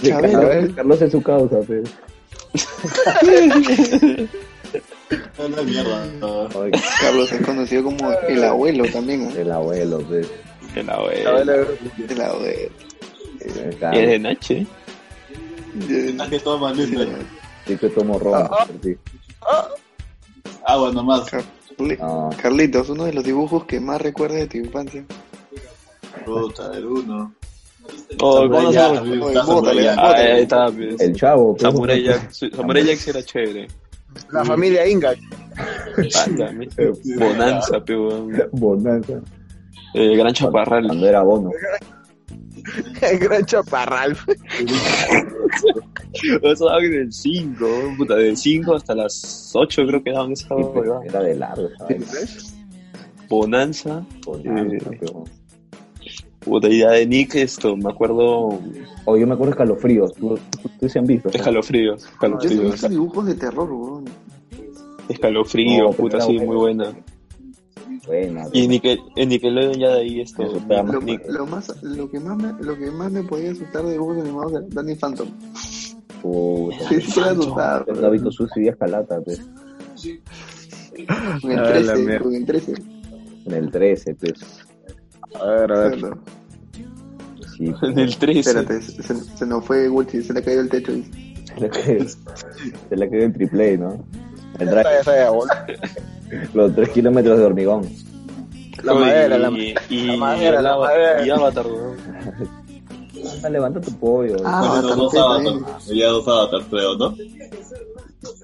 Speaker 3: Sí,
Speaker 4: Chabelo,
Speaker 3: Carlos,
Speaker 4: eh.
Speaker 3: Carlos es su causa, pe.
Speaker 5: No, no, mierda. no.
Speaker 3: Ay,
Speaker 4: Carlos es conocido como el abuelo también. ¿eh?
Speaker 3: el abuelo, pe.
Speaker 1: El abuelo.
Speaker 2: Chabelo,
Speaker 4: El abuelo.
Speaker 3: Eh,
Speaker 1: Y es
Speaker 3: Carlos,
Speaker 1: de Nache.
Speaker 5: Ah, que toma Nutella.
Speaker 3: sí que tomo
Speaker 1: Ah,
Speaker 3: ron. por ti.
Speaker 5: Agua nomás.
Speaker 4: Carli-
Speaker 3: Ah.
Speaker 4: Carlitos, uno de los dibujos que más recuerdes de tu infancia.
Speaker 5: Puta, el uno.
Speaker 1: Oh, ¿cómo no se llama?
Speaker 5: Samurai
Speaker 4: Oye,
Speaker 5: Jack,
Speaker 4: bótale,
Speaker 5: Samurai Jack.
Speaker 1: Ah, ahí está.
Speaker 3: El chavo, pe.
Speaker 1: Samurai Jack. Sí, Samurai Jack era chévere.
Speaker 2: La familia Inga.
Speaker 1: Ah, también. Bonanza, pero
Speaker 3: Bonanza.
Speaker 1: El gran chaparral.
Speaker 3: Cuando era bono.
Speaker 2: El gran chaparral.
Speaker 1: Eso daban en el 5, puta, del 5 hasta las 8 creo que daban esa
Speaker 3: Sí, pues. pe,
Speaker 1: huevada.
Speaker 3: era de largo, ¿sabes?
Speaker 1: Bonanza. Sí.
Speaker 3: Bonanza, pe, huevón.
Speaker 1: Puta, idea de Nick, esto, me acuerdo.
Speaker 3: Oh, yo me acuerdo de escalofríos. Tú, tú, tú se han visto. ¿sabes?
Speaker 1: Escalofríos.
Speaker 4: Yo he
Speaker 3: Ah,
Speaker 1: Escalofríos.
Speaker 4: visto dibujos de terror, weón.
Speaker 1: Escalofríos,
Speaker 3: No, pero
Speaker 1: puta,
Speaker 3: era
Speaker 1: sí,
Speaker 3: Oh, bueno.
Speaker 1: muy buena.
Speaker 3: Buena, pe.
Speaker 1: Y en, Nickel, en Nickelodeon ya de ahí esto.
Speaker 3: Eso está
Speaker 4: Lo,
Speaker 1: Nick-
Speaker 4: lo más, lo, que más me, lo que más me podía asustar de dibujos animados era Danny Phantom.
Speaker 3: Puta.
Speaker 4: Sí, sí, era asustado.
Speaker 3: Yo no he visto Susi y pues, Escalata, pe.
Speaker 4: Con el
Speaker 2: Ah, la
Speaker 4: 13,
Speaker 2: mierda.
Speaker 4: con el 13.
Speaker 3: En el pues. 13, pe.
Speaker 2: A ver, a ver.
Speaker 4: Espérate,
Speaker 3: Sí, pe.
Speaker 1: En el 13.
Speaker 4: Espérate, se, se nos fue Gucci, se le cayó el techo. dice.
Speaker 3: Se la pues, que se la que el triple, ¿no? El
Speaker 2: Esa,
Speaker 3: drive,
Speaker 2: esa, esa, bol-
Speaker 3: los 3 kilómetros de hormigón.
Speaker 2: La
Speaker 1: Oye,
Speaker 2: madera, la
Speaker 1: y, y,
Speaker 2: la madera,
Speaker 1: y
Speaker 2: la
Speaker 1: Ava-
Speaker 2: madera.
Speaker 1: Y Avatar, weón.
Speaker 3: Ah, levanta tu pollo.
Speaker 4: Ah,
Speaker 5: Bueno,
Speaker 4: Avatar
Speaker 5: dos
Speaker 4: Z,
Speaker 5: Avatar. Ya dos Avatar, creo, ¿no?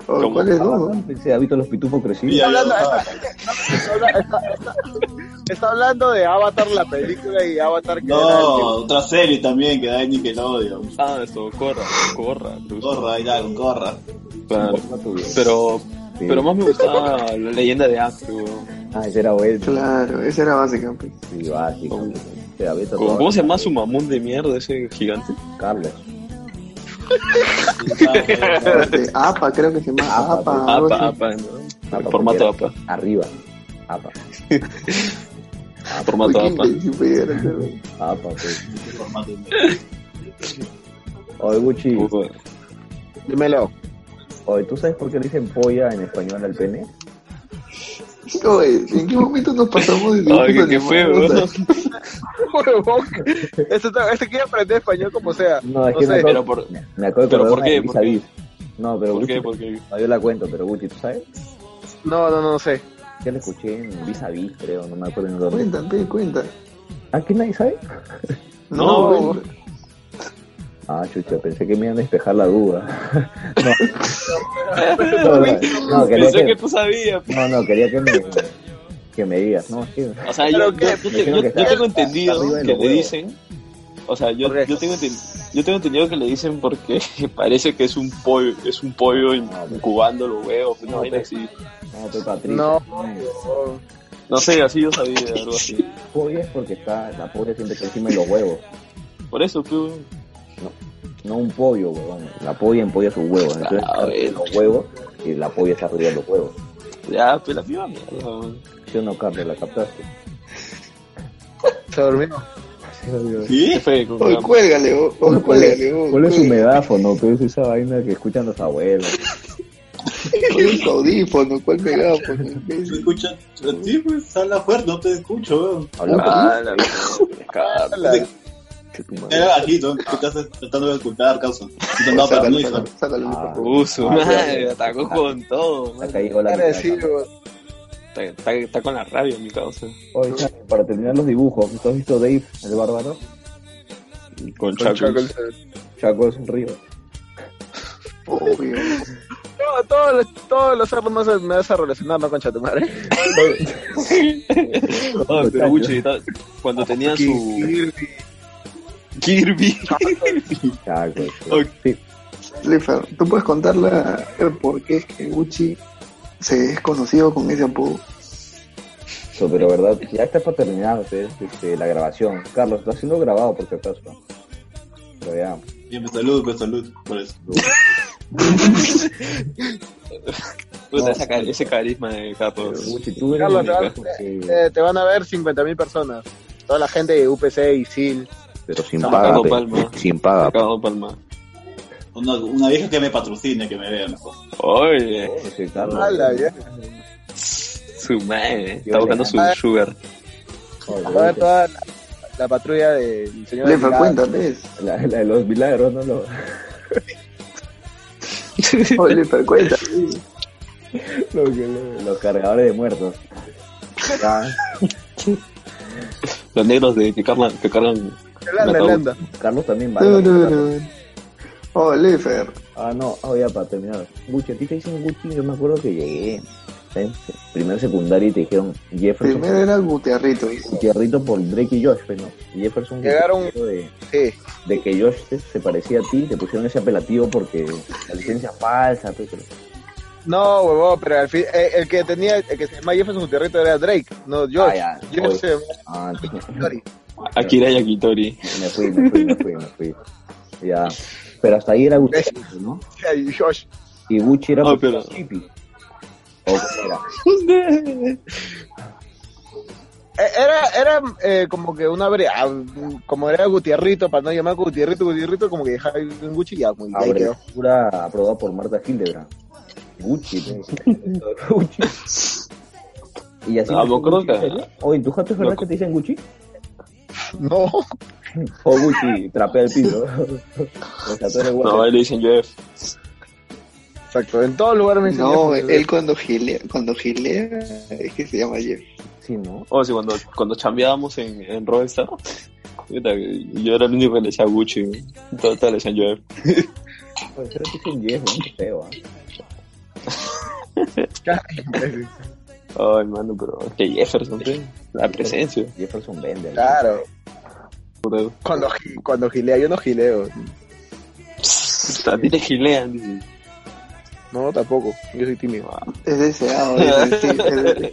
Speaker 4: Oh,
Speaker 1: ¿Cómo?
Speaker 4: ¿Cuál es
Speaker 3: Ah,
Speaker 4: no?
Speaker 3: bastante, Se ha visto los pitufos crecidos.
Speaker 5: Ya, ya,
Speaker 2: hablando-
Speaker 5: dos Avatar.
Speaker 2: Está, habla- está- está- está hablando de Avatar, la película, y Avatar que era el
Speaker 5: No, otra serie también que da en Nickelodeon.
Speaker 1: Ah, esto, corra, corra.
Speaker 5: Corra, ahí da, corra.
Speaker 1: Claro.
Speaker 3: Corra tu vida.
Speaker 1: Pero,
Speaker 3: Sí.
Speaker 1: pero más me gustaba la leyenda de Aang, weón.
Speaker 3: Ah, ese era bueno.
Speaker 4: Claro, esa era básica. pues.
Speaker 3: Sí, básico.
Speaker 1: Con-
Speaker 3: Se ha visto
Speaker 1: ¿Cómo,
Speaker 3: todo.
Speaker 1: cómo se llama su mamón de mierda ese gigante?
Speaker 3: Carlos.
Speaker 4: Este, APA, creo que se llama
Speaker 3: Apa,
Speaker 4: APA.
Speaker 2: Ah,
Speaker 4: algo
Speaker 1: Apa,
Speaker 4: así.
Speaker 1: apa, ¿no?
Speaker 3: Apa,
Speaker 1: Formato
Speaker 3: porque
Speaker 1: apa.
Speaker 3: Arriba. Apa.
Speaker 1: Formato
Speaker 4: Uy, qué
Speaker 1: apa.
Speaker 4: imbécil, pues, era, claro.
Speaker 3: Apa, pues.
Speaker 5: Este
Speaker 3: Oye, Gucci.
Speaker 1: Uy,
Speaker 2: de- Dímelo.
Speaker 3: Oye, ¿tú sabes por qué le dicen polla en español al pene?
Speaker 4: Oye, eh, ¿en qué momento nos pasamos de
Speaker 1: Ay, Ah, qué- qué
Speaker 4: dibujos
Speaker 1: feo,
Speaker 4: animados
Speaker 1: weón.
Speaker 4: a-
Speaker 2: huevón. Este, está- este quiere aprender español como sea.
Speaker 3: No, es
Speaker 2: No
Speaker 3: que
Speaker 2: sé,
Speaker 3: me,
Speaker 1: Pero
Speaker 3: acuerdo,
Speaker 1: por,
Speaker 3: me acuerdo
Speaker 1: pero
Speaker 3: de
Speaker 1: ¿por
Speaker 3: una
Speaker 1: qué?
Speaker 3: de
Speaker 1: ¿Por
Speaker 3: Vis a
Speaker 1: qué?
Speaker 3: Vis. No, pero
Speaker 1: ¿Por
Speaker 3: Gucci,
Speaker 1: qué? Porque
Speaker 3: no, yo la cuento, pero Gucci, ¿tú sabes?
Speaker 2: No, no, no sé.
Speaker 3: Ya la escuché en Vis a Vis, creo, no me acuerdo en dónde.
Speaker 4: Cuenta, pe, cuenta.
Speaker 3: ¿Ah, que nadie sabe?
Speaker 4: No,
Speaker 1: No.
Speaker 4: cuenta.
Speaker 3: Ah, chucha, pensé que me iban a despejar la duda. No, no, no, quería
Speaker 1: pensé que
Speaker 3: que,
Speaker 1: tú sabías.
Speaker 3: no, no, quería que me, que me digas. No, es que...
Speaker 1: O sea,
Speaker 2: Pero
Speaker 1: yo,
Speaker 2: que-
Speaker 1: yo- yo te-
Speaker 3: creo
Speaker 1: yo-
Speaker 3: que
Speaker 1: yo
Speaker 3: está-
Speaker 1: tengo
Speaker 3: está
Speaker 1: entendido
Speaker 3: arriba de
Speaker 1: que
Speaker 3: los
Speaker 1: le
Speaker 3: huevos.
Speaker 1: dicen, o sea, yo,
Speaker 2: Correcto.
Speaker 1: yo tengo enten- yo tengo entendido que le dicen porque parece que es un pollo, es un pollo incubando los huevos, una vaina así.
Speaker 3: No, pero Patricia.
Speaker 2: No,
Speaker 3: es.
Speaker 2: huevón.
Speaker 1: No sé, así yo sabía, algo así.
Speaker 3: Pobre es porque está, la polla siempre está encima de los huevos.
Speaker 1: Por eso, pues, tú,
Speaker 3: No un pollo, huevón. La polla empolla sus huevos. Entonces,
Speaker 1: Ah, bueno.
Speaker 3: los huevos y la polla está arriba de los huevos.
Speaker 1: ya, pues la piba mierda. weón.
Speaker 3: Yo no, Carlos, la captaste.
Speaker 2: se durmió.
Speaker 1: ¿Qué
Speaker 5: ¿Sí?
Speaker 1: fue? ¿Con
Speaker 4: Oye,
Speaker 1: qué?
Speaker 4: cuélgale, vos. Oye, cuélgale, vos.
Speaker 3: ¿Cuál es su
Speaker 4: cuelga.
Speaker 3: megáfono? ¿Qué es esa vaina que escuchan los abuelos?
Speaker 4: Oye, su audífono, ¿cuál Pues, megáfono?
Speaker 5: ¿Se
Speaker 4: imbécil?
Speaker 5: escucha? A ti, pues, habla fuerte, no te escucho, weón.
Speaker 3: Habla
Speaker 1: Ah, la mierda, cara.
Speaker 5: Era bajito, te estás tratando de ocultar, causa. Y te andaba para
Speaker 4: Sácalo,
Speaker 5: mí,
Speaker 4: sácalo, sácalo,
Speaker 3: Ah.
Speaker 4: por favor.
Speaker 1: Uh, su madre, atacó con todo,
Speaker 3: con-
Speaker 1: man.
Speaker 3: Acá llegó la
Speaker 2: Cara de sí,
Speaker 3: mitad.
Speaker 2: huevón.
Speaker 1: Está, está- está con la rabia mi causa.
Speaker 3: Oye, Charlie, para terminar los dibujos, ¿tú has visto Dave, el bárbaro?
Speaker 1: Con
Speaker 2: Con
Speaker 1: Chaco.
Speaker 2: Chuckles.
Speaker 3: Chaco es un río.
Speaker 4: Obvio.
Speaker 2: No, todos los, todos los álbumes me vas a- me vas a relacionar, no, concha tu madre.
Speaker 1: Ah, pero Gucci, ta- cuando tenía su
Speaker 2: Kirby.
Speaker 1: Kirby.
Speaker 3: Chaco. es-
Speaker 1: Ok.
Speaker 3: Sí.
Speaker 4: Lefa, ¿tú puedes contarla el por qué es que Gucci se es conocido con ese apodo?
Speaker 3: So, pero verdad, ya está para terminar ustedes, este, la grabación. Carlos, está siendo grabado por si acaso. Pero ya.
Speaker 5: Bien, me salud, me salud, por eso.
Speaker 1: Puta, esa ca- ese carisma de capos.
Speaker 3: Gucci, tú eres
Speaker 2: Carlos,
Speaker 3: el único
Speaker 2: ¿verdad?
Speaker 3: porque-
Speaker 2: Eh, te van a ver 50.000 personas. Toda la gente de UPC y SIL.
Speaker 3: Pero sin
Speaker 1: Estamos
Speaker 3: paga,
Speaker 1: dando
Speaker 3: pe.
Speaker 1: palma.
Speaker 3: sin paga. pe.
Speaker 1: Cabo Palma.
Speaker 5: Una, una vieja que me patrocine, que me vea mejor.
Speaker 1: Oye,
Speaker 3: Oh, sí, Carlos.
Speaker 2: Ala, ya.
Speaker 1: su madre. Está buscando su sugar.
Speaker 3: Oye,
Speaker 2: Va a ver toda la, la patrulla del señor.
Speaker 4: Lefa,
Speaker 2: Aguilar.
Speaker 4: cuéntame.
Speaker 3: la, la de los milagros, no lo,
Speaker 4: Oye, Oh, Lefa, cuéntame.
Speaker 3: lo que- los cargadores de muertos. Ah, Ya,
Speaker 1: Los negros de que cargan, que cargan
Speaker 2: Irlanda,
Speaker 1: Me
Speaker 2: Irlanda.
Speaker 3: Carlos también va.
Speaker 4: Tururú. Oh, Lefer.
Speaker 3: Ah, no, ah, ya para terminar. Gucci, a ti te dicen Gucci, yo me acuerdo que llegué en primer secundario y te dijeron Jefferson
Speaker 4: Primero era Gutiarrito.
Speaker 3: Gutierrito por Drake y Josh, pues, ¿no? Y Jefferson
Speaker 2: Llegaron-
Speaker 3: Gutierrito de,
Speaker 2: Sí.
Speaker 3: de que Josh te- se parecía a ti, te pusieron ese apelativo porque la licencia falsa, pues, pero-
Speaker 2: No, huevón, pero al fin, eh, el que tenía, el que se llamaba Jefferson Gutierrito era Drake, no George.
Speaker 3: Ah, ya.
Speaker 2: George se llamaba
Speaker 3: Ah, entonces-
Speaker 2: Tori.
Speaker 1: Akira Yakitori.
Speaker 3: me fui, me fui, me fui, me fui. Ya. Pero hasta ahí era Gutierrito, ¿no?
Speaker 2: Y George.
Speaker 3: Y Gucci era
Speaker 1: No,
Speaker 3: porque
Speaker 1: Oh, pero-
Speaker 3: era hippie. ¿O cómo era?
Speaker 2: Eh, Era, era eh, como que una brea, como era Gutierrito, para no llamar Gutierrito, Gutierrito, como que dejaba ahí un Gucci y ya, muy ahí quedó.
Speaker 3: Abreviatura aprobada por Marta Hildebrand. Gucci, ¿no? Gucci. Y así.
Speaker 1: Ah, me acuerdo que-
Speaker 3: Oye, Oh, ¿en tu jato es verdad
Speaker 1: No.
Speaker 3: que te dicen Gucci?
Speaker 2: No,
Speaker 1: Oh,
Speaker 3: O Gucci, trapea el piso. o sea, tú eres guapo.
Speaker 1: No, eh. ahí le dicen Jeff.
Speaker 2: exacto, en todo lugar me dicen
Speaker 4: No,
Speaker 2: Jefferson
Speaker 4: él cuando gilea, cuando gilea, es que se llama Jeff.
Speaker 3: Sí, ¿no?
Speaker 1: O sea, Oh, cuando, cuando chambeábamos en, en Rockstar, puta, yo era el único que le decía Gucci. Todos todos le decían Jeff.
Speaker 3: Oye, creo que dicen Jeff, ¿no? Qué feo, ¿ah?
Speaker 2: Gutierrito.
Speaker 1: Ay, mano, pero que Jefferson, ¿qué? la presencia.
Speaker 3: Jefferson Bender.
Speaker 4: Ah,
Speaker 2: Claro,
Speaker 1: puta.
Speaker 2: cuando, gi- cuando gilea, yo no gileo.
Speaker 1: A ti te gilean, dice.
Speaker 2: No, tampoco, yo soy tímido.
Speaker 4: Es deseado, es- sí, es deseado.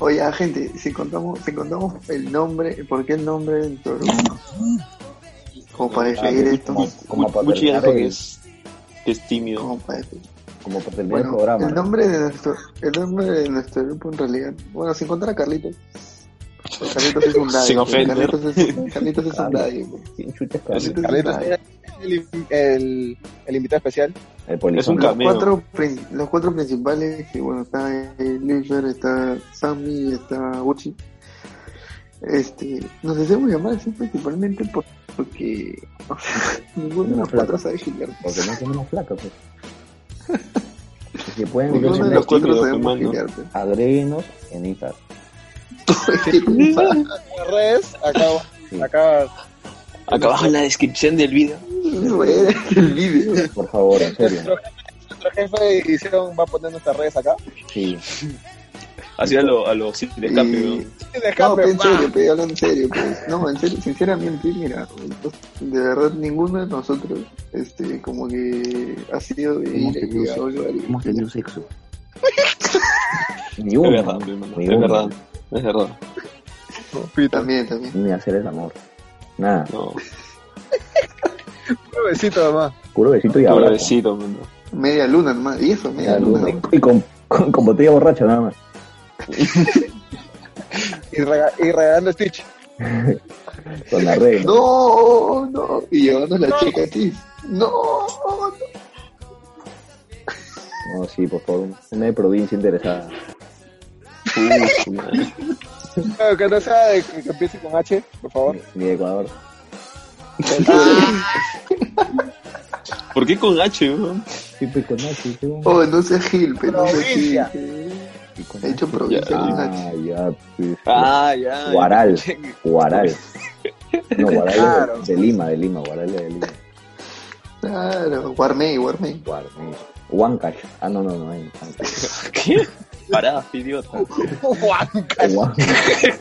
Speaker 4: Oye, ah, gente, si contamos, si contamos el nombre, ¿por qué el nombre del programa? Como para
Speaker 3: Ah,
Speaker 4: seguir esto.
Speaker 3: como, como para
Speaker 1: Gucci ya
Speaker 3: terminar
Speaker 1: dijo que
Speaker 3: el,
Speaker 1: es, que es tímido.
Speaker 4: Como para esto.
Speaker 3: como para terminar el
Speaker 4: Bueno,
Speaker 3: programa.
Speaker 4: el
Speaker 3: ¿no?
Speaker 4: nombre de nuestro, el nombre de nuestro grupo en realidad. Bueno, si encontrar a Carlitos. Pues Carlitos es un daddy.
Speaker 1: Sin
Speaker 4: pues,
Speaker 1: ofender.
Speaker 4: Carlitos es, Carlitos es un
Speaker 3: Carlos.
Speaker 4: daddy. pues.
Speaker 3: ¿Quién chucha es Carlos?
Speaker 4: Carlitos es un
Speaker 2: Carlitos,
Speaker 4: daddy.
Speaker 2: el, el, el invitado especial.
Speaker 3: El polizón.
Speaker 1: Es un
Speaker 4: Los
Speaker 1: Cameo.
Speaker 4: cuatro, prin- los cuatro principales, que bueno, está eh, Luis Fer, está Sammy, está Gucci. Este, nos hacemos llamar así principalmente por- porque o sea, ninguno de los cuatro sabe gilear.
Speaker 3: Porque no tenemos placa, pues. Si pues. pueden,
Speaker 1: Porque
Speaker 4: Ninguno
Speaker 1: somos
Speaker 4: de los cuatro
Speaker 1: tímidos,
Speaker 4: sabemos
Speaker 1: hermano.
Speaker 4: gilear. pues.
Speaker 3: agréguenos en Instagram.
Speaker 4: ¿Qué te pasa?
Speaker 2: Las redes, acá, acá,
Speaker 1: Acá abajo en la descripción del video.
Speaker 4: Bueno, el video.
Speaker 3: Por favor, en serio.
Speaker 2: nuestro, nuestro jefe de edición va a poner nuestras redes acá.
Speaker 3: Sí.
Speaker 1: Así a los a lo, sí, de escape,
Speaker 4: Y-
Speaker 1: weón.
Speaker 4: No,
Speaker 2: Escape,
Speaker 4: pe, en
Speaker 2: pa.
Speaker 4: serio, pe, hablando en serio, pues. No, en serio, sinceramente, mira, pues, de verdad ninguno de nosotros, este, como que ha sido de ir a
Speaker 3: tenido
Speaker 4: un lugar y-
Speaker 3: Hemos tenido sexo. Ni
Speaker 1: Es
Speaker 3: uno.
Speaker 1: verdad, mi hermano,
Speaker 3: ni
Speaker 1: es
Speaker 3: uno.
Speaker 1: verdad. Es verdad.
Speaker 4: También, también.
Speaker 3: Ni hacer el amor. Nada.
Speaker 1: No,
Speaker 2: Un besito nomás.
Speaker 3: Puro besito y abrazo.
Speaker 1: pobrecito, mano.
Speaker 4: Media luna nomás, y eso, media
Speaker 3: Ya,
Speaker 4: luna.
Speaker 3: luego. Y con, con, con botella borracha nada más.
Speaker 2: Y, rega- y regalando Stitch.
Speaker 3: Con la regla.
Speaker 4: No, no. Y llevando la
Speaker 2: No.
Speaker 4: chica así. No, no.
Speaker 3: No, sí, por favor. Una de provincia interesada.
Speaker 1: Puta madre.
Speaker 2: No, que no sea de que, que empiece con H, por favor.
Speaker 3: Ni- Ni de Ecuador.
Speaker 1: ¿Por qué con H, weón?
Speaker 3: Sí, pues con Nachi. sí.
Speaker 4: Oh, no seas Gil, pero no seas Gil.
Speaker 2: Provincia.
Speaker 3: Sí, con
Speaker 4: He hecho
Speaker 3: Nachi.
Speaker 4: provincia
Speaker 1: Ya.
Speaker 4: con H.
Speaker 3: Ah, ya. pues.
Speaker 1: Ah, ya.
Speaker 3: Guaral. Guaral. No, Guaral
Speaker 2: Claro.
Speaker 3: es de, de Lima, de Lima. Guaral es de Lima.
Speaker 4: Claro, Guarmey, Guarmey.
Speaker 3: Guaral. Huancash. Ah, no, no, no. ahí no. Huancash.
Speaker 1: ¿Qué? Pará, idiota.
Speaker 2: Juanca,
Speaker 3: Huancash.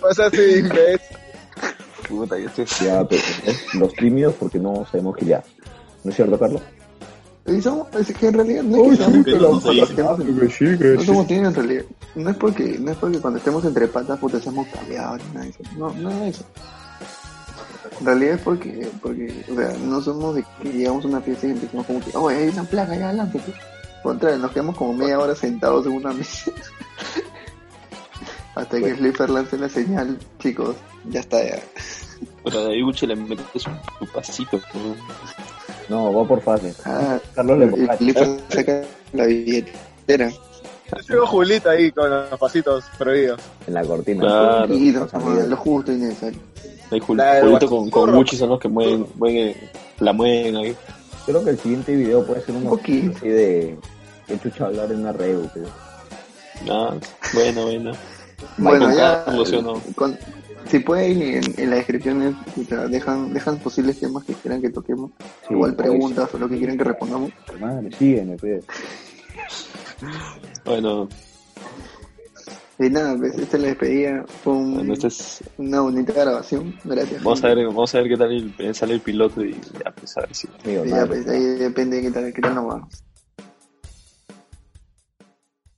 Speaker 2: pues así, ¿ves?
Speaker 1: Puta, yo estoy
Speaker 3: Ya, pues, es los tímidos porque no sabemos gilear. ¿No es cierto, Carlos?
Speaker 4: Y somos, es que en realidad no es que seamos
Speaker 5: pero
Speaker 4: pelos,
Speaker 5: no soy
Speaker 4: porque no No somos tímidos en realidad. No es porque, no es porque cuando estemos entre patas puta seamos caleados ni nada de eso. No, nada de eso. En realidad es porque, porque, o sea, no somos de que llegamos a una fiesta y empezamos como que, oh, hay una placa allá adelante. pues". Por contrario, nos quedamos como media hora sentados en una mesa. Hasta que Slipper lance la señal, chicos, ya está ya.
Speaker 1: Pero de ahí Gucci le metes un un pasito, weón.
Speaker 3: No, va por fases.
Speaker 4: Ah,
Speaker 3: Carlos le
Speaker 4: y Slipper saca la billetera.
Speaker 2: Yo sigo Julita ahí con los pasitos prohibidos.
Speaker 3: en la cortina.
Speaker 1: Claro.
Speaker 4: Y nos
Speaker 3: Pasa
Speaker 4: vamos a
Speaker 3: bien.
Speaker 4: lo justo y necesario.
Speaker 1: Ahí Jul-
Speaker 2: La del
Speaker 1: Julito con, con
Speaker 2: Guachurro.
Speaker 1: Gucci son los que mueven, mueven, la mueven ahí.
Speaker 3: Creo que el siguiente video puede ser uno
Speaker 4: Un poquito.
Speaker 3: así de qué chucha hablar en una reu, pero
Speaker 1: Ah, bueno, bueno.
Speaker 4: Bueno,
Speaker 1: Michael
Speaker 4: ya.
Speaker 1: Carlos, ¿sí o no?
Speaker 4: con- si pueden, en, en las descripciones o sea, dejan, dejan posibles temas que quieran que toquemos.
Speaker 3: Sí,
Speaker 4: Igual
Speaker 3: pues.
Speaker 4: preguntas o lo que quieran que respondamos.
Speaker 3: madre, sígueme, pues.
Speaker 1: Bueno,
Speaker 4: Y nada, pues, esta es la despedida. Fue un-
Speaker 1: bueno, este es-
Speaker 4: una bonita grabación. Gracias.
Speaker 1: vamos, a
Speaker 4: gente.
Speaker 1: ver, vamos a ver qué tal el- sale el piloto y ya, pues a ver si.
Speaker 3: Amigo,
Speaker 4: Ya,
Speaker 3: madre.
Speaker 4: pues, ahí depende de qué tal, qué tal nos va.